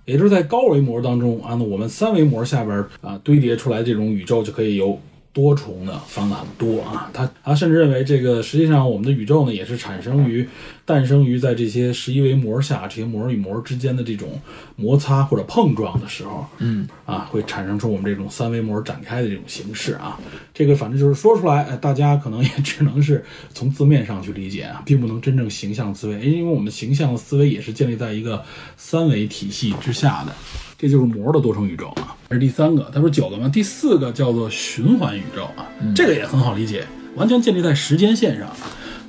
[SPEAKER 1] 也就是在高维膜当中啊，那我们三维膜下边儿啊堆叠出来这种宇宙就可以有多重的方法多啊。他他甚至认为这个实际上我们的宇宙呢也是产生于诞生于在这些十一维膜下这些膜与膜之间的这种摩擦或者碰撞的时候，嗯啊会产生出我们这种三维膜展开的这种形式啊。这个反正就是说出来，哎，大家可能也只能是从字面上去理解啊，并不能真正形象思维，哎因为我们形象思维也是建立在一个三维体系之下的。这就是膜的多重宇宙啊，这是第三个。他说九个嘛，第四个叫做循环宇宙啊，这个也很好理解，完全建立在时间线上啊。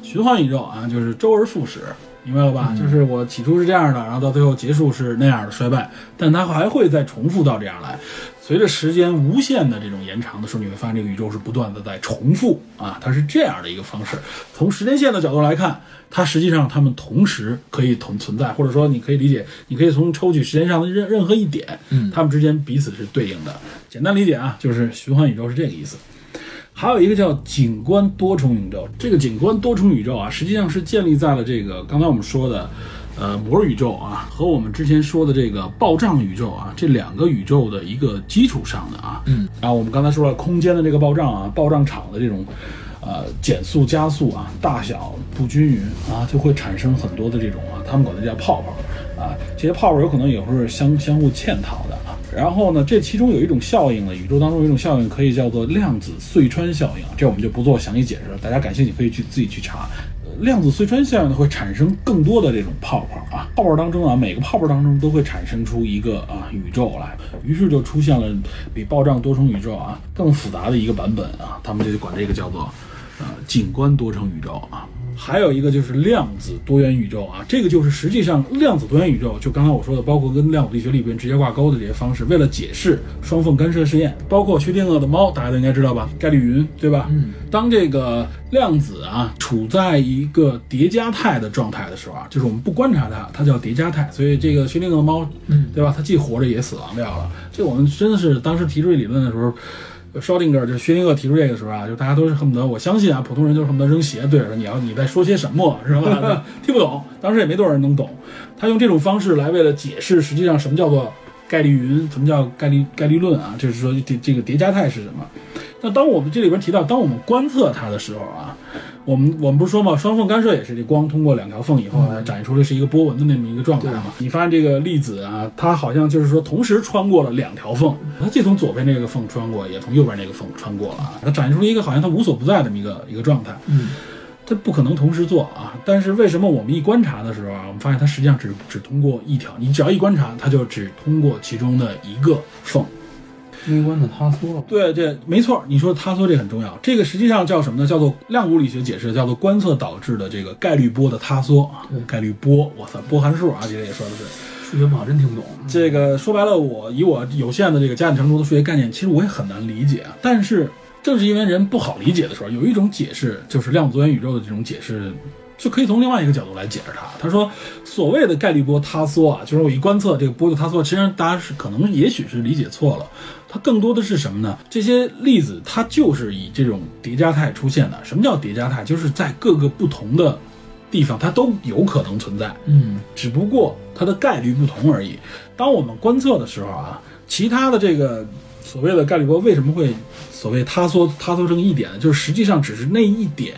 [SPEAKER 1] 循环宇宙啊，就是周而复始，明白了吧？就是我起初是这样的，然后到最后结束是那样的衰败，但它还会再重复到这样来。随着时间无限的这种延长的时候，你会发现这个宇宙是不断的在重复啊，它是这样的一个方式。从时间线的角度来看，它实际上它们同时可以同存在，或者说你可以理解，你可以从抽取时间上的任任何一点，嗯，它们之间彼此是对应的。简单理解啊，就是循环宇宙是这个意思。还有一个叫景观多重宇宙。这个景观多重宇宙啊，实际上是建立在了这个刚才我们说的，呃，摩尔宇宙啊，和我们之前说的这个暴胀宇宙啊，这两个宇宙的一个基础上的啊。嗯。然后我们刚才说了空间的这个暴胀啊，暴胀场的这种。呃，减速、加速啊，大小不均匀啊，就会产生很多的这种啊，他们管它叫泡泡啊。这些泡泡有可能也会是相相互嵌套的啊。然后呢，这其中有一种效应呢，宇宙当中有一种效应可以叫做量子隧穿效应啊，这我们就不做详细解释了，大家感兴趣可以去自己去查。呃量子隧穿效应呢，会产生更多的这种泡泡啊，泡泡当中啊，每个泡泡当中都会产生出一个啊宇宙来，于是就出现了比暴胀多重宇宙啊更复杂的一个版本啊，他们就管这个叫做呃景观多重宇宙啊。还有一个就是量子多元宇宙啊，这个就是实际上量子多元宇宙，就刚才我说的，包括跟量子力学里边直接挂钩的这些方式，为了解释双缝干涉实验，包括薛定谔的猫，大家都应该知道吧？概率云，对吧？嗯。当这个量子啊处在一个叠加态的状态的时候啊，就是我们不观察它，它叫叠加态，所以这个薛定谔的猫，嗯，对吧？它既活着也死亡掉了。这我们真的是当时提出这理论的时候。绍定格就是薛定谔提出这个时候啊，就大家都是恨不得，我相信啊，普通人就是恨不得扔鞋对着你要你在说些什么，是吧？听啊不懂，当时也没多少人能懂。他用这种方式来为了解释，实际上什么叫做概率云，什么叫概率概率论啊，就是说这这个叠加态是什么。那当我们这里边提到，当我们观测它的时候啊，我们我们不是说嘛，双缝干涉也是这光通过两条缝以后呢，展现出来是一个波纹的那么一个状态嘛。你发现这个粒子啊，它好像就是说同时穿过了两条缝，它既从左边这个缝穿过，也从右边这个缝穿过了啊，它展现出了一个好像它无所不在的这么一个一个状态。嗯。它不可能同时做啊，但是为什么我们一观察的时候啊，我们发现它实际上只只通过一条，你只要一观察，它就只通过其中的一个缝，
[SPEAKER 3] 微观的塌缩了。
[SPEAKER 1] 对对，没错，你说塌缩这很重要。这个实际上叫什么呢？叫做量物理学解释，叫做观测导致的这个概率波的塌缩啊，概率波，哇塞，波函数啊，这个也说的是。
[SPEAKER 3] 数学不好真听不懂。
[SPEAKER 1] 这个说白了我，以我有限的这个加减乘除的数学概念，其实我也很难理解啊。但是正是因为人不好理解的时候，有一种解释就是量子多元宇宙的这种解释。就可以从另外一个角度来解释它。他说，所谓的概率波塌缩啊，就是我一观测这个波就塌缩，实际上大家是可能也许是理解错了。它更多的是什么呢？这些粒子它就是以这种叠加态出现的。什么叫叠加态？就是在各个不同的地方，它都有可能存在。
[SPEAKER 2] 嗯，
[SPEAKER 1] 只不过它的概率不同而已。当我们观测的时候啊，其他的这个所谓的概率波为什么会所谓塌缩塌缩成一点，就是实际上只是那一点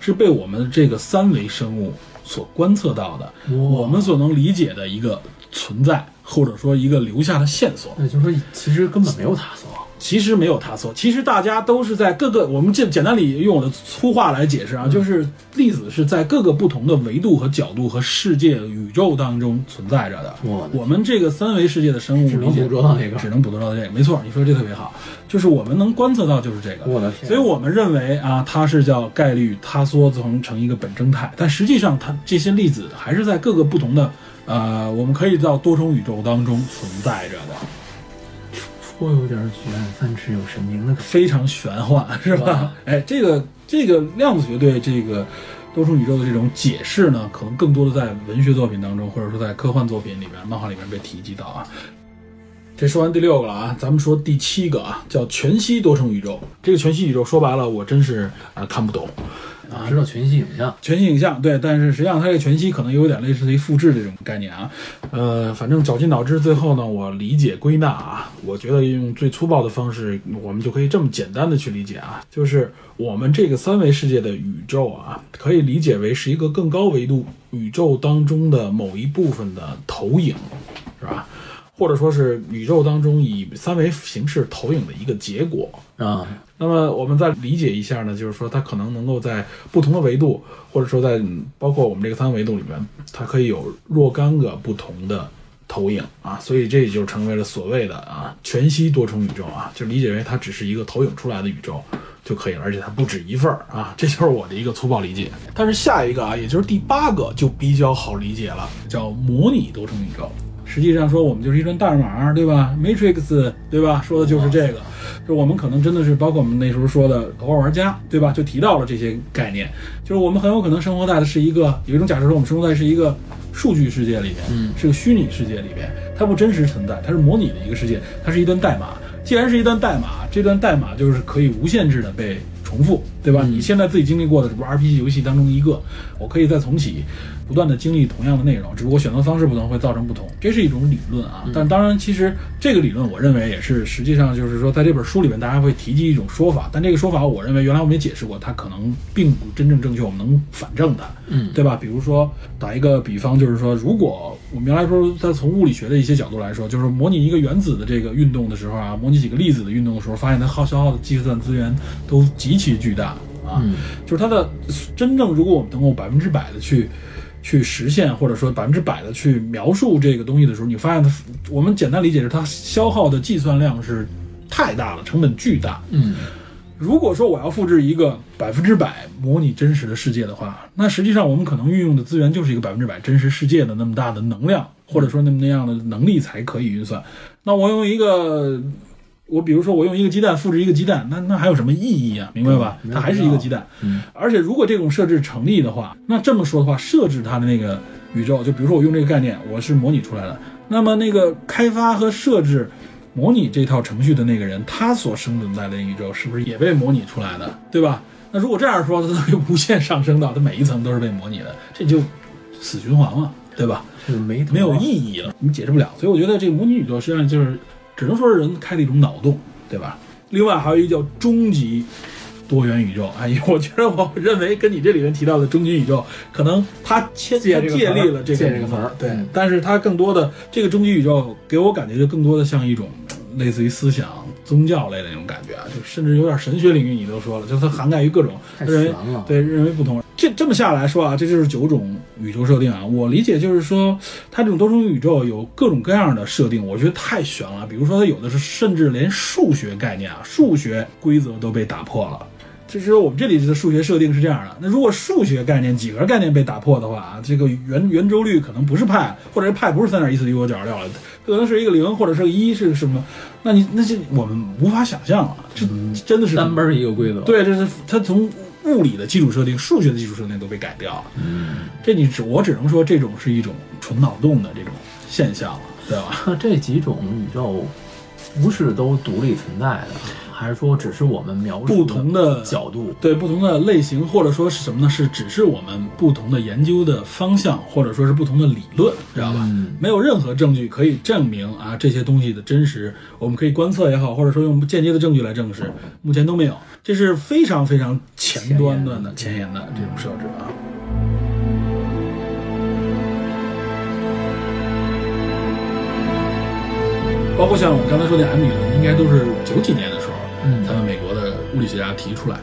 [SPEAKER 1] 是被我们这个三维生物所观测到的，
[SPEAKER 2] 哇
[SPEAKER 1] 我们所能理解的一个存在，或者说一个留下的线索。
[SPEAKER 2] 那就是说其实根本没有塌缩。
[SPEAKER 1] 其实没有塌缩，其实大家都是在各个我们这简单里用我的粗话来解释
[SPEAKER 2] 嗯
[SPEAKER 1] 啊，就是粒子是在各个不同的维度和角度和世界宇宙当中存在着的。
[SPEAKER 2] 我的
[SPEAKER 1] 我们这个三维世界的生物
[SPEAKER 2] 只能
[SPEAKER 1] 理解
[SPEAKER 2] 捕捉到这个
[SPEAKER 1] 只能捕捉到这个，没错，你说这特别好，就是我们能观测到就是这个。
[SPEAKER 3] 我的天
[SPEAKER 1] 所以我们认为啊，它是叫概率塌缩成成一个本征态，但实际上它这些粒子还是在各个不同的呃，我们可以到多重宇宙当中存在着的。
[SPEAKER 2] 颇有点举案三尺有神明的感觉。
[SPEAKER 1] 非常玄幻，是吧？哎，这个这个量子学对这个多重宇宙的这种解释呢，可能更多的在文学作品当中，或者说在科幻作品里面、漫画里面被提及到啊。这说完第六个了啊，咱们说第七个啊，叫全息多重宇宙。这个全息宇宙说白了，我真是啊、看不懂。啊
[SPEAKER 2] 知道全息影像，
[SPEAKER 1] 全息影像，对，但是实际上它这个全息可能有点类似于复制这种概念啊。呃，反正绞尽脑汁，最后呢，我理解归纳啊，我觉得用最粗暴的方式，我们就可以这么简单的去理解啊，就是我们这个三维世界的宇宙啊，可以理解为是一个更高维度宇宙当中的某一部分的投影，是吧？或者说是宇宙当中以三维形式投影的一个结果。
[SPEAKER 2] 啊，
[SPEAKER 1] 那么我们再理解一下呢，就是说它可能能够在不同的维度，或者说在嗯包括我们这个三维度里面，它可以有若干个不同的投影啊，所以这就成为了所谓的啊全息多重宇宙啊，就理解为它只是一个投影出来的宇宙就可以了，而且它不止一份儿啊，这就是我的一个粗暴理解。但是下一个啊，也就是第八个就比较好理解了，叫模拟多重宇宙。实际上说，我们就是一串代码，对吧？Matrix，对吧？说的就是这个，就我们可能真的是包括我们那时候说的《头号玩家》，对吧？就提到了这些概念，就是我们很有可能生活在的是一个有一种假设说，我们生活在是一个数据世界里边，
[SPEAKER 2] 嗯
[SPEAKER 1] 是个虚拟世界里边，它不真实存在，它是模拟的一个世界，它是一段代码。既然是一段代码，这段代码就是可以无限制的被重复，对吧？你现在自己经历过的，只不过 RPG 游戏当中一个，我可以再重启，不断的经历同样的内容，只不过选择方式不同会造成不同，这是一种理论啊。但当然，其实这个理论我认为也是，实际上就是说，在这本书里面大家会提及一种说法，但这个说法我认为原来我们也解释过，它可能并不真正正确，我们能反证它。
[SPEAKER 2] 嗯，
[SPEAKER 1] 对吧？比如说，打一个比方，就是说，如果我们原来说，在从物理学的一些角度来说，就是模拟一个原子的这个运动的时候啊，模拟几个粒子的运动的时候，发现它耗消耗的计算资源都极其巨大啊。
[SPEAKER 2] 嗯
[SPEAKER 1] 就是它的呃真正，如果我们能够百分之百的去去实现，或者说百分之百的去描述这个东西的时候，你发现它，我们简单理解是它消耗的计算量是太大了，成本巨大。
[SPEAKER 2] 嗯，
[SPEAKER 1] 如果说我要复制一个百分之百模拟真实的世界的话，那实际上我们可能运用的资源就是一个百分之百真实世界的那么大的能量，或者说那么那样的能力才可以运算。那我用一个，我比如说我用一个鸡蛋复制一个鸡蛋，那那还有什么意义啊？明白吧？它还是一个鸡蛋。
[SPEAKER 2] 嗯
[SPEAKER 1] 而且如果这种设置成立的话，那这么说的话，设置它的那个宇宙，就比如说我用这个概念，我是模拟出来的，那么那个开发和设置。模拟这套程序的那个人，他所生存在的宇宙是不是也被模拟出来的，对吧？那如果这样说，它就会无限上升到它每一层都是被模拟的，这就死循环了，对吧？
[SPEAKER 2] 这个没头啊
[SPEAKER 1] 没有意义了，你解释不了。所以我觉得这个模拟宇宙实际上就是，只能说是人开的一种脑洞，对吧？另外还有一个叫终极多元宇宙，哎，我觉得我认为跟你这里面提到的终极宇宙，可能它牵
[SPEAKER 2] 借
[SPEAKER 1] 它
[SPEAKER 2] 这个
[SPEAKER 1] 借
[SPEAKER 2] 词儿
[SPEAKER 1] 力了这
[SPEAKER 2] 借这个词儿
[SPEAKER 1] 对
[SPEAKER 2] 嗯，
[SPEAKER 1] 但是它更多的这个终极宇宙给我感觉就更多的像一种嗯类似于思想。宗教类的那种感觉啊，就甚至有点神学领域，你都说了，就它涵盖于各种
[SPEAKER 2] 太
[SPEAKER 1] 认
[SPEAKER 2] 悬
[SPEAKER 1] 为
[SPEAKER 2] 了。
[SPEAKER 1] 对，认为不同。这这么下来说啊，这就是九种宇宙设定啊。我理解就是说，它这种多重宇宙有各种各样的设定，我觉得太悬了。比如说，它有的是甚至连数学概念啊、数学规则都被打破了。就是我们这里的数学设定是这样的，那如果数学概念、几何概念被打破的话啊，这个圆圆周率可能不是派，或者是派不是三点一四一五九二六了，可能是一个零或者是个一，是个什么？
[SPEAKER 2] 嗯
[SPEAKER 1] 那你那这我们无法想象了，这真的是
[SPEAKER 2] 单班儿一个规则，，
[SPEAKER 1] 对，这是它从物理的基础设定、数学的基础设定都被改掉了。
[SPEAKER 2] 嗯，
[SPEAKER 1] 这你只我只能说，这种是一种纯脑洞的这种现象了，对吧？
[SPEAKER 2] 那这几种宇宙不是都独立存在的，还是说只是我们描述
[SPEAKER 1] 不同的
[SPEAKER 2] 角度？
[SPEAKER 1] 对不同的类型，或者说是什么呢？是只是我们不同的研究的方向，或者说是不同的理论，知道吧？
[SPEAKER 2] 嗯
[SPEAKER 1] 没有任何证据可以证明啊这些东西的真实，我们可以观测也好，或者说用间接的证据来证实，目前都没有。这是非常非常前端段的前沿的这种设置啊。包括像我们刚才说的 M 理论，应该都是九几年的时候，
[SPEAKER 2] 嗯
[SPEAKER 1] 他们美国的物理学家提出来。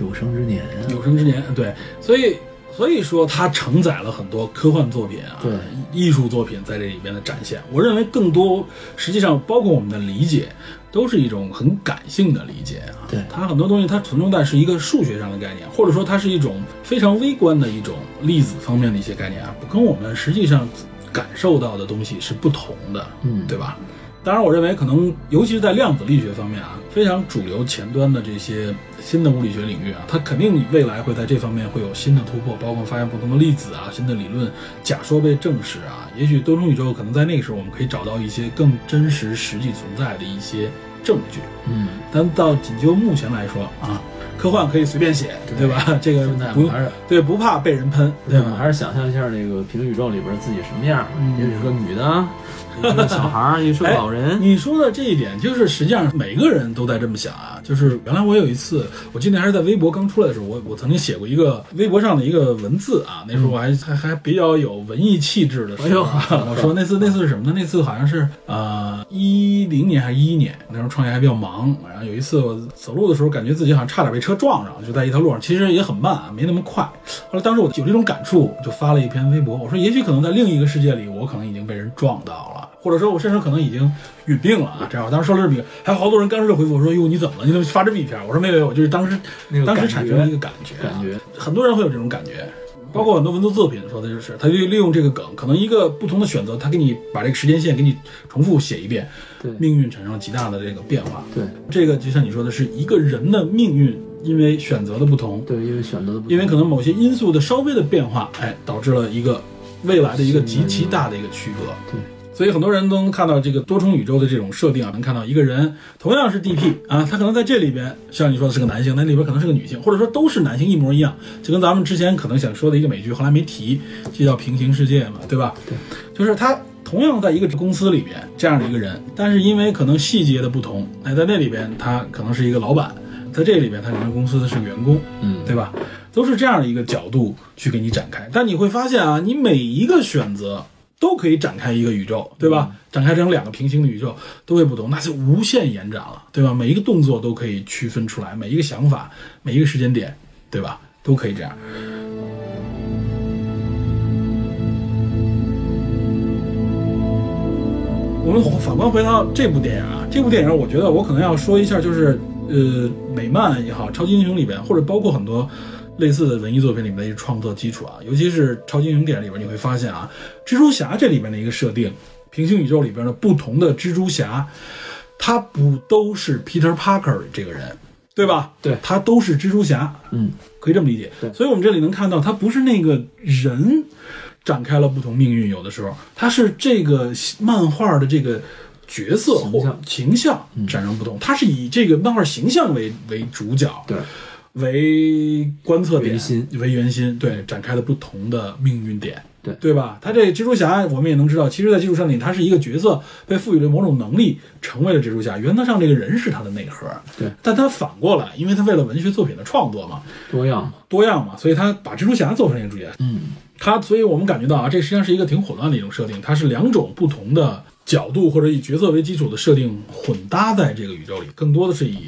[SPEAKER 2] 有生之年啊，
[SPEAKER 1] 有生之年，对，所以所以说它承载了很多科幻作品啊，
[SPEAKER 2] 对
[SPEAKER 1] 艺术作品在这里边的展现。我认为更多，实际上包括我们的理解，都是一种很感性的理解啊。
[SPEAKER 2] 对
[SPEAKER 1] 它很多东西它存在是一个数学上的概念，或者说它是一种非常微观的一种粒子方面的一些概念啊，跟我们实际上感受到的东西是不同的，
[SPEAKER 2] 嗯
[SPEAKER 1] 对吧？当然，我认为可能，尤其是在量子力学方面啊，非常主流前端的这些新的物理学领域啊，它肯定未来会在这方面会有新的突破，包括发现不同的粒子啊，新的理论假说被证实啊。也许多重宇宙可能在那个时候，我们可以找到一些更真实、实际存在的一些证据。
[SPEAKER 2] 嗯，
[SPEAKER 1] 但到仅就目前来说啊，科幻可以随便写，对吧？这个
[SPEAKER 2] 现在我
[SPEAKER 1] 不
[SPEAKER 2] 们还是
[SPEAKER 1] 对，不怕被人喷，对
[SPEAKER 2] 我们
[SPEAKER 1] 吧？
[SPEAKER 2] 还是想象一下那个平行宇宙里边自己什么样儿
[SPEAKER 1] 嗯，
[SPEAKER 2] 也许是个女的，也是个小孩儿，也是个老
[SPEAKER 1] 哎
[SPEAKER 2] 人。
[SPEAKER 1] 你说的这一点，就是实际上每个人都在这么想啊。就是原来我有一次，我记得还是在微博刚出来的时候，我我曾经写过一个微博上的一个文字啊，那时候
[SPEAKER 2] 嗯
[SPEAKER 1] 我还、还还比较有文艺气质的时候啊、
[SPEAKER 2] 哎
[SPEAKER 1] 我说那次那次是什么呢？那次好像是呃一零年还是一一年，那时候创业还比较忙，然后有一次我走路的时候，感觉自己好像差点被车撞上，就在一条路上，其实也很慢啊，没那么快。后来当时我有这种感触，我就发了一篇微博，我说也许可能在另一个世界里，我可能已经被人撞到了。或者说我甚至可能已经晕病了啊，这样。我当时说了这么一个，还有好多人当时就回复我说：“哟，你怎么了？你怎么发这么一篇？”我说：“没有没有，我就是当时
[SPEAKER 2] 那个
[SPEAKER 1] 当时
[SPEAKER 2] 感
[SPEAKER 1] 产
[SPEAKER 2] 觉
[SPEAKER 1] 生了一个感觉啊，
[SPEAKER 2] 感觉
[SPEAKER 1] 很多人会有这种感觉。”包括很多文字作品说的就是，他就利用这个梗，可能一个不同的选择，他给你把这个时间线给你重复写一遍，
[SPEAKER 2] 对
[SPEAKER 1] 命运产生了极大的这个变化。
[SPEAKER 2] 对
[SPEAKER 1] 这个就像你说的，是一个人的命运，因为选择的不同，
[SPEAKER 2] 对，因为选择的不
[SPEAKER 1] 因为可能某些因素的稍微的变化，哎，导致了一个未来的一个极其大的一个区隔。
[SPEAKER 2] 对，
[SPEAKER 1] 所以很多人都能看到这个多重宇宙的这种设定啊，能看到一个人同样是 DP 啊，他可能在这里边，像你说的是个男性，那里边可能是个女性，或者说都是男性一模一样，就跟咱们之前可能想说的一个美剧，后来没提，就叫《平行世界》嘛，对吧？
[SPEAKER 2] 对，
[SPEAKER 1] 就是他同样在一个公司里边这样的一个人，但是因为可能细节的不同，哎，在那里边他可能是一个老板，在这里边他可能公司的是个员工，
[SPEAKER 2] 嗯
[SPEAKER 1] 对吧？都是这样的一个角度去给你展开。但你会发现啊，你每一个选择都可以展开一个宇宙，对吧？展开成两个平行的宇宙都会不同，那就无限延展了，对吧？每一个动作都可以区分出来，每一个想法，每一个时间点，对吧？都可以这样。我们反观回到这部电影啊，这部电影我觉得我可能要说一下，就是呃，美漫也好，超级英雄里边，或者包括很多类似的文艺作品里面的一个创作基础啊，尤其是超级英雄电影里边，你会发现啊，蜘蛛侠这里边的一个设定，平行宇宙里边的不同的蜘蛛侠，他不都是 Peter Parker 这个人，对吧？
[SPEAKER 2] 对
[SPEAKER 1] 他都是蜘蛛侠，
[SPEAKER 2] 嗯，
[SPEAKER 1] 可以这么理解。
[SPEAKER 2] 对
[SPEAKER 1] 所以我们这里能看到，他不是那个人展开了不同命运，有的时候他是这个漫画的这个角色
[SPEAKER 2] 形
[SPEAKER 1] 或
[SPEAKER 2] 象
[SPEAKER 1] 形象产生不同，他是以这个漫画形象为为主角，
[SPEAKER 2] 对，
[SPEAKER 1] 为观测点，
[SPEAKER 2] 圆心嗯
[SPEAKER 1] 为圆心，对，展开了不同的命运点。
[SPEAKER 2] 对
[SPEAKER 1] 对吧？他这蜘蛛侠，我们也能知道，其实，在基础上里，他是一个角色被赋予了某种能力，成为了蜘蛛侠。原则上，这个人是他的内核。
[SPEAKER 2] 对，
[SPEAKER 1] 但他反过来，因为他为了文学作品的创作嘛，
[SPEAKER 2] 多样嘛，
[SPEAKER 1] 多样嘛，所以他把蜘蛛侠做成一个主角。
[SPEAKER 2] 嗯，
[SPEAKER 1] 他，所以我们感觉到啊，这实际上是一个挺混乱的一种设定，它是两种不同的角度或者以角色为基础的设定混搭在这个宇宙里，更多的是以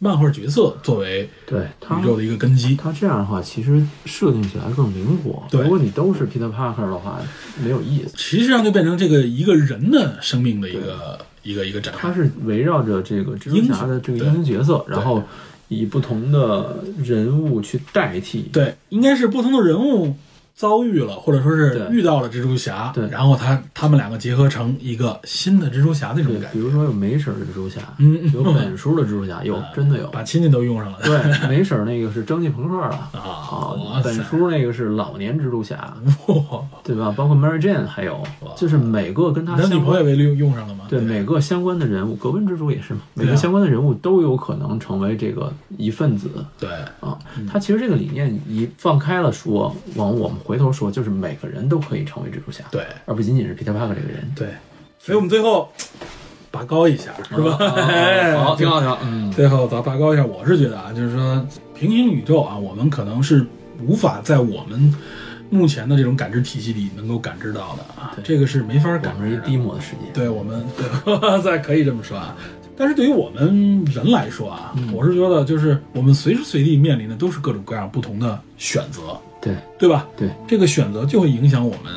[SPEAKER 1] 漫画角色作为
[SPEAKER 2] 对，他
[SPEAKER 1] 宇宙的一个根基。
[SPEAKER 2] 他这样的话，其实设定起来更灵活。
[SPEAKER 1] 对
[SPEAKER 2] 如果你都是 Peter Parker 的话，没有意思。
[SPEAKER 1] 实际上就变成这个一个人的生命的一个一个一个展开
[SPEAKER 2] 他。是围绕着这个蜘蛛侠的这个英雄角色，然后以不同的人物去代替。
[SPEAKER 1] 对，应该是不同的人物遭遇了，或者说是
[SPEAKER 2] 对
[SPEAKER 1] 遇到了蜘蛛侠，
[SPEAKER 2] 对
[SPEAKER 1] 然后他他们两个结合成一个新的蜘蛛侠那种
[SPEAKER 2] 对，
[SPEAKER 1] 感
[SPEAKER 2] 比
[SPEAKER 1] 觉，
[SPEAKER 2] 如说有梅婶儿的蜘蛛侠，
[SPEAKER 1] 嗯
[SPEAKER 2] 有本叔的蜘蛛侠，有真的有。
[SPEAKER 1] 把亲戚都用上了。
[SPEAKER 2] 对，梅婶儿那个是蒸汽朋克了
[SPEAKER 1] 啊
[SPEAKER 2] 啊
[SPEAKER 1] 哇，
[SPEAKER 2] 本
[SPEAKER 1] 塞
[SPEAKER 2] 叔那个是老年蜘蛛侠，
[SPEAKER 1] 哇
[SPEAKER 2] 对吧？包括 Mary Jane 还有，就是每个跟他
[SPEAKER 1] 你的女
[SPEAKER 2] 相
[SPEAKER 1] 朋
[SPEAKER 2] 关
[SPEAKER 1] 友也被用用上了吗？
[SPEAKER 2] 对每个相关的人物，格温蜘蛛也是嘛，每
[SPEAKER 1] 对啊
[SPEAKER 2] 个相关的人物都有可能成为这个一份子
[SPEAKER 1] 对，
[SPEAKER 2] 啊。
[SPEAKER 1] 嗯
[SPEAKER 2] 他其实这个理念一放开了说，往我们回头说，就是每个人都可以成为蜘蛛侠，
[SPEAKER 1] 对
[SPEAKER 2] 而不仅仅是 Peter Parker 这个人。
[SPEAKER 1] 对，所以我们最后拔高一下，是吧？哎
[SPEAKER 2] 啊 好，挺好，挺好，嗯，
[SPEAKER 1] 最后咱拔高一下，我是觉得啊，就是说平行宇宙啊，我们可能是无法在我们目前的这种感知体系里能够感知到的啊，这个是没法
[SPEAKER 2] 我
[SPEAKER 1] 感
[SPEAKER 2] 们
[SPEAKER 1] 知
[SPEAKER 2] 是
[SPEAKER 1] 的。
[SPEAKER 2] 低模的世界，
[SPEAKER 1] 对我们， 对，再可以这么说啊。但是对于我们人来说啊，
[SPEAKER 2] 嗯
[SPEAKER 1] 我是觉得就是我们随时随地面临的都是各种各样不同的选择，
[SPEAKER 2] 对
[SPEAKER 1] 对吧？
[SPEAKER 2] 对，
[SPEAKER 1] 这个选择就会影响我们，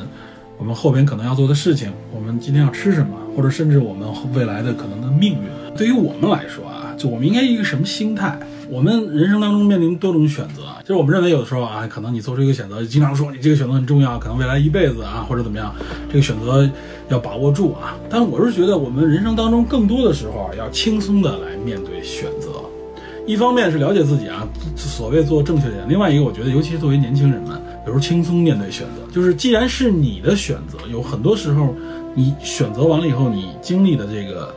[SPEAKER 1] 我们后边可能要做的事情，我们今天要吃什么，或者甚至我们未来的可能的命运。对于我们来说啊，就我们应该一个什么心态？我们人生当中面临多种选择，就是我们认为有的时候啊，可能你做出一个选择，经常说你这个选择很重要，可能未来一辈子啊，或者怎么样，这个选择要把握住啊。但我是觉得我们人生当中更多的时候啊要轻松的来面对选择。一方面是了解自己啊，所谓做正确的人；另外一个，我觉得，尤其是作为年轻人们，有时候轻松面对选择，就是既然是你的选择，有很多时候你选择完了以后，你经历的这个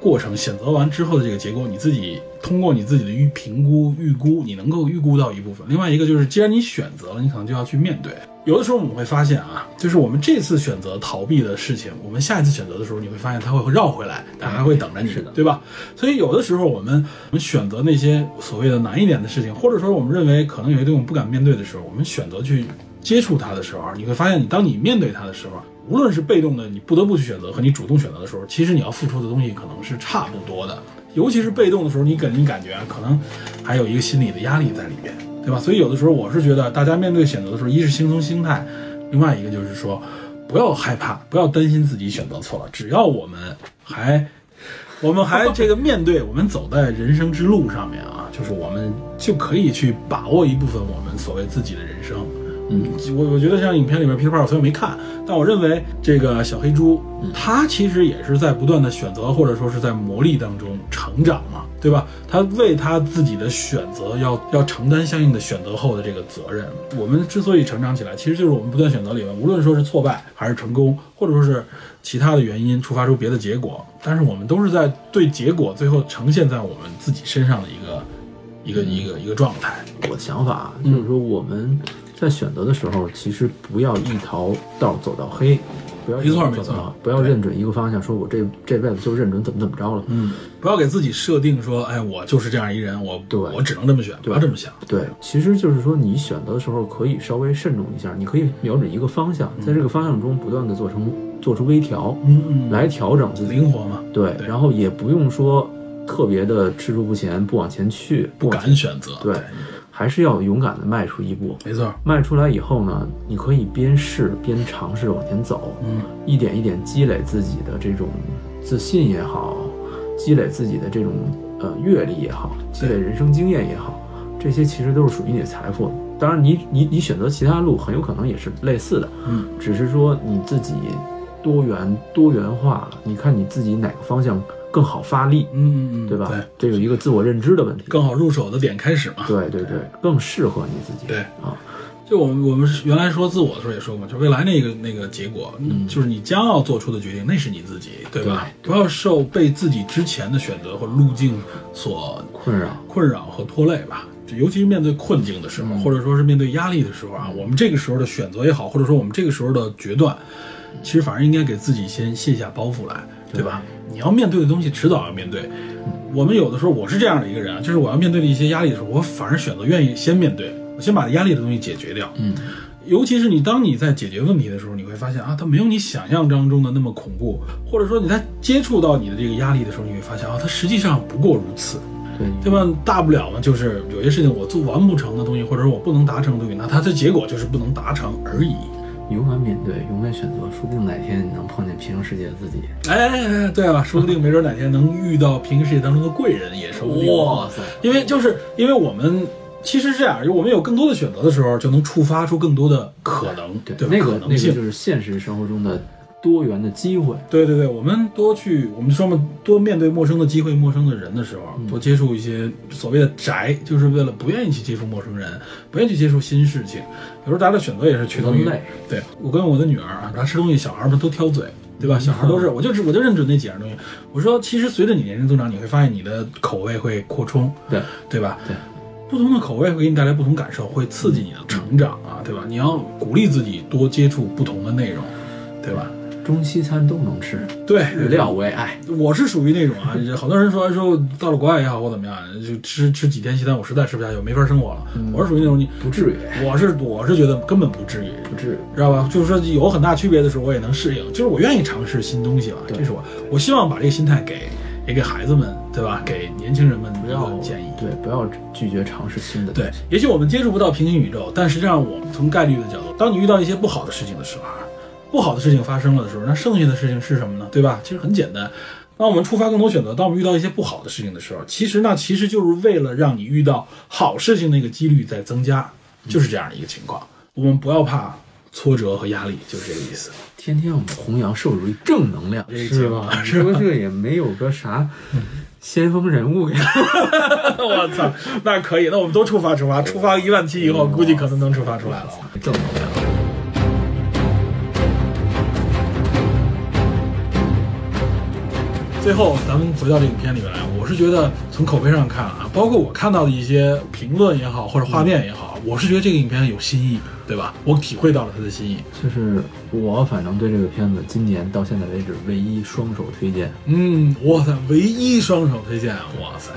[SPEAKER 1] 过程，选择完之后的这个结果，你自己通过你自己的预评估、预估，你能够预估到一部分。另外一个就是，既然你选择了，你可能就要去面对。有的时候我们会发现啊，就是我们这次选择逃避的事情，我们下一次选择的时候，你会发现它会绕回来，但还会等着你，
[SPEAKER 2] 是的
[SPEAKER 1] 对吧？所以有的时候我们我们选择那些所谓的难一点的事情，或者说我们认为可能有一些我们不敢面对的时候，我们选择去接触它的时候，你会发现，你当你面对它的时候，无论是被动的你不得不去选择和你主动选择的时候，其实你要付出的东西可能是差不多的。尤其是被动的时候，你给你感觉啊可能还有一个心理的压力在里边，对吧？所以有的时候我是觉得，大家面对选择的时候，一是轻松心态，另外一个就是说，不要害怕，不要担心自己选择错了，只要我们还我们还这个面对我们走在人生之路上面啊， 就是我们就可以去把握一部分我们所谓自己的人生。
[SPEAKER 2] 嗯，
[SPEAKER 1] 我我觉得像影片里面 Peter Parker 虽然没看，但我认为这个小黑猪，他其实也是在不断的选择或者说是在磨砺当中成长嘛，对吧？他为他自己的选择要要承担相应的选择后的这个责任。我们之所以成长起来，其实就是我们不断选择里面，无论说是挫败还是成功，或者说是其他的原因触发出别的结果，但是我们都是在对结果最后呈现在我们自己身上的一个一个一个一个状态。
[SPEAKER 2] 我的想法
[SPEAKER 1] 嗯
[SPEAKER 2] 啊就是说，我们在选择的时候，其实不要一条道走到黑，不要一条道
[SPEAKER 1] 没错
[SPEAKER 2] 走到
[SPEAKER 1] 没错
[SPEAKER 2] 不要认准一个方向，说我这这辈子就认准怎么怎么着了。
[SPEAKER 1] 嗯，不要给自己设定说，哎，我就是这样一人，我
[SPEAKER 2] 对
[SPEAKER 1] 我只能这么选，不要这么想。
[SPEAKER 2] 对，其实就是说，你选择的时候可以稍微慎重一下，你可以瞄准一个方向，在这个方向中不断的做成做出微调，
[SPEAKER 1] 嗯
[SPEAKER 2] 来调整自己。
[SPEAKER 1] 灵活嘛，
[SPEAKER 2] 对，然后也不用说特别的踟蹰不前，不往前去，
[SPEAKER 1] 不
[SPEAKER 2] 不往前，
[SPEAKER 1] 敢选择。
[SPEAKER 2] 对，还是要勇敢的迈出一步。
[SPEAKER 1] 没错。
[SPEAKER 2] 迈出来以后呢，你可以边试边尝试往前走，
[SPEAKER 1] 嗯，
[SPEAKER 2] 一点一点积累自己的这种自信也好，积累自己的这种呃阅历也好，积累人生经验也好，这些其实都是属于你的财富。当然你，你你选择其他路，很有可能也是类似的，
[SPEAKER 1] 嗯，
[SPEAKER 2] 只是说你自己多元多元化，你看你自己哪个方向更好发力，
[SPEAKER 1] 嗯嗯嗯，
[SPEAKER 2] 对吧？
[SPEAKER 1] 对，
[SPEAKER 2] 这有一个自我认知的问题。
[SPEAKER 1] 更好入手的点开始嘛。
[SPEAKER 2] 对对对，更适合你自己。
[SPEAKER 1] 对
[SPEAKER 2] 啊，
[SPEAKER 1] 就我们我们是原来说自我的时候也说过，就未来那个那个结果，就是你将要做出的决定，那是你自己，嗯对吧？不要受被自己之前的选择或路径所
[SPEAKER 2] 困扰。
[SPEAKER 1] 困扰和拖累吧。就尤其是面对困境的时候，或者说是面对压力的时候啊，我们这个时候的选择也好，或者说我们这个时候的决断，其实反而应该给自己先卸下包袱来，对嗯吧？你要面对的东西，迟早要面对。我们有的时候，我是这样的一个人啊，就是我要面对的一些压力的时候，我反而选择愿意先面对，我先把压力的东西解决掉。嗯，尤其是你当你在解决问题的时候，你会发现啊，它没有你想象当中的那么恐怖，或者说你在接触到你的这个压力的时候，你会发现啊，它实际上不过如此。
[SPEAKER 2] 对，
[SPEAKER 1] 对吧？大不了嘛，就是有些事情我做完不成的东西，或者是我不能达成的东西，那它的结果就是不能达成而已。
[SPEAKER 2] 勇敢面对，勇敢选择，说不定哪天你能碰见平行世界的自己。
[SPEAKER 1] 哎哎，哎对啊，说不定没准哪天能遇到平行世界当中的贵人，也说不定。
[SPEAKER 2] 塞！
[SPEAKER 1] 因为就是因为我们其实是这样，我们有更多的选择的时候，就能触发出更多的可能，对吧
[SPEAKER 2] 那
[SPEAKER 1] 可
[SPEAKER 2] 个那
[SPEAKER 1] 能
[SPEAKER 2] 个
[SPEAKER 1] 性。
[SPEAKER 2] 就是现实生活中的多元的机会，
[SPEAKER 1] 对对对，我们多去，我们说嘛，多面对陌生的机会、陌生的人的时候，
[SPEAKER 2] 嗯
[SPEAKER 1] 多接触一些所谓的宅，就是为了不愿意去接触陌生人，不愿意去接触新事情。有时候大家的选择也是取决于
[SPEAKER 2] 人类。
[SPEAKER 1] 对我跟我的女儿啊，她吃东西，小孩儿们都挑嘴，对
[SPEAKER 2] 嗯
[SPEAKER 1] 吧？小孩儿都是，我就是我就认准那几样东西。我说，其实随着你年龄增长，你会发现你的口味会扩充，
[SPEAKER 2] 对，
[SPEAKER 1] 对吧？
[SPEAKER 2] 对，
[SPEAKER 1] 不同的口味会给你带来不同感受，会刺激你的成长啊，对吧？你要鼓励自己多接触不同的内容，对吧？
[SPEAKER 2] 中西餐都能吃，
[SPEAKER 1] 对，
[SPEAKER 2] 日料哎我也爱。
[SPEAKER 1] 我是属于那种啊， 好多人说说到了国外也好或怎么样，就吃吃几天西餐，我实在吃不下去，我没法生活了。
[SPEAKER 2] 嗯
[SPEAKER 1] 我是属于那种你
[SPEAKER 2] 不至于，
[SPEAKER 1] 我是我是觉得根本不至于，
[SPEAKER 2] 不至于。
[SPEAKER 1] 知道吧？就是说有很大区别的时候，我也能适应，就是我愿意尝试新东西吧。
[SPEAKER 2] 对
[SPEAKER 1] 这是我我希望把这个心态给也给孩子们，对吧？给年轻人们
[SPEAKER 2] 不
[SPEAKER 1] 一
[SPEAKER 2] 要
[SPEAKER 1] 个嗯建议。
[SPEAKER 2] 对，不要拒绝尝试新的。
[SPEAKER 1] 对，，也许我们接触不到平行宇宙，但实际上我们从概率的角度，当你遇到一些不好的事情的时候啊，不好的事情发生了的时候，那剩下的事情是什么呢？对吧？其实很简单。当我们触发更多选择，当我们遇到一些不好的事情的时候，其实那其实就是为了让你遇到好事情那个几率在增加，就是这样的一个情况。我们不要怕挫折和压力，就是这个意思。
[SPEAKER 2] 天天我们弘扬社会主义正能量，
[SPEAKER 3] 是吧？你说这也没有个啥先锋人物呀，
[SPEAKER 1] 我操，那可以，那我们都触发触发，触发一万期以后，估计可能能触发出来了。
[SPEAKER 2] 正能量。
[SPEAKER 1] 最后，咱们回到这个片里面来，我是觉得从口碑上看啊，包括我看到的一些评论也好，或者画面也好，我是觉得这个影片有新意，对吧？我体会到了它的新意。
[SPEAKER 2] 就是我反正对这个片子今年到现在为止唯一双手推荐，
[SPEAKER 1] 嗯，哇塞，唯一双手推荐，哇塞，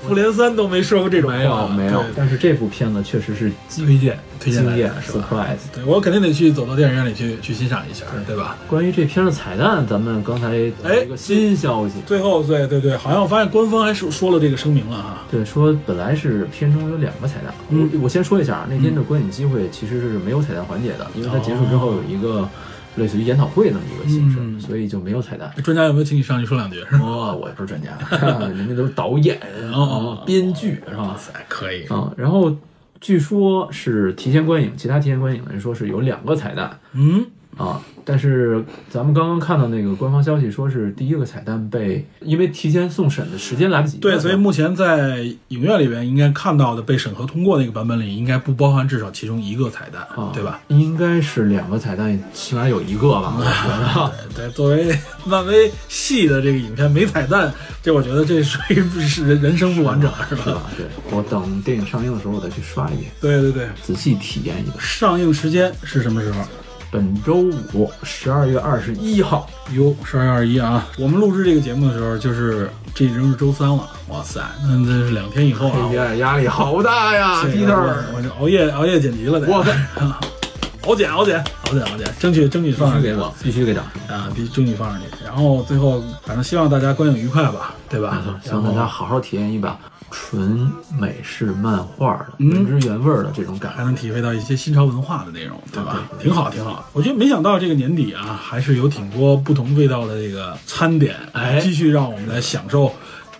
[SPEAKER 1] 复联三都没说过这种话，
[SPEAKER 2] 没有没有
[SPEAKER 1] 对，
[SPEAKER 2] 但是这部片子确实是惊
[SPEAKER 1] 推荐推荐大
[SPEAKER 2] 惊艳
[SPEAKER 1] 家是吧？
[SPEAKER 2] surprise。
[SPEAKER 1] 对我肯定得去走到电影院里去去欣赏一下，对吧？
[SPEAKER 2] 关于这片的彩蛋，咱们刚才得
[SPEAKER 1] 哎
[SPEAKER 2] 到一个新消息，
[SPEAKER 1] 最后，对对对，好像我发现官方还说说了这个声明了啊。
[SPEAKER 2] 对，说本来是片中有两个彩蛋，
[SPEAKER 1] 嗯
[SPEAKER 2] 我我先说一下，啊那天的观影机会其实是没有彩蛋环节的，因为它结束之后有一个类似于研讨会那么一个形
[SPEAKER 1] 哦嗯
[SPEAKER 2] 式，所以就没有彩蛋。
[SPEAKER 1] 专家有没有请你上去说两句？
[SPEAKER 2] 哦，我也不是专家，啊 人家都是导演
[SPEAKER 1] 哦
[SPEAKER 2] 啊、编剧是吧
[SPEAKER 1] 哇？塞，可以，
[SPEAKER 2] 啊，然后据说是提前观影，其他提前观影的人说是有两个彩蛋
[SPEAKER 1] 嗯，
[SPEAKER 2] 啊，但是咱们刚刚看到那个官方消息说是第一个彩蛋被因为提前送审的时间来不及，
[SPEAKER 1] 对，所以目前在影院里边应该看到的被审核通过那个版本里，应该不包含至少其中一个彩蛋，
[SPEAKER 2] 啊，
[SPEAKER 1] 对吧？？
[SPEAKER 2] 应该是两个彩蛋，起码有一个 吧，我觉得。
[SPEAKER 1] 对，作为漫威系的这个影片没彩蛋，这我觉得这 属于不是人人生不完整，是
[SPEAKER 2] 是
[SPEAKER 1] 吧？
[SPEAKER 2] 吧？对，我等电影上映的时候，我再去刷一遍，
[SPEAKER 1] 对对对，
[SPEAKER 2] 仔细体验一个。
[SPEAKER 1] 上映时间是什么时候？
[SPEAKER 2] 本周五，十二月二十一号，
[SPEAKER 1] 哟，十二月二十一啊！我们录制这个节目的时候，就是这已经是周三了，哇塞，那那是两天以后啊！
[SPEAKER 2] 点哎压力好大呀
[SPEAKER 1] 这个
[SPEAKER 2] 啊
[SPEAKER 1] 我我就熬夜熬夜剪辑了得，
[SPEAKER 2] 哇塞，
[SPEAKER 1] 熬剪熬剪熬剪熬剪，争取争取
[SPEAKER 2] 必
[SPEAKER 1] 放
[SPEAKER 2] 须
[SPEAKER 1] 上去
[SPEAKER 2] 给我，必须给掌声。
[SPEAKER 1] 啊，必须终于放上去。然后最后，反正希望大家观影愉快吧，对吧？
[SPEAKER 2] 啊想嗯让大家好好体验一把纯美式漫画的
[SPEAKER 1] 嗯
[SPEAKER 2] 原汁原味儿的这种感
[SPEAKER 1] 还
[SPEAKER 2] 觉。
[SPEAKER 1] 能体会到一些新潮文化的内容，对吧？
[SPEAKER 2] 对对
[SPEAKER 1] 挺好，挺好。我觉得没想到这个年底啊，还是有挺多不同味道的这个餐点，
[SPEAKER 2] 哎
[SPEAKER 1] 继续让我们来享受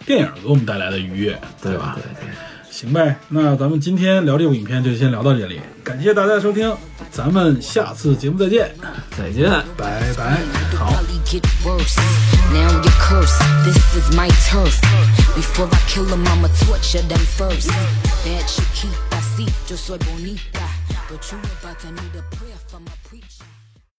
[SPEAKER 1] 电影给我们带来的愉悦，
[SPEAKER 2] 对
[SPEAKER 1] 吧？
[SPEAKER 2] 对对，
[SPEAKER 1] 行呗，那咱们今天聊这部影片就先聊到这里，感谢大家的收听，咱们下次节目再见，
[SPEAKER 2] 再见。
[SPEAKER 1] 拜拜。
[SPEAKER 4] could probably get worse. Now you're cursed. This is my turf. Before I kill them, I'ma torture them first. That you keep, I see. Yo soy bonita. But you about to need a prayer from a preacher.